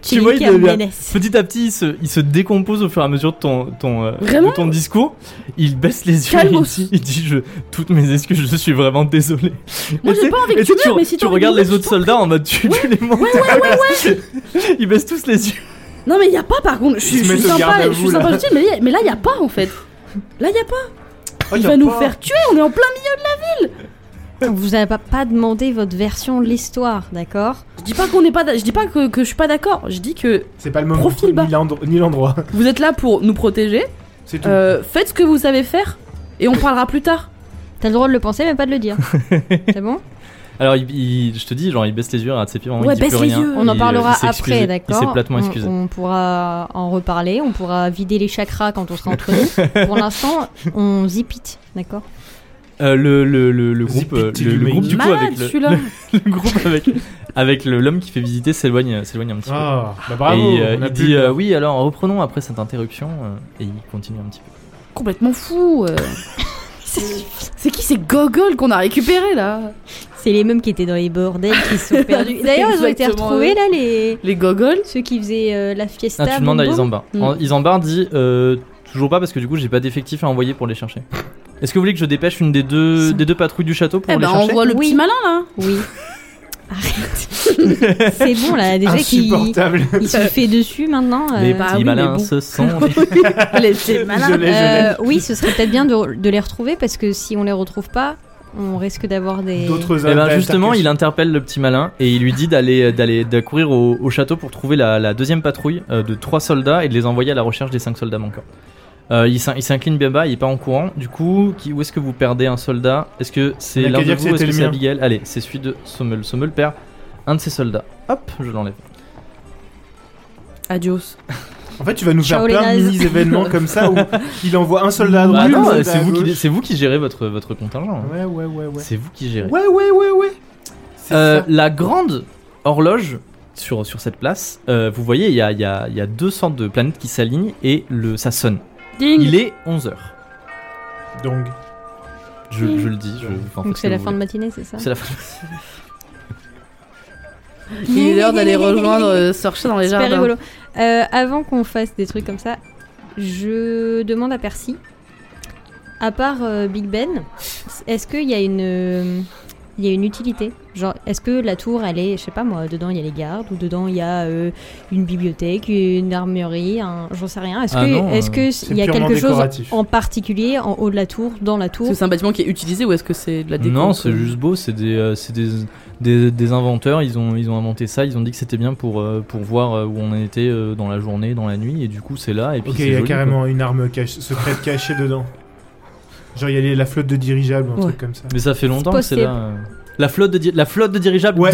S3: Tu
S1: vois, il
S3: lui
S1: devient-
S3: menace.
S1: Petit à petit, il se, il se décompose au fur et à mesure de ton, ton, euh,
S4: Vraiment
S1: de ton discours. Il baisse les yeux. et Il
S4: Calmos.
S1: dit, il dit, je, toutes mes excuses, je suis vraiment désolé.
S4: Moi,
S1: Et
S4: j'ai
S1: tu sais-
S4: pas envie que
S1: et
S4: tu
S1: sais,
S4: meurs, mais si
S1: tu
S4: t'as envie
S1: regardes
S4: de mourir,
S1: les autres
S4: je t'en
S1: soldats en mode tu, tu les montes. <laughs> Ils baissent tous les yeux.
S4: Non mais il y a pas par contre, je,
S2: Ils se
S4: je suis
S2: mettent au garde à
S4: sympa, je
S2: vous,
S4: suis
S2: là.
S4: sympa, je dis, mais, y a- mais là il y a pas en fait. Là il y a pas.
S2: Oh,
S4: Il
S2: y a
S4: va nous
S2: pas-
S4: faire tuer, on est en plein milieu.
S3: On vous a pas- pas demandé votre version de l'histoire, d'accord
S4: Je dis pas qu'on est pas d'a- je dis pas que, que je suis pas d'accord, je dis que
S2: C'est pas le moment.
S4: Profil bas.
S2: Ni l'endro-
S1: <laughs>
S2: Ni l'endroit.
S4: vous êtes là pour nous protéger,
S2: C'est tout.
S4: euh, faites ce que vous savez faire et on parlera plus tard.
S3: T'as le droit de le penser, mais pas de
S1: <laughs>
S3: le dire. C'est bon
S1: Alors, il- il- je te dis, genre, il baisse les yeux. Arrête, c'est plus vraiment,
S4: Ouais,
S1: il dit plus
S4: baisse les
S1: rien.
S4: yeux.
S3: On en
S1: Il,
S3: parlera
S1: euh, il s'est excusé.
S3: après, d'accord Mm,
S1: Il s'est platement
S3: On-
S1: excusé.
S3: On, pourra en reparler, on pourra vider les chakras quand on sera
S1: <laughs>
S3: entre nous. Pour l'instant, on zipite, d'accord
S1: Euh, le, le, le, le groupe,
S2: Zipit,
S1: euh,
S2: il
S1: le, le
S2: lui
S1: groupe
S2: met
S1: du coup
S4: Malade
S1: avec le,
S4: celui-là.
S1: <laughs> le groupe avec, avec le- l'homme qui fait visiter s'éloigne, s'éloigne un petit peu.
S2: Ah, bah bravo.
S1: et euh,
S2: on a
S1: il
S2: plus-
S1: dit euh, oui alors reprenons après cette interruption euh, et il continue un petit peu.
S4: <laughs> Complètement fou. euh. C'est qui ces gogoles qu'on a récupérés là
S3: C'est les mêmes qui étaient dans les bordels qui se sont perdus. D'ailleurs, ils ont été
S4: Exactement,
S3: retrouvés
S4: oui.
S3: là, les...
S4: Les gogoles
S3: ceux qui faisaient euh, la fiesta.
S1: Ah, tu demandes à
S3: bonbon.
S1: Isambard.
S4: Mm.
S1: En- Isambard dit euh, toujours pas parce que du coup j'ai pas d'effectif à envoyer pour les chercher. Est-ce que vous voulez que je dépêche une des deux,
S4: Ça.
S1: des deux patrouilles du château pour
S4: Eh
S1: les
S4: ben on
S1: chercher
S4: voit le
S3: Oui.
S4: petit malin là.
S3: Oui. Arrête. C'est bon là, déjà qu'il
S2: Insupportable.
S3: il se fait dessus maintenant. euh,
S1: Les
S4: Bah
S1: petits
S4: oui, mais
S1: malins
S4: bon.
S1: ce sont.
S4: <laughs> Les petits
S2: Je
S4: malins.
S2: l'ai, je
S3: euh, oui, ce serait peut-être bien de, de les retrouver parce que si on les retrouve pas, on risque d'avoir des.
S2: l'ai.
S1: <laughs>
S2: D'autres
S1: Et ben
S2: interprètes.
S1: justement il interpelle le petit malin et il lui dit d'aller euh, d'aller de courir au, au château pour trouver la, la deuxième patrouille euh, de trois soldats et de les envoyer à la recherche des cinq soldats manquants. Euh, il s'in- il s'incline bien bas, il est pas en courant. Du coup, qui, où est-ce que vous perdez un soldat Est-ce que c'est
S2: On a
S1: l'un
S2: qu'à
S1: de
S2: dire que
S1: vous Est-ce
S2: c'était
S1: que
S2: le
S1: c'est
S2: mien.
S1: Abigail Allez, c'est celui de Sommel. Sommel perd un de ses soldats. Hop, je l'enlève.
S4: Adios.
S2: En fait, tu vas nous faire
S3: Ciao, les
S2: plein de
S3: nazes.
S2: mini-événements
S1: <laughs>
S2: comme ça où il envoie un soldat à droite.
S1: Bah
S2: un
S1: non,
S2: soldat
S1: c'est
S2: à
S1: vous, qui,
S2: gauche.
S1: c'est vous qui gérez votre, votre contingent. hein.
S2: Ouais, ouais, ouais, ouais.
S1: C'est vous qui gérez.
S2: Ouais, ouais, ouais, ouais. C'est
S1: Euh,
S2: ça.
S1: la grande horloge sur, sur cette place, euh, vous voyez, il y a, il y, a, il y a deux centres de planètes qui s'alignent et le, ça sonne.
S4: Ding
S1: Il est 11h.
S2: Donc,
S1: Je, je le dis. je- enfin, faites
S3: Donc
S1: ce
S3: c'est
S1: que
S3: la
S1: vous
S3: fin de
S1: voulez.
S3: matinée, c'est ça
S1: C'est la fin.
S4: Il est l'heure d'aller rejoindre euh, Sir Chat dans les
S3: Super
S4: jardins.
S3: rigolo. Euh, avant qu'on fasse des trucs comme ça, je demande à Percy, à part euh, Big Ben, est-ce qu'il y a une... euh, Il y a une utilité. Genre, est-ce que la tour, elle est, je sais pas moi, dedans il y a les gardes, ou dedans il y a euh, une bibliothèque, une armurerie, un- j'en sais rien. Est-ce
S1: Ah
S3: que,
S1: non, euh,
S3: est-ce que
S2: c'est
S3: il y a
S2: purement
S3: quelque chose
S2: décoratif.
S3: en particulier en haut de la tour, dans la
S4: Est-ce
S3: tour
S4: que c'est un bâtiment qui est utilisé ou est-ce que c'est de la déco
S1: Non,
S4: comme-
S1: c'est juste beau. C'est des, euh, c'est des, des, des inventeurs. Ils ont, ils ont inventé ça. Ils ont dit que c'était bien pour, euh, pour voir euh, où on en était euh, dans la journée, dans la nuit. Et du coup, c'est là. Et puis
S2: Ok,
S1: c'est
S2: il y a
S1: joli,
S2: carrément une arme cach- secrète cachée dedans. Genre, il y a les- la flotte de dirigeables, un
S4: Ouais.
S2: truc comme ça.
S1: quoi. Mais ça fait longtemps que c'est
S3: possible.
S1: là. euh. La flotte de, di- la flotte de dirigeables.
S2: Ouais.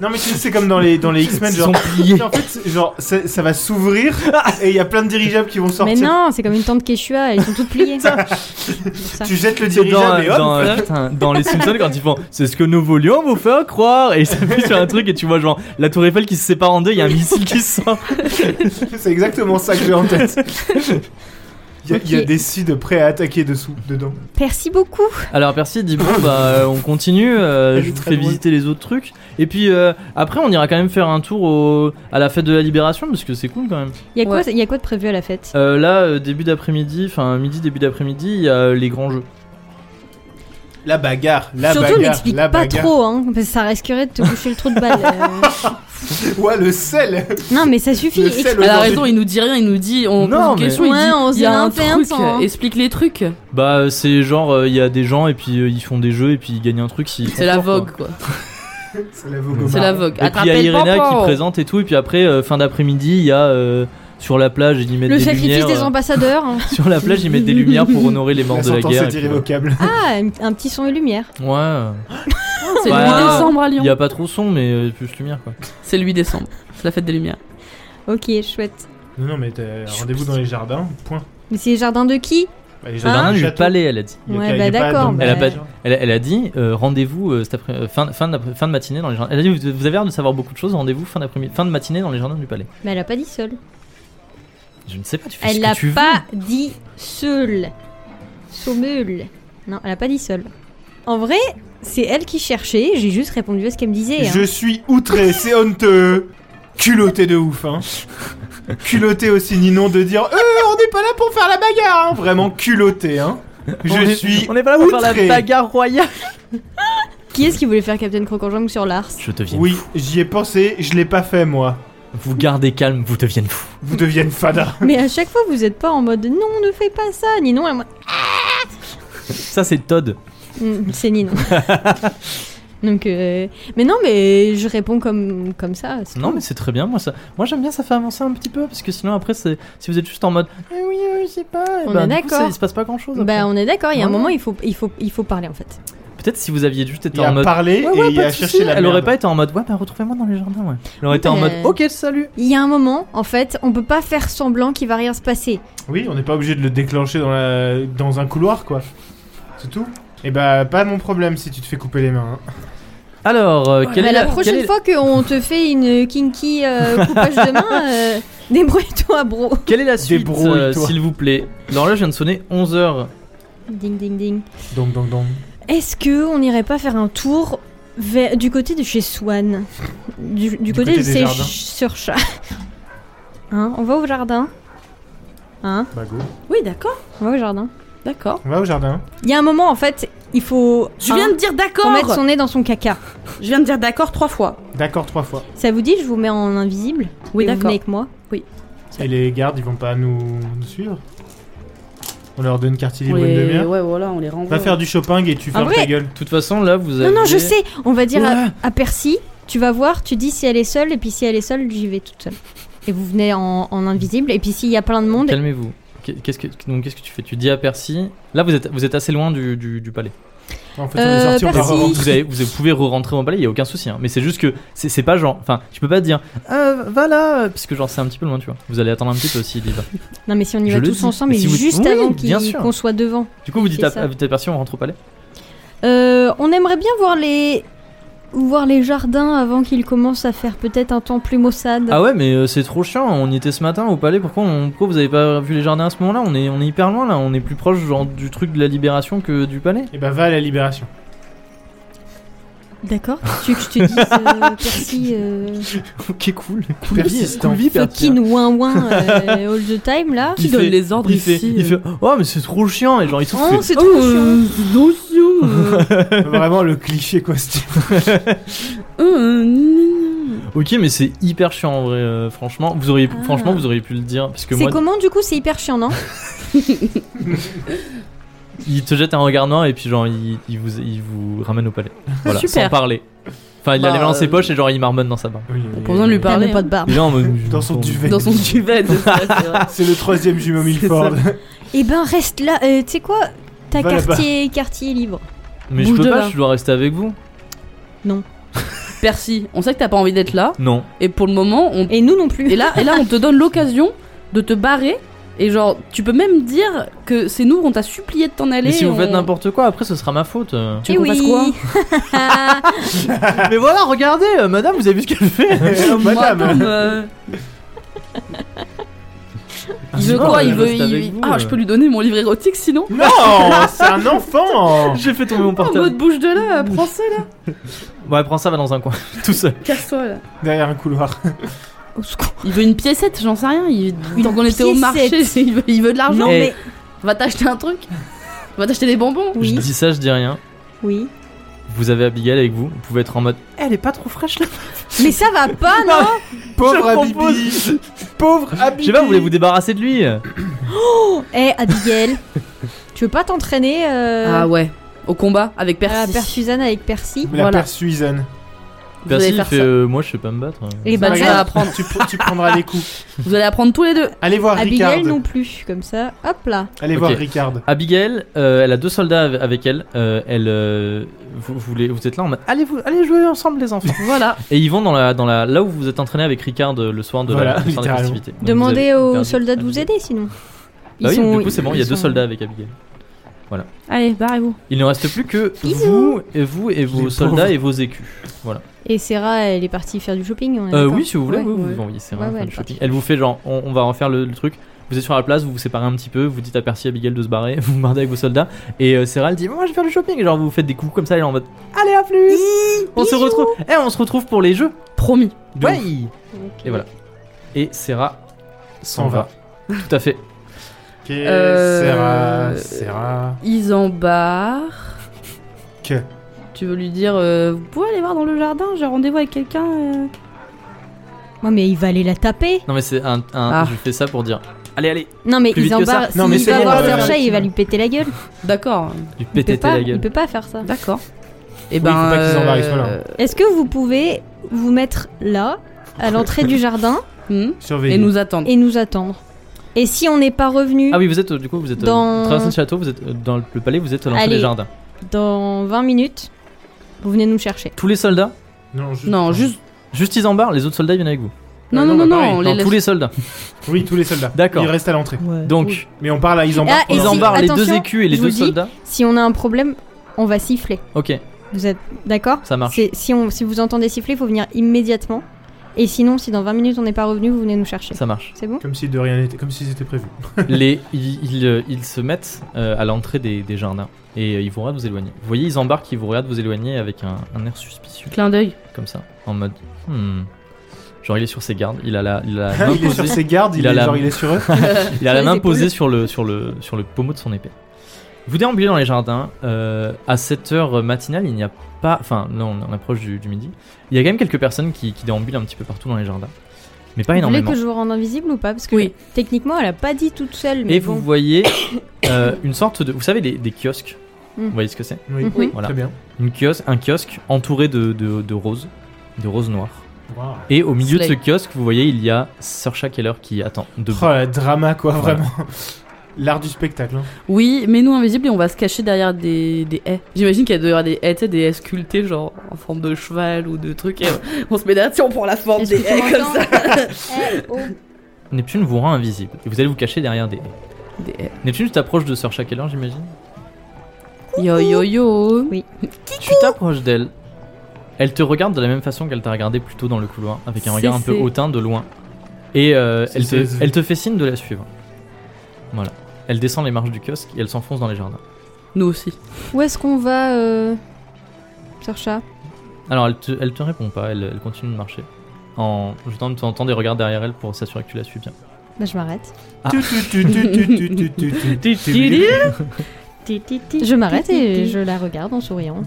S2: Non, mais tu sais, c'est comme dans les, dans les
S1: Ils <laughs>
S2: X-Men,
S1: sont
S2: genre.
S1: pliés.
S2: En fait, c'est- genre, ça, ça va s'ouvrir et il y a plein de dirigeables qui vont
S3: Mais
S2: sortir.
S3: non, c'est comme une tente Quechua, ils sont toutes pliées. C'est pour ça.
S2: tu jettes le
S1: C'est dans,
S2: dirigeable et hop
S1: dans, euh, putain, dans les Simpsons quand ils font c'est ce que nous voulions vous faire croire et ils s'appuient sur un truc et tu vois genre la tour Eiffel qui se sépare en deux il y a un missile qui sort
S2: <laughs> C'est exactement ça que j'ai en tête. Il y, a- il y a
S3: Ok.
S2: des cides prêts à attaquer dessous, dedans.
S3: Merci beaucoup.
S1: alors Percy dit bon bah euh, on continue euh,
S2: Elle
S1: je
S2: est
S1: vous
S2: très
S1: fais
S2: drôle.
S1: visiter les autres trucs et puis euh, après on ira quand même faire un tour au- à la fête de la libération parce que c'est cool quand même
S3: Il y, a quoi-
S4: Ouais.
S3: il y a quoi de prévu à la fête
S1: Euh, là euh, début d'après-midi enfin midi début d'après-midi il y a euh, les grands jeux
S2: La bagarre, la
S3: Surtout,
S2: bagarre,
S3: n'explique
S2: la
S3: pas
S2: bagarre.
S3: trop, hein, parce que ça risquerait de te coucher le trou de balle. euh.
S2: Ouais, le sel
S3: Non, mais ça suffit.
S2: Le sel
S4: Elle a
S2: aujourd'hui.
S4: raison, il nous dit rien, il nous dit,
S1: Non,
S4: on pose une
S1: mais-
S4: question, il
S3: Ouais,
S4: dit,
S3: on se
S4: il y a
S3: dit
S4: un
S3: l'info et un
S4: truc,
S3: sang, hein.
S4: explique les trucs.
S1: bah euh, c'est genre euh, il y a des gens et puis euh, ils font des jeux et puis ils gagnent un truc s'ils font
S4: C'est la
S1: fort, quoi.
S4: vogue, quoi.
S2: C'est la Vogue au
S4: C'est
S2: bar.
S4: la vogue.
S1: Et puis il y a
S4: Attrapez le
S1: Irena qui
S4: pompon.
S1: présente et tout, et puis après, euh, fin d'après-midi, il y a euh, sur la plage, ils y mettent
S3: Le
S1: des
S3: sacrifice
S1: lumières.
S3: des
S1: euh,
S3: ambassadeurs. hein.
S1: <laughs> sur la plage, ils mettent des lumières pour honorer les morts
S2: La
S1: de la
S2: sentence
S1: guerre.
S2: est
S1: et puis, voilà.
S2: irrévocable.
S3: Ah, un, un petit son et lumière.
S1: ouais,
S4: C'est le
S1: Ouais.
S4: 8 décembre à
S1: il
S4: Lyon.
S1: n'y a pas trop son, mais euh, plus lumière quoi.
S4: C'est le 8 décembre. C'est la fête des Lumières.
S3: Ok, chouette.
S2: Non, non, mais t'as rendez-vous dans les jardins, point.
S3: Mais c'est les jardins de qui
S2: Bah, les
S1: Le
S2: jardins
S1: jardin
S2: du
S1: du
S2: château.
S1: palais, elle a dit.
S2: Il y a
S3: Ouais,
S2: qu'à-
S3: Hein bah,
S2: il y a pas
S3: d'accord,
S2: de-
S1: Elle a pas-
S2: Genre,
S1: Elle, elle a dit euh, rendez-vous euh, cet après, euh, fin, fin, d'après- fin de matinée dans les jardins. Elle a dit vous, vous avez l'air de savoir beaucoup de choses, rendez-vous fin, d'après- fin de matinée dans les jardins du palais.
S3: Mais elle a pas dit seul.
S1: Je ne sais pas, tu fais
S3: Elle
S1: ce
S3: l'a
S1: que tu veux.
S3: pas dit seul. Sommel. Non, elle a pas dit seul. En vrai, c'est elle qui cherchait. J'ai juste répondu à ce qu'elle me disait. hein.
S2: Je suis outré, c'est honteux. Culotté de ouf, hein. culotté aussi, Ninon, de dire Euh, on n'est pas là pour faire la bagarre, hein. Vraiment culotté, hein.
S1: On
S2: Je
S1: est-
S2: suis.
S1: On n'est pas là pour faire
S2: outré.
S1: la bagarre royale.
S3: Qui est-ce qui voulait faire Captain Croc-en-Jungle sur Lars
S1: Je deviens.
S2: Oui, j'y ai pensé, je l'ai pas fait, moi.
S1: Vous gardez calme, vous deviennent fous.
S2: Vous deviennent fada.
S3: Mais à chaque fois, vous êtes pas en mode non, ne fais pas ça. Ni non, elle-
S1: Ça c'est Todd.
S3: Mm,
S1: <laughs>
S3: C'est Nino. Donc, euh, mais non, mais je réponds comme, comme ça. c'est
S1: Non
S3: tout.
S1: mais c'est très bien moi ça. Moi j'aime bien ça fait avancer un petit peu parce que sinon après c'est si vous êtes juste en mode Eh oui oui je sais pas eh
S3: On
S1: ben,
S3: est
S1: du coup,
S3: d'accord.
S1: ça- il se passe pas grand chose.
S3: bah, on est d'accord. Il y a un
S1: Ouais.
S3: moment, il faut, il faut, il faut parler en fait.
S1: Peut-être si vous aviez juste été
S2: Il a
S1: en mode
S2: parlé
S1: Ouais,
S2: et
S1: ouais,
S2: il
S1: pas
S2: a
S1: de
S2: cherché
S1: souci.
S2: la
S1: Elle
S2: merde.
S1: aurait pas été en mode ouais bah retrouvez-moi dans les jardins ouais. ben, Elle aurait été en mode
S3: Ouais.
S1: OK salut.
S3: Il y a un moment, en fait, on peut pas faire semblant qu'il va rien se passer.
S2: Oui, on n'est pas obligé de le déclencher dans, la... dans un couloir, quoi. C'est tout. Et bah, pas mon problème si tu te fais couper les mains. hein.
S1: Alors euh, quelle
S3: Bah,
S1: est
S3: la
S1: la-
S3: prochaine
S1: quelle est-
S3: fois qu'on te fait une kinky euh, coupage de main,
S1: <laughs>
S3: euh, débrouille-toi, bro.
S1: Quelle est la suite
S2: Débrouille-toi.
S1: euh, s'il vous plaît L'horloge vient de sonner 11h.
S3: Ding, ding, ding.
S2: Donc, donc, donc.
S3: Est-ce que on irait pas faire un tour vers- du côté de chez Swan Du, du
S2: côté
S3: côté, de
S2: des
S3: ses
S2: jardins.
S3: ch- surchats. Hein On va au jardin Hein
S2: Bah, go.
S4: Oui, d'accord.
S3: On va au jardin
S4: D'accord.
S2: On va au jardin.
S3: Il y a un moment, en fait, il faut.
S4: Je
S3: hein,
S4: viens de dire
S3: faut
S4: d'accord.
S3: mettre son nez dans son caca.
S4: Je viens de dire d'accord trois fois.
S2: D'accord, trois fois.
S3: Ça vous dit, je vous mets en invisible
S4: Oui,
S3: et vous
S4: d'accord.
S3: venez avec moi.
S2: Et les gardes, ils vont pas nous, nous suivre On leur donne quartier libre
S4: On
S2: une
S4: les-
S2: demi-heure
S4: Ouais, voilà, on les renvoie.
S2: Va faire du shopping et tu fermes
S3: vrai-
S2: ta gueule.
S1: De toute façon là vous avez
S3: Non, non, je sais. On va dire à-
S1: Ouais.
S3: à, Percy, tu vas voir, tu dis si elle est seule, et puis si elle est seule, j'y vais toute seule. Et vous venez en, en invisible, et puis s'il y a plein de monde,
S1: Calmez-vous. Qu'est- Qu'est-ce que donc qu'est-ce que tu fais Tu dis à Percy. Là, vous êtes vous êtes assez loin du, du, du palais.
S2: En fait, on est
S3: Euh,
S2: sorti, on va
S3: Percy.
S2: re-rentrer.
S1: Vous, avez- vous pouvez re-rentrer au palais, il y a aucun souci. hein. Mais c'est juste que c'est c'est pas genre. Enfin, tu peux pas dire. Ah, va là, parce que genre c'est un petit peu loin, tu vois. Vous allez attendre un petit peu s'il y va.
S3: Non, mais si on y
S1: Je
S3: va
S1: le
S3: tous
S1: dis.
S3: ensemble,
S1: Mais
S3: et
S1: si vous-
S3: juste
S1: Oui,
S3: avant
S1: bien
S3: qu'il-
S1: sûr.
S3: qu'on soit devant.
S1: Du coup, vous dites
S3: fait
S1: à,
S3: ça.
S1: à à Percy, on rentre au palais.
S3: Euh, on aimerait bien voir les voir les jardins avant qu'ils commencent à faire peut-être un temps plus maussade.
S1: Ah ouais, mais euh, c'est trop chiant. On y était ce matin au palais. Pourquoi, on, pourquoi vous avez pas vu les jardins à ce moment-là On est on est hyper loin là. On est plus proche genre du truc de la libération que du palais.
S2: Et bah, va à la libération.
S3: D'accord. Tu veux que je te dise, euh, Percy, euh,
S1: <laughs> ok, cool.
S2: Persistant.
S1: Cool vie, Percy.
S3: fucking ouin
S1: <laughs>
S3: ouin euh, all the time là.
S4: Qui
S1: Il
S4: donne
S1: fait-
S4: les ordres
S1: il fait,
S4: ici
S1: Il fait oh mais c'est trop chiant et genre il
S3: Oh,
S1: souffle.
S3: c'est trop chiant.
S2: <laughs>
S4: <laughs>
S2: Vraiment le cliché, quoi, ce type.
S4: Oh, euh,
S1: ok mais c'est hyper chiant en vrai. euh, franchement vous auriez pu-
S3: Ah.
S1: franchement vous auriez pu le dire parce que
S3: C'est
S1: moi
S3: comment du coup C'est hyper chiant, non
S1: il te jette un regard noir et puis genre il, il vous il vous ramène au palais. Voilà
S4: Super.
S1: sans parler. Enfin il a
S4: Bah,
S1: les mains dans ses
S4: euh,
S1: poches et genre il marmonne dans sa barbe.
S4: Pourtant, lui
S3: T'as
S4: parler.
S3: même
S1: hein.
S3: pas de
S1: <laughs>
S3: barbe.
S1: Il est en mode-
S2: Dans son
S1: <laughs>
S2: duvet.
S4: Dans son duvet, de ça, c'est vrai.
S2: C'est le troisième jumeau
S4: C'est
S2: Milford. <laughs>
S3: Eh ben reste là. Euh, tu sais quoi T'as
S2: Va là-bas.
S3: quartier quartier libre.
S1: Mais je
S4: Bouge
S1: peux
S4: de
S1: pas
S4: là.
S1: je dois rester avec vous.
S4: Percy, on sait que t'as pas envie d'être là,
S1: Non.
S4: et pour le moment, on...
S3: Et nous non plus.
S4: Et, là, et là, on te donne l'occasion de te barrer, et genre, tu peux même dire que c'est nous, on t'a supplié de t'en aller.
S1: Mais si vous
S4: on-
S1: faites n'importe quoi après ce sera ma faute. euh.
S4: Tu
S3: Eh
S4: veux qu'on
S3: oui.
S4: fasse quoi
S1: Mais voilà, regardez, euh, madame, vous avez vu ce qu'elle fait <laughs>
S2: Oh,
S4: Moi,
S2: Madame.
S4: attends, euh, Il veut
S1: Non,
S4: quoi
S1: Ah, elle
S4: Il veut.
S1: reste
S4: il-
S1: avec vous,
S4: Ah,
S1: euh.
S4: je peux lui donner mon livre érotique sinon
S2: Non, c'est un enfant
S1: J'ai fait tomber mon
S4: Oh, mot de
S1: portable.
S4: bouche de là, prends ça là
S1: Ouais, prends ça, va dans un coin, <laughs> tout seul.
S4: Casse-toi là
S2: Derrière un couloir.
S3: <laughs> Au secours.
S4: Il veut une piécette, j'en sais rien. Il...
S3: Une
S4: Tant qu'on était au marché,
S3: piécette.
S4: <laughs> il veut, il veut de l'argent.
S3: Non
S1: Eh.
S3: mais
S4: Va t'acheter un truc Va t'acheter des bonbons
S1: Je
S3: oui
S1: dis ça, je dis rien.
S3: oui.
S1: Vous avez Abigail avec vous, vous pouvez être en mode Elle est pas trop fraîche là
S3: Mais ça va pas
S1: <laughs>
S3: non
S2: Pauvre
S1: Je
S2: Abibi Pauvre Abibi
S1: Je sais pas, vous voulez vous débarrasser de lui
S3: Eh Abigail, tu veux pas t'entraîner euh,
S4: Ah ouais, au combat avec
S3: à
S4: Percy.
S3: Persuzanne avec Percy
S2: La
S4: Voilà.
S2: paire Suzanne.
S4: Vous allez
S1: Percy il
S4: faire
S1: fait
S4: ça.
S1: euh, Moi je sais pas me battre.
S3: Et
S4: Bah,
S3: bah
S4: tu
S3: ça,
S4: vas
S2: Regarde,
S4: apprendre.
S2: tu, pr- tu prendras les coups.
S4: Vous allez apprendre tous les deux.
S2: Allez
S1: Ah,
S2: voir Ricard.
S3: Abigail non plus, comme ça, hop là.
S2: Allez
S1: Ok.
S2: voir Ricard.
S1: Abigail, euh, elle a deux soldats av- avec elle. euh, elle euh, vous, vous les- vous êtes là en mode Allez, vous, allez jouer ensemble les enfants
S4: Voilà.
S1: Et ils vont dans la, dans la, là où vous vous êtes entraîné avec Ricard euh, le soir de
S2: Voilà,
S1: la le soir des
S2: littéralement.
S1: festivités. Donc, vous
S3: Demandez
S1: avez
S3: aux
S1: perdu
S3: soldats de vous
S1: Abigail.
S3: aider sinon.
S1: Bah oui, du coup c'est bon, il y a
S3: ils
S1: deux
S3: sont-
S1: soldats avec Abigail.
S4: Allez, barrez-vous.
S1: Il ne reste plus que
S3: Bisous.
S1: vous et vous et vos
S2: pauvres.
S1: soldats et vos écus.
S3: Et Sarah, elle est partie faire du shopping. on est
S1: Euh,
S3: d'accord
S1: oui, si vous voulez,
S4: Ouais,
S1: oui, vous
S4: ouais.
S1: vous envoyez, c'est
S3: Ouais,
S1: vrai, faire du
S3: ouais, elle est
S1: shopping.
S3: partie.
S1: Elle vous fait genre, on, on va refaire le, le truc. Vous êtes sur la place, vous vous séparez un petit peu, vous dites à Percy et Abigail de se barrer, <laughs> vous vous bardez avec vos soldats. Et euh, Sarah, elle dit, moi je vais faire du shopping. Et genre, vous faites des coups comme ça, elle est en mode, allez, à plus On se retrouve, eh, on se retrouve pour les jeux.
S4: Promis.
S2: De
S1: Ouais
S2: ouf.
S1: Et voilà. Et Sarah s'en
S2: S'en
S1: va. Tout à fait.
S2: Que
S4: Euh,
S2: sera, sera
S4: Isambard.
S2: que.
S4: Tu veux lui dire, euh, vous pouvez aller voir dans le jardin, j'ai rendez-vous avec quelqu'un. euh.
S3: Ouais, mais il va aller la taper.
S1: Non, mais c'est un. un-
S4: Ah.
S1: Je fais ça pour dire, allez, allez,
S3: Non, mais
S1: Plus vite
S3: ils
S1: que ça.
S3: embarquent.
S2: Non, mais
S3: S'il
S2: c'est
S3: va
S2: bon,
S3: voir
S2: euh,
S3: Serge, il va
S2: effectivement.
S3: lui péter la gueule.
S4: D'accord,
S1: lui
S3: Il peut,
S1: pétez
S3: pas,
S1: la
S3: il
S1: gueule.
S3: peut pas faire ça.
S4: d'accord. Et
S2: Oui, faut
S4: ben.
S2: pas qu'ils embarquent,
S4: euh,
S2: voilà.
S3: Est-ce que vous pouvez vous mettre là, à l'entrée du jardin,
S4: hmm,
S2: Surveillez.
S4: Et nous attendre.
S3: et nous attendre Et si on n'est pas revenu
S1: Ah oui, vous êtes euh, du coup, vous êtes euh,
S3: Dans-
S1: traversez le château, vous êtes euh, dans le palais, vous êtes à l'entrée
S3: Allez.
S1: des jardins.
S3: dans 20 minutes, vous venez nous chercher.
S1: Tous les soldats,
S2: Non, juste.
S4: Non, juste.
S1: juste ils embarquent, les autres soldats viennent avec vous. Ah
S4: Non,
S2: Ouais,
S4: non,
S2: Ah. non,
S4: non,
S2: bah,
S4: non,
S2: pareil.
S4: on les
S1: Non,
S4: laisse.
S1: tous les soldats.
S2: Oui, tous les soldats.
S1: D'accord.
S2: Ils restent à l'entrée.
S1: Donc,
S2: Mais on parle à ils
S3: Ah, et
S1: ils
S3: si-
S1: embarquent les deux
S3: attention,
S1: écus et les
S3: je
S1: deux
S3: vous dis-
S1: soldats.
S3: Si on a un problème, on va siffler.
S1: Ok,
S3: Vous êtes d'accord
S1: ça marche.
S3: C'est- Si, on, si vous entendez siffler, il faut venir immédiatement. Et sinon, si dans 20 minutes on n'est pas revenu, vous venez nous chercher.
S1: Ça
S3: <laughs>
S1: marche.
S3: C'est bon
S2: Comme si de rien n'était, comme si c'était prévu.
S1: Les, ils, ils, euh, ils se mettent euh, à l'entrée des, des jardins et euh, ils vous regardent vous éloigner. Vous voyez, ils embarquent, ils vous regardent vous éloigner avec un, un air suspicieux,
S4: Clin d'œil.
S1: comme ça, en mode. hmm. Genre, il est sur ses gardes, il a la, il a
S3: <laughs>
S1: la main
S2: <laughs> il est sur
S1: posée,
S2: ses gardes, il,
S1: Il a
S2: est,
S1: la-
S2: genre, il est sur eux.
S1: il a la
S3: Sur
S1: main
S3: les épaules.
S1: posée sur le, sur, le, sur le pommeau de son épée. Vous déambulez dans les jardins. euh, à 7 heure matinale, il n'y a pas. Enfin, là, on, on approche du, du midi. Il y a quand même quelques personnes qui, qui déambulent un petit peu partout dans les jardins. Mais pas
S3: Vous voulez
S1: énormément.
S3: que je vous rende invisible ou pas Parce que
S4: Oui.
S3: techniquement, elle a pas dit toute seule. Mais
S1: Et
S3: bon.
S1: vous voyez
S3: <coughs>
S1: euh, une sorte de. Vous savez, les- des kiosques.
S3: Mm.
S1: Vous voyez ce que c'est
S2: Oui,
S3: Oui.
S1: <laughs> Voilà.
S2: très bien.
S1: Une kiosque, Un kiosque entouré de, de, de roses. De roses noires.
S2: Wow.
S1: Et au milieu de
S4: Slay.
S1: ce kiosque, vous voyez, il y a Sir Keller qui attend. debout.
S2: Oh, la drama, quoi,
S1: Voilà.
S2: vraiment. L'art du spectacle. hein.
S4: Oui, mais nous invisibles et on va se cacher derrière des, des haies. J'imagine qu'il y a derrière des haies, tu sais, des haies sculptées, genre en forme de cheval ou de trucs. et on se met derrière, tiens, on prend la forme
S3: Est-ce
S4: des
S3: que tu
S4: haies comme ça.
S3: m'entends <laughs> Eh, oh.
S1: Neptune vous rend invisible. Et vous allez vous cacher derrière des.
S4: Des haies.
S1: Neptune, tu t'approches de Sœur Chatelan, j'imagine
S4: Yo yo yo.
S1: Tu t'approches d'elle. Elle te regarde de la même façon qu'elle t'a regardé plus tôt dans le couloir, avec un
S4: Si,
S1: regard un peu
S4: si.
S1: hautain de loin. Et euh,
S2: Si,
S1: elle, te,
S2: si, si.
S1: elle te fait signe de la suivre. Voilà. Elle descend les marches du kiosque et elle s'enfonce dans les jardins.
S4: Nous aussi.
S3: Où est-ce qu'on va, euh... Sœur Chat
S1: Alors elle te, elle te répond pas, elle, elle continue de marcher. En jetant de temps en temps des regards derrière elle pour s'assurer que tu la suis bien.
S3: Bah, je m'arrête.
S1: Ah.
S2: Tu, tu, tu, tu, tu, tu, tu, tu, tu, tu, tu.
S3: Je m'arrête et je la regarde en souriant.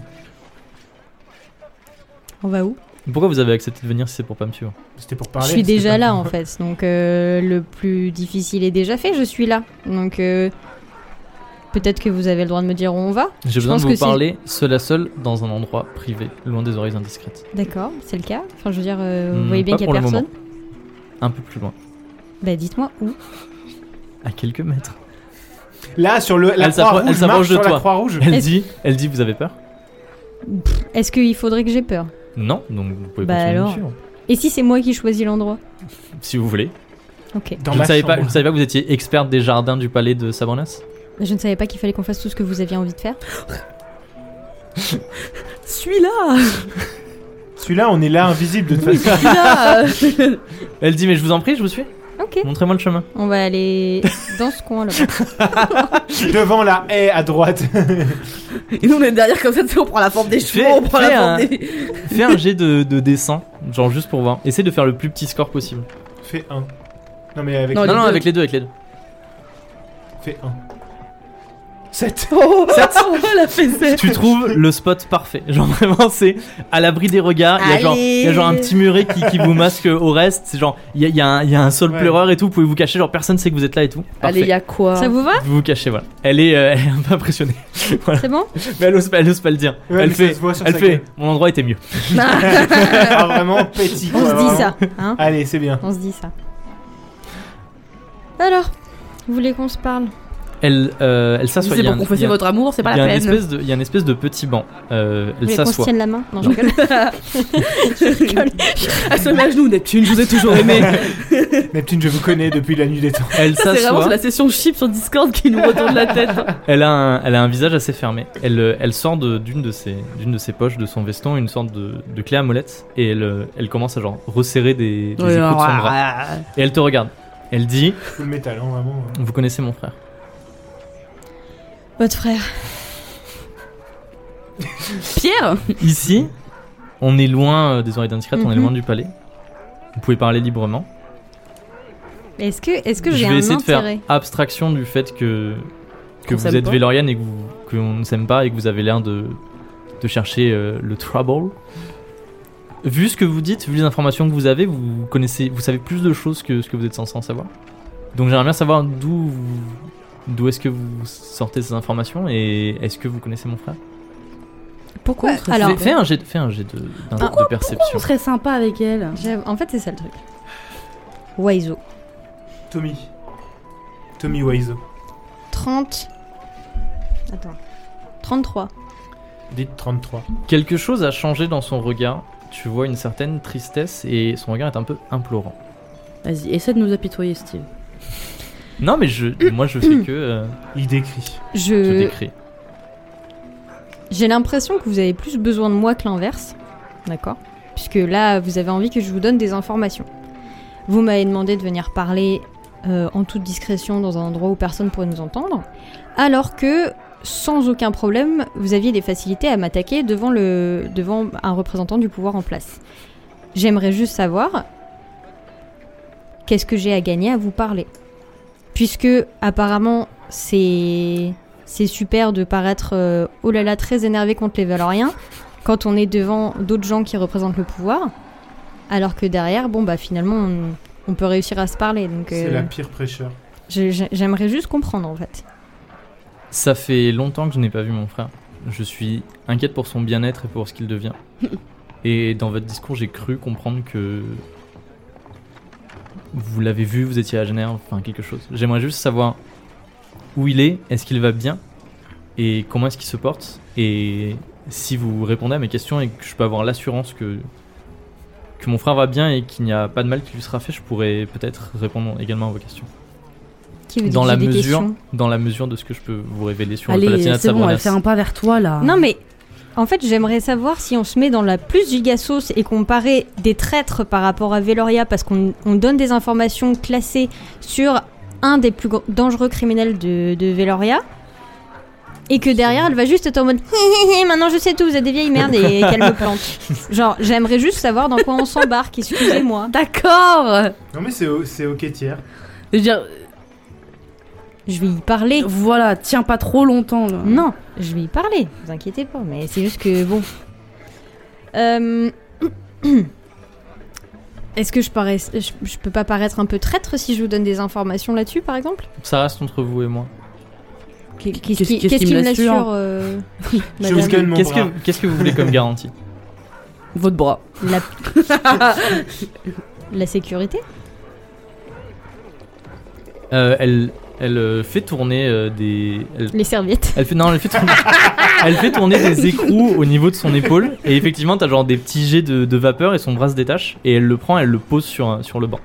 S3: On va où
S1: Pourquoi vous avez accepté de venir si c'est pour pas me suivre
S2: C'était pour
S3: Je
S2: parler.
S3: suis
S2: c'était
S3: déjà
S2: pas-
S3: là en fait, donc euh, le plus difficile est déjà fait, je suis là. Donc euh, peut-être que vous avez le droit de me dire où on va.
S1: J'ai besoin
S3: pense
S1: de
S3: que
S1: vous
S3: si-
S1: parler seul à seul dans un endroit privé, loin des oreilles indiscrètes.
S3: D'accord, c'est le cas. Enfin, je veux dire, euh, vous
S1: Hmm,
S3: voyez bien
S1: pas
S3: qu'il n'y
S1: pour
S3: a
S1: le
S3: personne.
S1: Un peu plus loin,
S3: Bah dites-moi où.
S1: à quelques
S3: <laughs>
S1: mètres.
S2: Là, sur le, la
S1: hein. Elle s'appro- elle
S2: Croix-Rouge,
S1: s'approche
S2: marche
S1: de
S2: sur la
S1: toi.
S2: Croix-Rouge.
S1: Elle
S3: Est-ce-
S1: dit, elle dit, vous avez peur
S3: Est-ce qu'il faudrait que j'ai peur
S1: Non, donc vous pouvez
S3: Bah
S1: continuer de me
S3: alors.
S1: suivre.
S3: Et si c'est moi qui choisis l'endroit
S1: Si vous voulez.
S3: Ok.
S2: Dans
S1: je,
S2: ma
S1: ne savais pas,
S2: chambre.
S1: je ne savais pas que vous étiez experte des jardins du palais de Sabornas.
S3: Je ne savais pas qu'il fallait qu'on fasse tout ce que vous aviez envie de faire.
S4: Suis-là <laughs>
S2: Celui-là, on est là invisible de toute façon.
S4: Suis-là
S3: <laughs>
S1: Elle dit, mais je vous en prie, je vous suis.
S3: Ok.
S1: Montrez-moi le
S3: <laughs>
S1: chemin.
S3: On va aller dans ce coin là.
S2: Devant la haie à droite. <laughs>
S4: Et nous on est derrière comme ça, tu sais, on prend la forme des
S1: Fais-
S4: cheveux, on prend
S1: fais
S4: la forme
S1: un-
S4: des.
S1: <laughs> Fais un jet de, de dessin, genre juste pour voir. Essaye de faire le plus petit score possible.
S2: Fais 1. Non, mais avec.
S3: Oh,
S4: Non,
S1: non,
S4: les
S1: non,
S4: deux.
S1: avec les deux, avec les deux.
S2: Fais 1. 7.
S4: Oh, la fessette
S1: tu trouves le spot parfait. Genre vraiment, c'est à l'abri des regards. Il y, a genre, il y a genre un
S4: Allez.
S1: petit muret qui, qui vous masque au reste. C'est genre, il y a, il y a un, il y a un sol
S2: Ouais.
S1: pleureur et tout. Vous pouvez vous cacher. Genre, personne sait que vous êtes là et tout. Parfait.
S4: Allez, y'a quoi
S3: Ça vous va
S1: Vous vous cachez, voilà. Elle est, euh, elle est un peu impressionnée. <laughs> voilà.
S3: C'est bon
S1: Mais elle ose, pas- elle ose pas le dire.
S2: Ouais,
S1: elle
S2: mais ça
S1: fait,
S2: se voit sur
S1: elle
S2: sa
S1: fait
S2: gueule.
S1: mon endroit était mieux.
S2: ah, vraiment petit.
S3: On
S2: quoi,
S3: se
S2: vraiment.
S3: dit ça, hein
S2: Allez, c'est bien.
S3: On se dit ça. Alors, vous voulez qu'on se parle
S1: Elle, euh, elle s'assoit.
S4: C'est
S1: Il y a
S4: pour
S1: un-
S4: confesser
S1: il y a-
S4: votre amour, c'est pas
S1: il y a
S4: la
S1: un
S4: peine.
S1: espèce de- Il y a une espèce de petit banc. Euh,
S3: Vous
S1: elle
S3: voulez qu'on se
S1: s'assoit.
S3: tienne la main
S1: <laughs>
S3: Non, je rigole.
S4: <laughs> Elle se met à genoux, Neptune, je vous ai toujours <laughs> aimé.
S2: Neptune, je vous connais depuis la nuit des temps.
S1: Elle
S4: C'est vraiment
S1: s'assoit.
S4: c'est la session chip sur Discord qui nous retourne la
S1: <laughs>
S4: tête.
S1: Elle a, un, elle a un visage assez fermé. Elle, euh, elle sort de- d'une de, ses, d'une de ses poches, de son veston, une sorte de, de clé à molette. Et elle, euh, elle commence à genre resserrer des,
S4: Oh
S1: des écouts de son bras. Et elle te regarde. Elle dit
S2: Full métal, hein, vraiment.
S1: Vous connaissez mon frère.
S3: Votre frère.
S4: Pierre
S1: Ici, on est loin euh, des oreilles d'indiscrète, on est
S3: Mhm.
S1: loin du palais. Vous pouvez parler librement.
S3: Est-ce que, est-ce que
S1: je
S3: j'ai
S1: vais
S3: un
S1: essayer
S3: intérêt
S1: de faire abstraction du fait que, que
S4: Qu'on
S1: vous
S4: s'aime
S1: êtes
S4: pas.
S1: Vélorian et que vous, qu'on ne s'aime pas et que vous avez l'air de, de chercher euh, le trouble. Vu ce que vous dites, vu les informations que vous avez, vous connaissez, vous savez plus de choses que ce que vous êtes censé en savoir. Donc j'aimerais bien savoir d'où vous- d'où est-ce que vous sortez ces informations et est-ce que vous connaissez mon frère
S3: Pourquoi
S4: Contre-
S3: Alors, Ah, oh,
S1: fais, fais un jet, fais un jet de, d'un- de
S4: Pourquoi-
S1: perception.
S4: On serait sympa avec elle.
S3: j'ai- en fait, c'est ça le truc. Waizo.
S2: Tommy. Tommy Wiseau.
S3: 30. Attends. 33.
S2: Dites 33.
S1: Quelque chose a changé dans son regard. Tu vois une certaine tristesse et son regard est un peu implorant.
S4: Vas-y, essaie de nous apitoyer, Steve.
S1: Non, mais je, moi je fais que euh,
S2: Il décrit.
S1: te
S3: Je,
S1: décris.
S3: j'ai l'impression que vous avez plus besoin de moi que l'inverse. D'accord Puisque là, vous avez envie que je vous donne des informations. Vous m'avez demandé de venir parler euh, en toute discrétion dans un endroit où personne pourrait nous entendre. Alors que, sans aucun problème, vous aviez des facilités à m'attaquer devant, le, devant un représentant du pouvoir en place. J'aimerais juste savoir qu'est-ce que j'ai à gagner à vous parler. Puisque, apparemment, c'est. C'est super de paraître, euh, oh là là, très énervé contre les Valoriens quand on est devant d'autres gens qui représentent le pouvoir, alors que derrière, bon bah finalement, on, on peut réussir à se parler. Donc,
S2: C'est
S3: euh,
S2: la pire prêcheur.
S3: je- je- j'aimerais juste comprendre en fait.
S1: Ça fait longtemps que je n'ai pas vu mon frère. Je suis inquiète pour son bien-être et pour ce qu'il devient. et dans votre discours, j'ai cru comprendre que vous l'avez vu, vous étiez à Genève, enfin quelque chose. J'aimerais juste savoir où il est, est-ce qu'il va bien et comment est-ce qu'il se porte. Et si vous répondez à mes questions et que je peux avoir l'assurance que, que mon frère va bien et qu'il n'y a pas de mal qui lui sera fait, je pourrais peut-être répondre également à vos questions.
S3: Qui veut
S1: Dans
S3: dire
S1: la,
S3: que j'ai des
S1: mesure,
S3: questions.
S1: dans la mesure de ce que je peux vous révéler sur le
S4: Allez,
S1: Palatinat de
S4: c'est bon,
S1: Sabronas.
S4: elle fait un pas vers toi
S1: Ah.
S4: là.
S3: Non, mais en fait, j'aimerais savoir si on se met dans la plus gigasauce et qu'on paraît des traîtres par rapport à Veloria parce qu'on on donne des informations classées sur un des plus gr- dangereux criminels de, de Veloria. Et que derrière, elle va juste être en mode <laughs> Hé, hé, hé, maintenant je sais tout, vous êtes des vieilles
S1: <laughs>
S3: merdes et qu'elle me plante. Genre, j'aimerais juste savoir dans quoi on s'embarque, excusez-moi.
S4: D'accord
S2: Non, mais c'est, c'est ok, tiers.
S4: Je veux dire,
S3: Je vais y parler.
S4: voilà, tiens pas trop longtemps là.
S3: Non, je vais y parler, vous inquiétez pas, mais c'est juste que bon. Euh, <clears throat> Est-ce que je, parais... je, je peux pas paraître un peu traître si je vous donne des informations là-dessus, par exemple
S1: Ça reste entre vous et moi.
S3: Qu'est-ce
S4: Qu'est-ce
S3: qui,
S4: qui
S3: qu'est-ce qui me l'assure euh,
S2: Je
S3: madame
S2: vous gagne mon
S1: Qu'est-ce
S2: bras.
S1: que, qu'est-ce que vous voulez <laughs> comme garantie
S4: Votre bras.
S3: la... la sécurité
S1: Euh, Elle, elle euh, fait tourner euh, des. elle-
S3: Les serviettes
S1: Elle fait, non, elle fait
S3: <laughs>
S1: tourner, elle fait tourner des écrous au niveau de son épaule. Et effectivement, t'as genre des petits jets de, de vapeur et son bras se détache. Et elle le prend, elle le pose sur, un- sur le banc.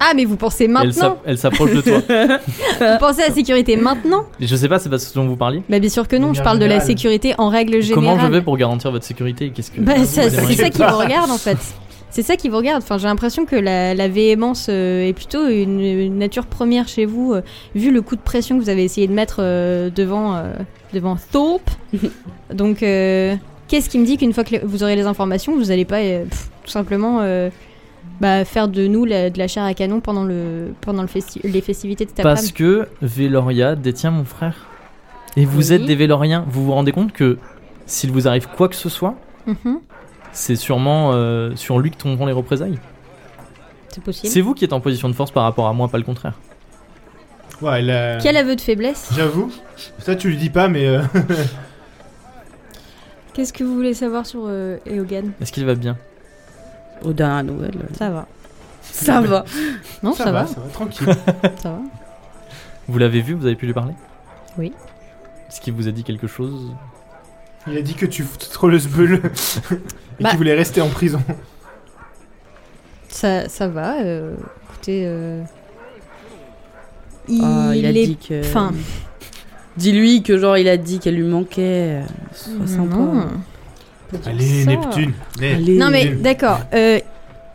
S3: Ah, mais vous pensez
S1: Et Elle,
S3: maintenant
S1: s'app- elle s'approche de toi.
S3: <laughs> Vous pensez à la sécurité maintenant
S1: Et je sais pas, c'est pas ce dont vous parliez.
S3: Bah, bien sûr que non, je parle de la
S2: Général.
S3: sécurité en règle générale.
S1: Comment je vais pour garantir votre sécurité Qu'est-ce que
S3: Bah,
S1: vous
S3: ça-
S1: aimeriez
S3: c'est
S2: je
S3: ça
S2: sais
S3: qui
S1: <laughs>
S3: vous regarde en fait. C'est ça qui vous regarde. Enfin, j'ai l'impression que la, la véhémence euh, est plutôt une, une nature première chez vous, euh, vu le coup de pression que vous avez essayé de mettre euh, devant euh, devant
S1: <laughs>
S3: Thorpe. Donc, euh, qu'est-ce qui me dit qu'une fois que le- vous aurez les informations, vous allez pas euh, pff, tout simplement euh, bah, faire de nous la- de la chair à canon pendant le pendant le festi- les festivités de cet
S1: Parce
S3: après-midi
S1: que Véloria détient mon frère. Et vous
S3: Oui.
S1: êtes des Véloriens. Vous vous rendez compte que s'il vous arrive quoi que ce soit,
S3: Mhm,
S1: c'est sûrement euh, sur lui que tomberont les représailles.
S3: C'est possible.
S1: C'est vous qui êtes en position de force par rapport à moi, pas le contraire.
S2: Ouais, elle, euh,
S3: Quel aveu de faiblesse
S2: J'avoue. Ça, tu le dis pas, mais. euh,
S3: Qu'est-ce que vous voulez savoir sur euh, Eogan
S1: Est-ce qu'il va bien
S4: Aux dernières nouvelles. euh,
S3: Ça va.
S4: Ça va.
S3: Non, ça, va,
S2: ça va, tranquille.
S3: ça va.
S1: Vous l'avez vu Vous avez pu lui parler
S3: Oui.
S1: Est-ce qu'il vous a dit quelque chose
S2: Il a dit que tu foutais trop le sbeul et
S3: Bah.
S2: qu'il voulait rester en prison.
S3: Ça, ça va. euh, écoutez, euh,
S4: Ah, il a
S3: est-
S4: dit que.
S3: Enfin,
S4: Dis-lui que genre il a dit qu'elle lui manquait. euh, Sois sympa.
S3: non.
S2: Allez,
S3: Ça.
S2: Neptune. venez.
S4: Allez.
S3: Non mais
S2: Nul.
S3: d'accord. euh,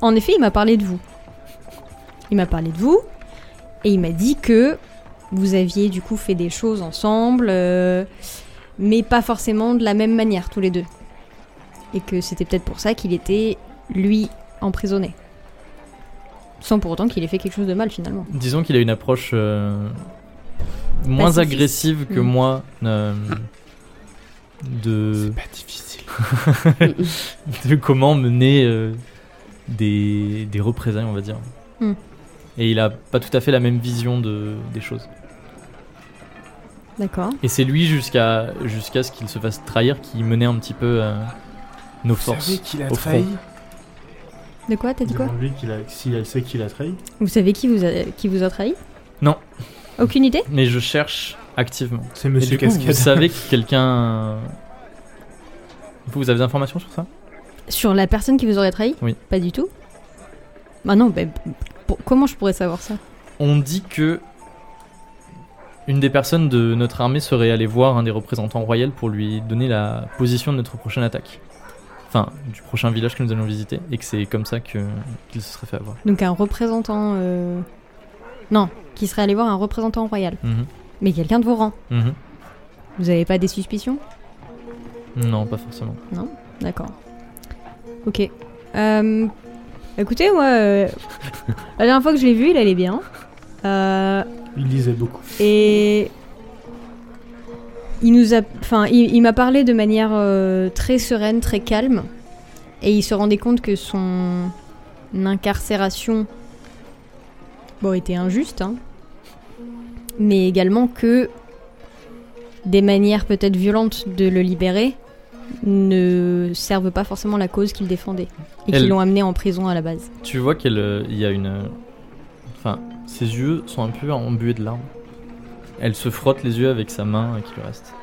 S3: en effet, il m'a parlé de vous. Il m'a parlé de vous et il m'a dit que vous aviez du coup fait des choses ensemble, euh, mais pas forcément de la même manière tous les deux, et que c'était peut-être pour ça qu'il était lui emprisonné, sans pour autant qu'il ait fait quelque chose de mal finalement.
S1: Disons qu'il a une approche euh, moins
S3: Pacifiste.
S1: agressive que
S3: Mm.
S1: moi euh, de,
S2: C'est pas difficile.
S1: de comment mener euh, des, des représailles, on va dire.
S3: Mm.
S1: Et il a pas tout à fait la même vision de, des choses.
S3: D'accord.
S1: Et c'est lui jusqu'à jusqu'à ce qu'il se fasse trahir qui menait un petit peu euh, nos
S2: Vous savez
S1: forces.
S2: qu'il a
S1: au
S2: trahi
S3: De quoi T'as dit quoi
S2: Demande-lui qu'il a- si elle sait qu'il a trahi.
S3: Vous savez qui vous a, qui vous a trahi
S1: Non.
S3: Aucune idée
S1: Mais je cherche activement.
S2: C'est
S1: Et
S2: Monsieur
S1: du coup, vous
S2: Cascade.
S1: savez que quelqu'un. Vous, vous avez des informations sur ça
S3: Sur la personne qui vous aurait trahi
S1: Oui.
S3: Pas du tout. Bah non, bah, pour- comment je pourrais savoir ça
S1: On dit que une des personnes de notre armée serait allée voir un des représentants royaux pour lui donner la position de notre prochaine attaque. Enfin, du prochain village que nous allons visiter, et que c'est comme ça que- qu'il se serait fait avoir.
S3: Donc un représentant... euh, Non, qui serait allé voir un représentant royal.
S1: Mhm,
S3: Mais quelqu'un de vos rangs.
S1: mhm.
S3: Vous avez pas des suspicions
S1: Non, pas forcément.
S3: D'accord. Ok. Euh, Écoutez, moi... euh, La dernière fois que je l'ai vu, il allait bien. Euh...
S2: Il lisait beaucoup.
S3: Et il nous a, enfin, il, il m'a parlé de manière euh, très sereine, très calme, et il se rendait compte que son incarcération, bon, était injuste, hein, mais également que des manières peut-être violentes de le libérer ne servent pas forcément la cause qu'il défendait et qui
S1: Elle-
S3: l'ont amené en prison à la base.
S1: Tu vois qu'il y a une. euh, Enfin, ses yeux sont un peu embués de larmes. Elle se frotte les yeux avec sa main qui lui reste.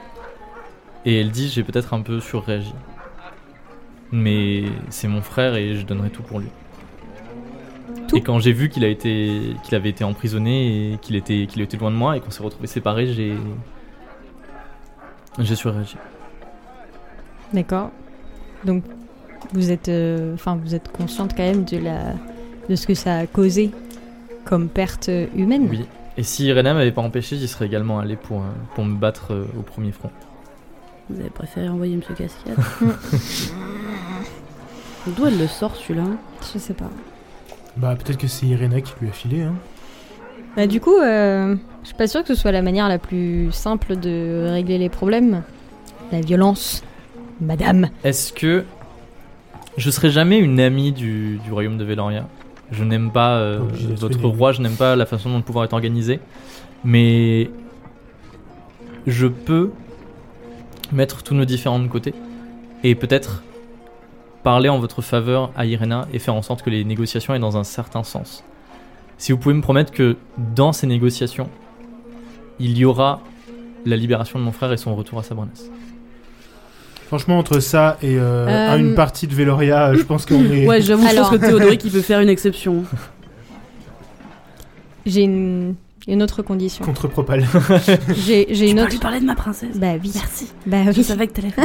S1: Et elle dit J'ai peut-être un peu surréagi. Mais c'est mon frère et je donnerai tout pour lui.
S3: Tout
S1: Et quand j'ai vu qu'il a été, qu'il avait été emprisonné et qu'il était, qu'il était loin de moi et qu'on s'est retrouvés séparés, j'ai, j'ai surréagi.
S3: D'accord. Donc vous êtes, euh, enfin vous êtes consciente quand même de la, de ce que ça a causé comme perte humaine.
S1: Oui. Et si Irena m'avait pas empêché, j'y serais également allé pour, euh, pour me battre euh, au premier front.
S4: Vous avez préféré envoyer Monsieur <laughs> Cascade D'où elle le sort celui-là
S3: Je sais pas.
S2: Bah, peut-être que c'est Irena qui lui a filé, hein.
S3: Bah du coup, euh, je suis pas sûre que ce soit la manière la plus simple de régler les problèmes. La violence, madame.
S1: Est-ce que je serai jamais une amie du, du royaume de Veloria Je n'aime pas euh,
S2: Pas obligé d'être
S1: votre
S2: une amie.
S1: roi, je n'aime pas la façon dont le pouvoir est organisé, mais je peux mettre tous nos différents de côté et peut-être parler en votre faveur à Irena et faire en sorte que les négociations aient dans un certain sens. Si vous pouvez me promettre que dans ces négociations, il y aura la libération de mon frère et son retour à Sabranas.
S2: Franchement, entre ça et euh,
S4: Euh,
S2: un- une partie de Veloria, euh, je pense qu'on est.
S4: Ouais, j'avoue, je pense
S3: Alors.
S4: que Théodoric il peut faire une <laughs> exception.
S3: J'ai une, une autre
S4: <laughs>
S3: condition.
S2: Contre Propal.
S3: J'ai j'ai
S4: tu
S3: une
S4: peux
S3: autre.
S4: lui parler de ma princesse
S3: Bah oui.
S4: Merci.
S3: Bah
S4: Ah, Je
S3: oui.
S4: savais que t'allais faire.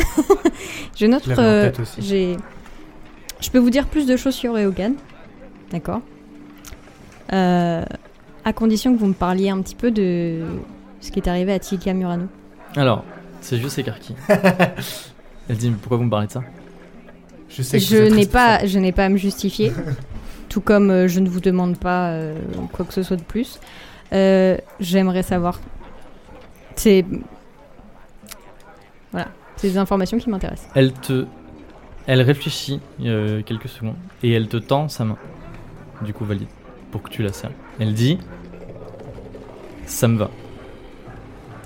S3: J'ai une autre.
S2: Je l'avais en
S3: euh,
S2: tête aussi.
S3: J'ai. Je peux vous dire plus de choses sur Eogan, d'accord Euh, À condition que vous me parliez un petit peu de ce qui est arrivé à Tilka Murano.
S1: Alors, c'est juste écarquille. Elle dit, mais pourquoi vous me parlez de ça
S2: Je sais que vous
S3: Je
S2: êtes
S3: n'ai
S2: responsable.
S3: pas, je n'ai pas à
S1: <laughs>
S3: me justifier, tout comme euh, je ne vous demande pas euh, quoi que ce soit de plus. Euh, J'aimerais savoir. C'est voilà, c'est des informations qui m'intéressent.
S1: Elle te... Elle réfléchit euh, quelques secondes et elle te tend sa main. Du coup, valide. Pour que tu la serres. Elle dit... Ça me va.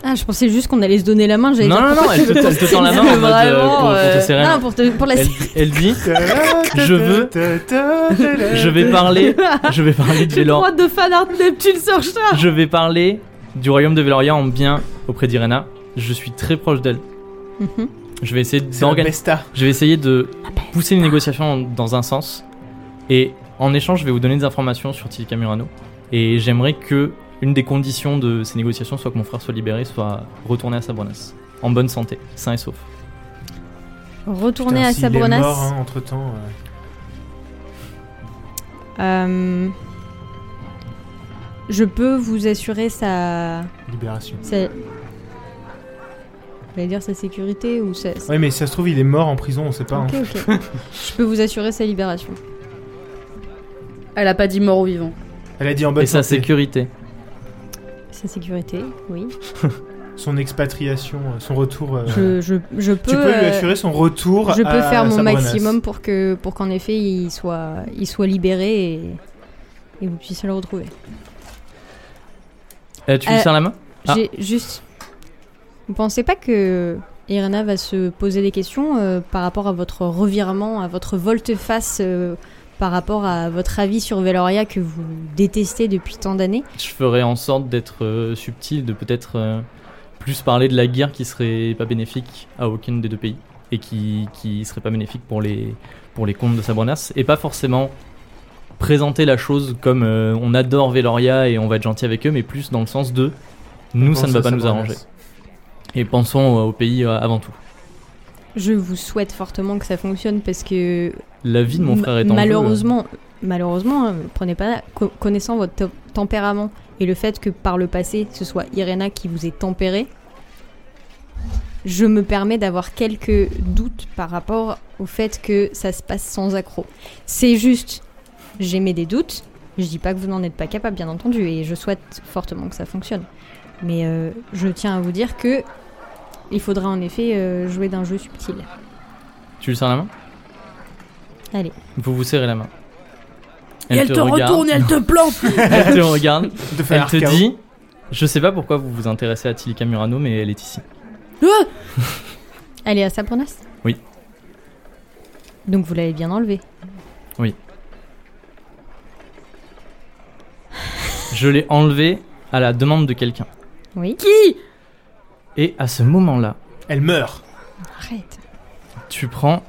S3: Ah, je pensais juste qu'on allait se donner la main. j'allais
S1: Non,
S3: dire,
S1: non, non,
S3: pourquoi
S1: elle
S3: tu
S1: te,
S3: veux
S1: elle te tend la main en
S3: qu'on se
S1: mode... euh,
S3: vraiment,
S1: pour, pour te
S3: euh,
S1: serrer la
S3: non,
S1: main.
S3: pour, te- pour la
S1: Elle, elle dit... Je veux- Je vais parler... Je vais parler de
S4: J'ai
S1: Vélor...
S4: trop hâte de fan art Neptune sur ça
S1: Je vais parler du royaume de Veloria en bien auprès d'Irena. Je suis très proche d'elle.
S3: <laughs> Mhm.
S1: Je vais essayer
S2: C'est un
S1: d'organiser...
S2: Besta.
S1: Je vais essayer de pousser les négociations dans un sens. Et en échange, je vais vous donner des informations sur Tilka Murano. Et j'aimerais que une des conditions de ces négociations soit que mon frère soit libéré, soit retourné à Sabronas. En bonne santé, sain et sauf.
S3: Retourner
S2: Putain,
S3: à
S2: s'il est
S3: Sabronas.
S2: mort, hein, entre-temps, euh,
S3: Euh, je peux vous assurer sa,
S2: libération.
S3: sa- j'allais dire sa sécurité ou sa. sa-
S2: Ouais, mais si ça se trouve, il est mort en prison, on sait pas. hein.
S3: Ok,
S2: <laughs>
S3: ok. <laughs> je peux vous assurer sa libération.
S4: Elle a pas dit mort ou vivant.
S2: hein. Elle a dit en bonne
S1: et sa
S2: santé.
S1: sécurité.
S3: Sa sécurité, oui.
S2: Son expatriation, euh, son retour. euh,
S3: Je, je, je peux.
S2: Tu peux lui
S3: euh,
S2: assurer son retour.
S3: je peux
S2: à
S3: faire mon
S2: Sabronas.
S3: maximum pour que, pour qu'en effet, il soit, il soit libéré et, et vous puissiez le retrouver.
S1: Euh, tu lui
S3: Euh,
S1: serres la main Ah.
S3: J'ai juste. Vous pensez pas que Irena va se poser des questions euh, par rapport à votre revirement, à votre volte-face, euh, par rapport à votre avis sur Veloria que vous détestez depuis tant d'années
S1: Je ferai en sorte d'être euh, subtil, de peut-être euh, plus parler de la guerre qui serait pas bénéfique à aucun des deux pays et qui, qui serait pas bénéfique pour les, pour les comptes de Sabronas et pas forcément présenter la chose comme euh, on adore Veloria et on va être gentil avec eux, mais plus dans le sens de nous ça ne va
S2: Pense à
S1: pas nous
S2: Sabronas.
S1: arranger et pensons au, au pays euh, avant tout.
S3: Je vous souhaite fortement que ça fonctionne parce que
S1: La vie de mon
S3: Ma-
S1: frère est en jeu. euh.
S3: malheureusement, Malheureusement, hein, prenez pas co- connaissant votre to- tempérament et le fait que par le passé ce soit Irena qui vous ait tempéré, je me permets d'avoir quelques doutes par rapport au fait que ça se passe sans accroc. C'est juste, j'émets des doutes. Je dis pas que vous n'en êtes pas capable, bien entendu, et je souhaite fortement que ça fonctionne. Mais euh, je tiens à vous dire que il faudra en effet euh, jouer d'un jeu subtil.
S1: Tu lui serres la main
S3: Allez.
S1: Vous vous serrez la main.
S4: Et elle te
S1: regarde.
S4: retourne et elle te plante
S1: <laughs> elle te regarde.
S2: De
S1: Elle
S2: faire
S1: te
S2: chaos.
S1: dit, je sais pas pourquoi vous vous intéressez à Tilika Murano, mais elle est ici.
S4: Ah
S3: Elle est à Sabronas
S1: Oui.
S3: Donc vous l'avez bien enlevée.
S1: Je l'ai enlevée à la demande de quelqu'un.
S3: Oui.
S4: Qui
S1: Et à ce moment-là,
S2: Elle meurt.
S3: Arrête.
S1: tu prends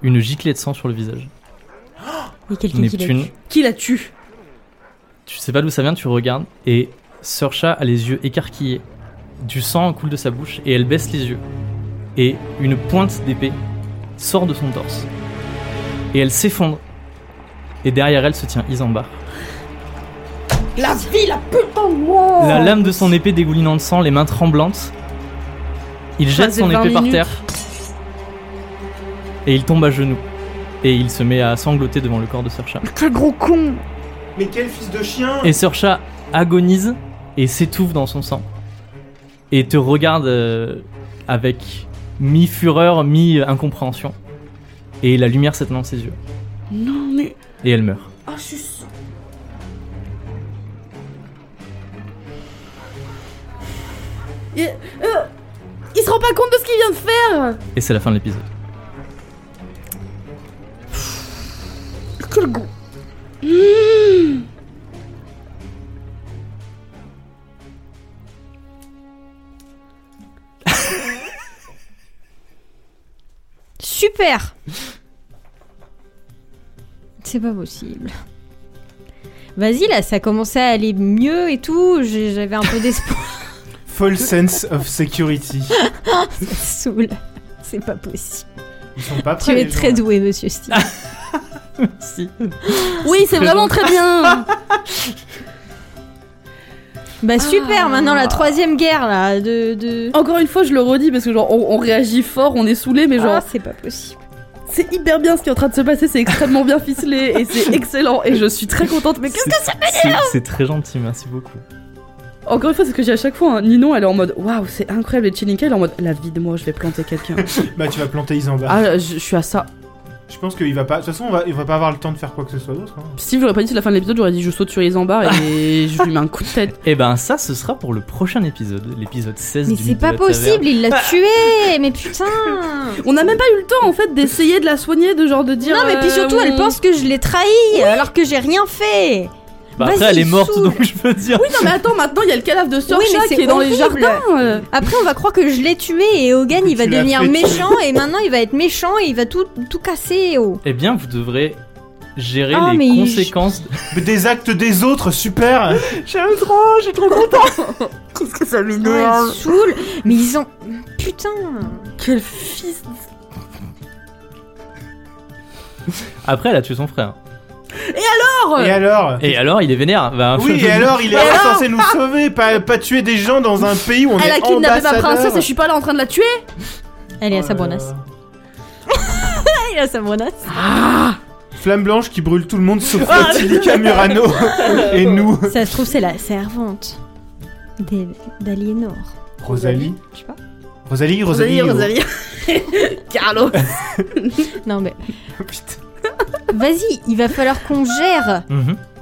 S1: une giclée de sang sur le visage.
S3: Il y a quelqu'un qui l'a
S1: Neptune,
S3: tué.
S4: Qui la tue
S1: tu sais pas d'où ça vient, tu regardes et Sœur Chat a les yeux écarquillés. Du sang coule de sa bouche et elle baisse les yeux. Et une pointe d'épée sort de son torse. Et elle s'effondre. Et derrière elle se tient Isambard.
S4: La vie, la putain wow
S3: Oh.
S1: La lame de son épée dégoulinant de sang, les mains tremblantes. Il jette
S4: Passé
S1: son
S4: 20
S1: épée par
S4: minutes.
S1: terre. Et il tombe à genoux. Et il se met à sangloter devant le corps de Sœur Chat.
S3: <laughs>
S4: Quel gros con
S2: Mais quel fils de chien
S1: Et Sœur Chat agonise et s'étouffe dans son sang. Et te regarde euh, avec mi-fureur, mi-incompréhension. Et la lumière s'éteint dans ses yeux.
S4: Non mais...
S1: Et elle meurt.
S4: Ah, je suis... Il... euh, il se rend pas compte de ce qu'il vient de faire
S1: Et c'est la fin de l'épisode.
S4: Quel goût
S3: Super C'est pas possible. Vas-y, là, ça commençait à aller mieux et tout. j'ai- J'avais un peu d'espoir. <laughs>
S2: Full sense of security.
S3: ça me saoule. C'est pas possible.
S2: Ils sont pas
S3: Tu
S2: prêts.
S3: es
S2: les
S3: très
S2: gens, là.
S3: doué, monsieur Steve.
S1: Si.
S4: Oui, Ah, c'est vraiment très bien
S3: bah, super,
S4: Ah.
S3: maintenant la troisième guerre, là, de. de...
S4: Encore une fois, je le redis parce que genre on, on réagit fort, on est saoulé, mais genre
S3: Ah, c'est pas possible.
S4: c'est hyper bien ce qui est en train de se passer, c'est extrêmement bien ficelé et <laughs> c'est excellent et je suis très contente. Mais qu'est-ce que
S1: C'est- C'est très gentil, merci beaucoup.
S4: Encore une fois, c'est ce que j'ai à chaque fois. hein. Ninon, elle est en mode waouh, c'est incroyable. Et Chilinka, elle est en mode la vie de moi, je vais planter <laughs> quelqu'un.
S2: Bah, tu vas planter Isambard.
S4: ah, je, je suis à ça.
S2: Je pense qu'il va pas. De toute façon, on va... il va pas avoir le temps de faire quoi que ce soit d'autre. hein.
S4: Si j'aurais pas dit c'est la fin de l'épisode, j'aurais dit je saute sur Isambard <laughs> et je lui mets un coup de tête.
S1: Et ben ça, ce sera pour le prochain épisode, l'épisode 16
S3: Mais
S1: du
S3: c'est
S1: Mythe de
S3: pas
S1: la Taverne.
S3: possible, il
S2: Bah.
S3: l'a tué Mais putain <laughs>
S4: On n'a même pas eu le temps en fait d'essayer de la soigner, de genre de dire.
S3: Non, mais puis
S4: euh,
S3: surtout, elle
S4: on-
S3: pense que je l'ai trahi alors que j'ai rien fait.
S1: Bah,
S3: Vas-y,
S1: après, elle est morte,
S3: saoule.
S1: donc je peux dire.
S4: Oui, non, mais attends, maintenant il y a le cadavre de Sorcha
S3: Oui, mais c'est
S4: qui est dans les
S3: horrible.
S4: jardins. euh.
S3: Après, on va croire que je l'ai tué et Hogan, il va
S2: Tu l'as
S3: devenir
S2: fait tuer.
S3: méchant et maintenant il va être méchant et il va tout, tout casser. Oh.
S1: Eh bien, vous devrez gérer
S3: Ah, mais
S1: les
S3: je-
S1: conséquences.
S2: Mais Des actes des autres, super
S1: J'aime trop, j'ai trop content.
S4: Qu'est-ce que ça
S3: Ouais, il me saoule. Mais ils ont. Putain
S4: Quel fils.
S1: Après, elle a tué son frère.
S2: Ah,
S4: d'or
S2: Et alors
S1: Et alors, il est vénère. Bah,
S2: Oui, et alors il est
S4: alors
S2: censé nous sauver, pas, pas tuer des gens dans un pays où on est
S4: Elle a kidnappé ma
S2: ambassadeur.
S4: princesse et je suis pas là en train de la tuer
S3: Elle est à
S2: Oh là
S3: sa bonasse.
S2: là.
S3: Elle est à sa bonasse.
S2: Flamme blanche qui brûle tout le monde
S4: <laughs>
S2: sauf
S4: Ah.
S2: Tilika Murano et nous.
S3: <laughs> Ça se trouve, c'est la servante des- d'Aliénor.
S2: Rosalie.
S3: Je sais pas.
S2: Rosalie, Rosalie. oh.
S4: <laughs> Carlo
S2: <laughs>
S3: Non, mais.
S2: Oh, Putain.
S3: Vas-y, il va falloir qu'on gère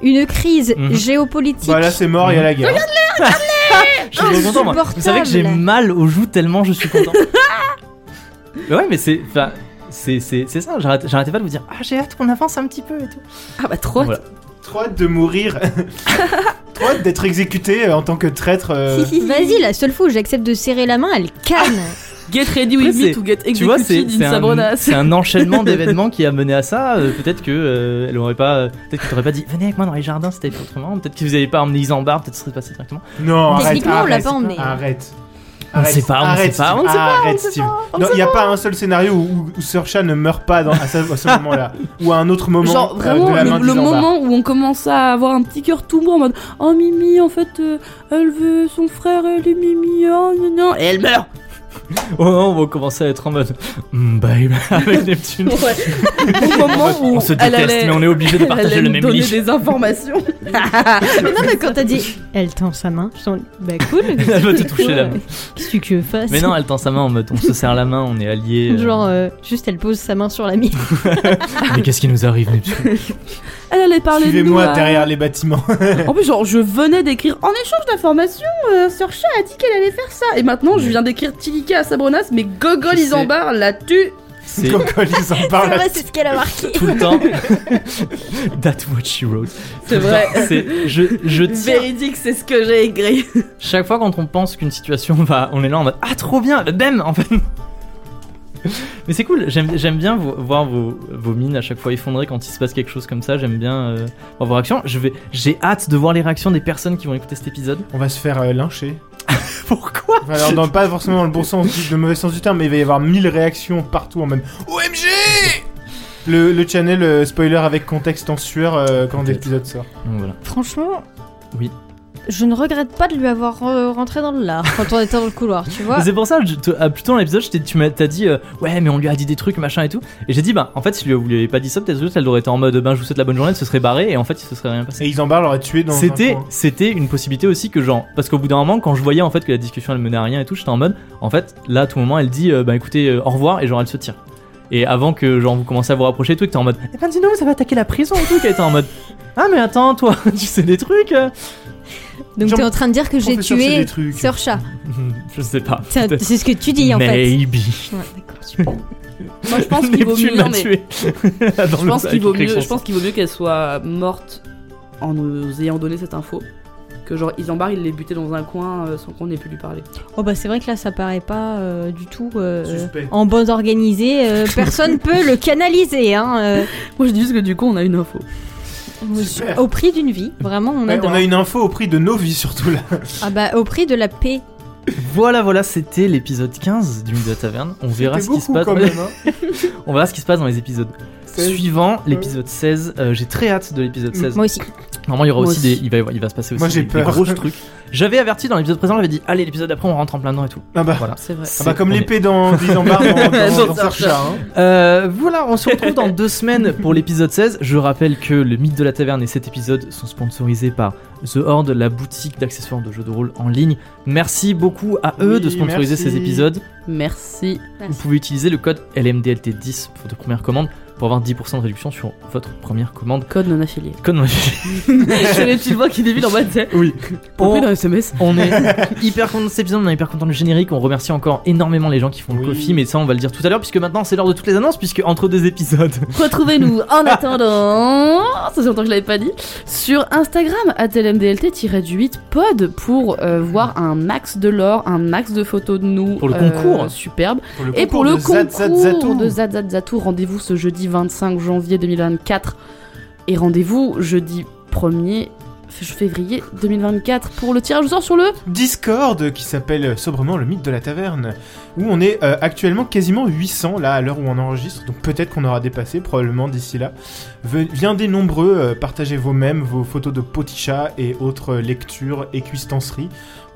S3: une crise
S1: Mhm.
S3: géopolitique.
S2: Voilà, c'est mort, il y a Bah, la guerre.
S1: Je suis trop content, moi.
S3: Ah, Insupportable.
S1: Vous savez que j'ai mal aux joues tellement je suis content. <laughs> Mais ouais, mais c'est. enfin, C'est c'est- c'est ça, j'arrête- j'arrêtais pas de vous dire Ah, j'ai hâte qu'on avance un petit peu et tout.
S4: Ah bah trop <laughs>
S1: Voilà.
S2: Trop hâte de mourir. Trop hâte d'être exécuté euh, en tant que traître.
S4: <laughs>
S2: euh.
S3: Vas-y, la seule fois où j'accepte de serrer la main, elle canne.
S4: Get ready
S1: Après,
S4: with me
S1: c'est-
S4: to get
S1: Tu vois, c'est
S4: executed
S1: c'est
S4: in
S1: un,
S4: Sabronas
S1: c'est
S3: <laughs>
S4: <laughs>
S1: un enchaînement d'événements qui a mené à ça. Euh, peut-être que euh, elle aurait pas, peut-être que t'aurais pas dit venez avec moi dans les jardins, c'était fait autrement. Peut-être que vous avez pas emmené Isambard, peut-être que ça serait passé directement.
S2: Non, arrête.
S3: Techniquement, on l'a
S2: arrête,
S3: pas emmené.
S4: euh.
S2: Arrête.
S1: On
S2: Arrête,
S1: sait pas, on
S2: arrête,
S1: sait pas, on
S2: Steve,
S1: sait pas, on
S2: arrête,
S1: sait
S2: Steve.
S1: pas, on
S2: Non,
S1: sait
S2: il n'y a pas un seul scénario où, où Sir Chat ne meurt pas dans- à, ce,
S1: <laughs>
S2: à ce moment-là. Ou à un autre moment.
S4: Genre
S2: euh,
S4: vraiment
S2: de la main
S4: le, le
S2: d'Isambard.
S4: moment où on commence à avoir un petit cœur tout mou en mode Oh Mimi en fait euh, elle veut son frère elle est Mimi oh non non et
S1: <laughs>
S4: elle meurt
S1: Oh, on va commencer à être en mode Hmm, babe
S4: <laughs>
S1: avec Neptune.
S4: au moment où
S1: On se
S4: elle
S1: déteste,
S4: allait-
S1: mais on est obligé de
S4: elle
S1: partager
S4: allait
S1: le
S4: nous
S1: même
S4: donner
S1: lit.
S4: des informations
S1: Ah.
S3: mais non, mais quand t'as dit elle tend sa main, je t'en bah cool.
S1: <laughs> Elle va te toucher la main.
S3: Qu'est-ce que tu veux que je fasse
S1: Mais non, elle tend sa main en mode on se serre la main, on est alliés. euh,
S3: Genre, euh, juste elle pose sa main sur la mienne.
S4: euh,
S1: Mais qu'est-ce qui nous arrive,
S4: <laughs>
S1: Neptune
S4: elle allait parler de nous euh.
S2: Suivez-moi
S4: à-
S2: derrière les bâtiments.
S4: en plus genre je venais d'écrire en échange d'informations euh, Sir Chat a dit qu'elle allait faire ça et maintenant je viens d'écrire Tilika à Sabronas mais Gogol
S1: Tu sais-
S4: Isambard la tue
S1: <laughs> C'est
S2: <laughs> Quand Collins en
S3: C'est
S4: Ah
S2: parle.
S3: vrai, c'est ce qu'elle a marqué.
S1: tout le temps. <laughs> That's what she wrote.
S4: <laughs> C'est
S1: Tout le
S4: vrai.
S1: temps, C'est je je
S4: <laughs>
S1: tire.
S4: Véridique, c'est ce que j'ai
S1: <laughs>
S4: écrit.
S1: Chaque fois quand on pense qu'une situation <laughs> va, on est là en mode ah trop bien, bam en fait. <laughs> Mais c'est cool, j'aime j'aime bien vo- voir vos, vos mines à chaque fois effondrées quand il se passe quelque chose comme ça, j'aime bien euh, voir vos réactions. Je vais- J'ai hâte de voir les réactions des personnes qui vont écouter cet épisode. <laughs>
S2: On va se faire euh, lyncher.
S1: Pourquoi
S4: <laughs>
S2: Enfin, alors, dans, pas forcément dans le bon sens, du- le mauvais sens du terme, mais il va y avoir mille réactions partout en mode OMG le, le channel euh, spoiler avec contexte en sueur euh, quand
S1: Peut-être.
S2: l'épisode sort.
S1: Donc voilà.
S3: Franchement.
S1: Oui.
S3: Je ne regrette pas de lui avoir euh, rentré dans le lard quand on était dans le couloir, tu vois.
S1: Mais C'est pour ça, je, te- à- plus tôt dans l'épisode, je t'ai- tu m'as t'as dit euh, ouais, mais on lui a dit des trucs, machin et tout. Et j'ai dit bah en fait, si vous lui avez pas dit ça, peut-être que elle aurait été en mode ben je vous souhaite la bonne journée, elle se serait barrée et en fait, il se serait rien passé.
S2: Et ils en parlent, l'aurait tué dans un
S1: C'était
S2: coin.
S1: c'était une possibilité aussi que genre parce qu'au bout d'un moment, quand je voyais en fait que la discussion elle menait à rien et tout, j'étais en mode en fait là à tout moment elle dit euh, bah écoutez euh, au revoir et genre elle se tire. Et avant que genre vous commencez à vous rapprocher et tout, que t'es en mode eh ben dis nous ça va attaquer la prison et tout, qu'elle était en mode ah mais attends toi <laughs> tu sais des trucs. euh
S3: Donc
S2: Jean-
S3: t'es en train de dire que j'ai
S2: Professeur, c'est
S3: tué
S2: des trucs.
S3: Sœur Chat.
S1: je sais pas.
S3: Ça,
S1: peut-être.
S3: C'est ce que tu dis en fait.
S1: Maybe.
S3: Ouais, d'accord, super.
S4: Moi, je pense qu'il vaut
S1: Neptune
S4: mieux.
S1: l'a
S4: non, mais
S1: tué. Dans
S4: je
S1: le
S4: pense
S1: sac,
S4: qu'il vaut
S1: écrit
S4: mieux.
S1: son
S4: Je pense qu'il vaut mieux qu'elle soit morte en nous ayant donné cette info. Que genre Isambard il l'ait buté dans un coin euh, sans qu'on ait pu lui parler.
S3: Oh bah c'est vrai que là ça paraît pas euh, du tout euh,
S2: Suspect.
S3: en bande organisée. euh,
S1: <laughs>
S3: personne peut le canaliser. Hein, euh,
S4: Moi je dis juste que du coup on a une info.
S2: Super.
S3: au prix d'une vie, vraiment on
S2: Ouais,
S3: adore.
S2: on a une info au prix de nos vies surtout là.
S3: Ah bah au prix de la paix.
S1: Voilà, voilà, c'était l'épisode 15 du Midi de la Taverne. On verra
S2: C'était
S1: ce qui se
S2: beaucoup
S1: passe.
S2: quand même. hein.
S1: On verra ce qui se passe dans les épisodes suivants. L'épisode 16, euh, j'ai très hâte de l'épisode 16.
S3: Moi aussi.
S1: Normalement, il y aura
S4: Moi
S1: aussi des,
S4: aussi.
S1: il va, y avoir- il va se passer aussi
S2: Moi, j'ai
S1: des, des
S2: peur.
S1: gros trucs. J'avais averti dans l'épisode présent, j'avais dit, allez, l'épisode d'après, on rentre en plein dedans et tout.
S2: Ah bah,
S1: Voilà.
S4: C'est vrai.
S2: ah bah, comme
S1: on est-
S2: l'épée dans Isambard dans,
S4: <laughs>
S2: dans,
S4: Dans
S2: dans
S4: Sœur
S2: Sœur Chat. hein.
S1: Euh, voilà, on se retrouve dans deux semaines pour l'épisode 16. Je rappelle que le mythe de la taverne et cet épisode sont sponsorisés par The Horde, la boutique d'accessoires de jeux de rôle en ligne. Merci beaucoup à eux
S2: Oui,
S1: de sponsoriser
S2: merci.
S1: ces épisodes.
S4: Merci.
S1: Vous pouvez utiliser le code LMDLT10 pour de première commande pour avoir 10% de réduction sur votre première commande.
S4: Code non affilié.
S1: Code
S4: <laughs> c'est les petites voix qui débutent en bas, tu sais.
S1: Oui.
S4: Pour
S1: On,
S4: dans SMS.
S1: on est hyper content de cet épisode, on est hyper content du générique, on remercie encore énormément les gens qui font le
S2: Oui.
S1: coffee, mais ça on va le dire tout à l'heure puisque maintenant c'est l'heure de toutes les annonces puisque entre deux épisodes. <laughs>
S4: Retrouvez-nous en attendant, ça fait longtemps que je l'avais pas dit, sur Instagram, atlmdlt-8pod pour euh, voir un max de lore, un max de photos de nous.
S1: Pour le
S4: euh,
S1: concours.
S4: Superbe.
S2: Pour le
S4: Et pour le
S2: de Zat, Zat,
S4: concours
S2: Zatou.
S4: de Zat Zat Zatou, rendez-vous ce jeudi 25 janvier 2024 et rendez-vous jeudi 1er f- février 2024 pour le tirage au sort sur le
S2: Discord qui s'appelle euh, sobrement le mythe de la taverne, où on est euh, actuellement quasiment 800 là à l'heure où on enregistre, donc peut-être qu'on aura dépassé probablement d'ici là. Ve- Viendez nombreux, euh, partagez vos mèmes, vos photos de potichats et autres euh, lectures et cuistanceries.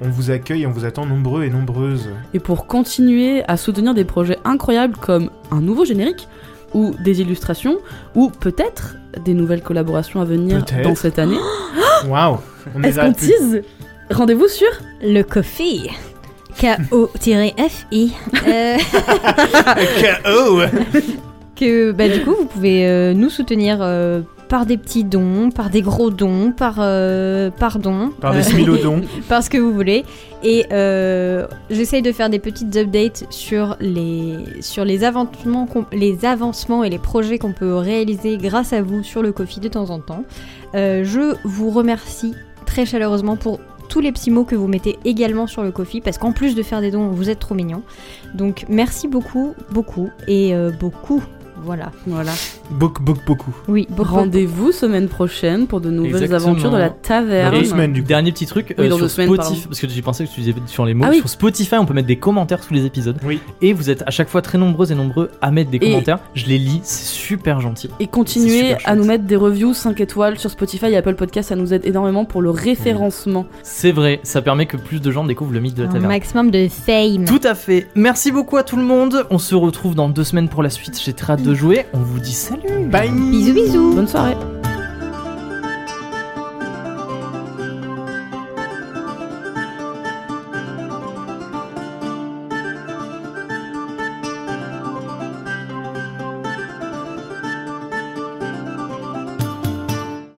S2: On vous accueille et on vous attend nombreux et nombreuses.
S4: et pour continuer à soutenir des projets incroyables comme un nouveau générique ou des illustrations ou peut-être des nouvelles collaborations à venir
S2: Peut-être.
S4: dans
S1: <gasps>
S4: cette année.
S2: Waouh, on les
S4: Est-ce
S2: a
S4: qu'on tease Rendez-vous sur
S3: Le coffee.
S2: <laughs>
S3: K-O-F-I. Euh,
S4: Ah.
S2: KO
S3: que bah, du coup vous pouvez euh, nous soutenir euh, par des petits dons, par des gros dons, par euh, par dons,
S2: <laughs> Par
S3: euh,
S2: des smilodons.
S3: par ce que vous voulez. Et euh, j'essaye de faire des petites updates sur les sur les avancements qu'on- les avancements et les projets qu'on peut réaliser grâce à vous sur le Kofi de temps en temps. Euh, je vous remercie très chaleureusement pour tous les petits mots que vous mettez également sur le Kofi parce qu'en plus de faire des dons, vous êtes trop mignons. Donc merci beaucoup, beaucoup et euh, beaucoup. Voilà.
S4: voilà.
S2: Beaucoup, beaucoup, beaucoup.
S3: Oui, beaucoup.
S4: Rendez-vous semaine prochaine pour de nouvelles
S1: Exactement.
S4: aventures de la
S1: Dans
S4: taverne.
S2: deux semaines du coup.
S1: Dernier petit truc euh,
S4: Oui, dans
S1: sur
S4: deux semaines,
S1: Spotify,
S4: pardon.
S1: parce que j'ai pensé que tu disais sur les mots.
S4: Ah oui.
S1: Sur Spotify, on peut mettre des commentaires sous les épisodes.
S2: Oui.
S1: Et vous êtes à chaque fois très nombreux et nombreux à mettre des
S4: Et-
S1: commentaires. Je les lis, c'est super gentil.
S4: Et
S1: C'est
S4: continuez
S1: super chouette.
S4: à nous mettre des reviews 5 étoiles sur Spotify et Apple Podcast, ça nous aide énormément pour le référencement.
S1: C'est vrai, ça permet que plus de gens découvrent le
S4: Oh,
S1: mythe de la
S3: un
S1: taverne.
S3: maximum de fame.
S1: Tout à fait. Merci beaucoup à tout le monde. On se retrouve dans deux semaines pour la suite. J'ai très hâte de jouer. On vous dit salut.
S2: Bye
S3: Bisous bisous.
S4: Bonne soirée.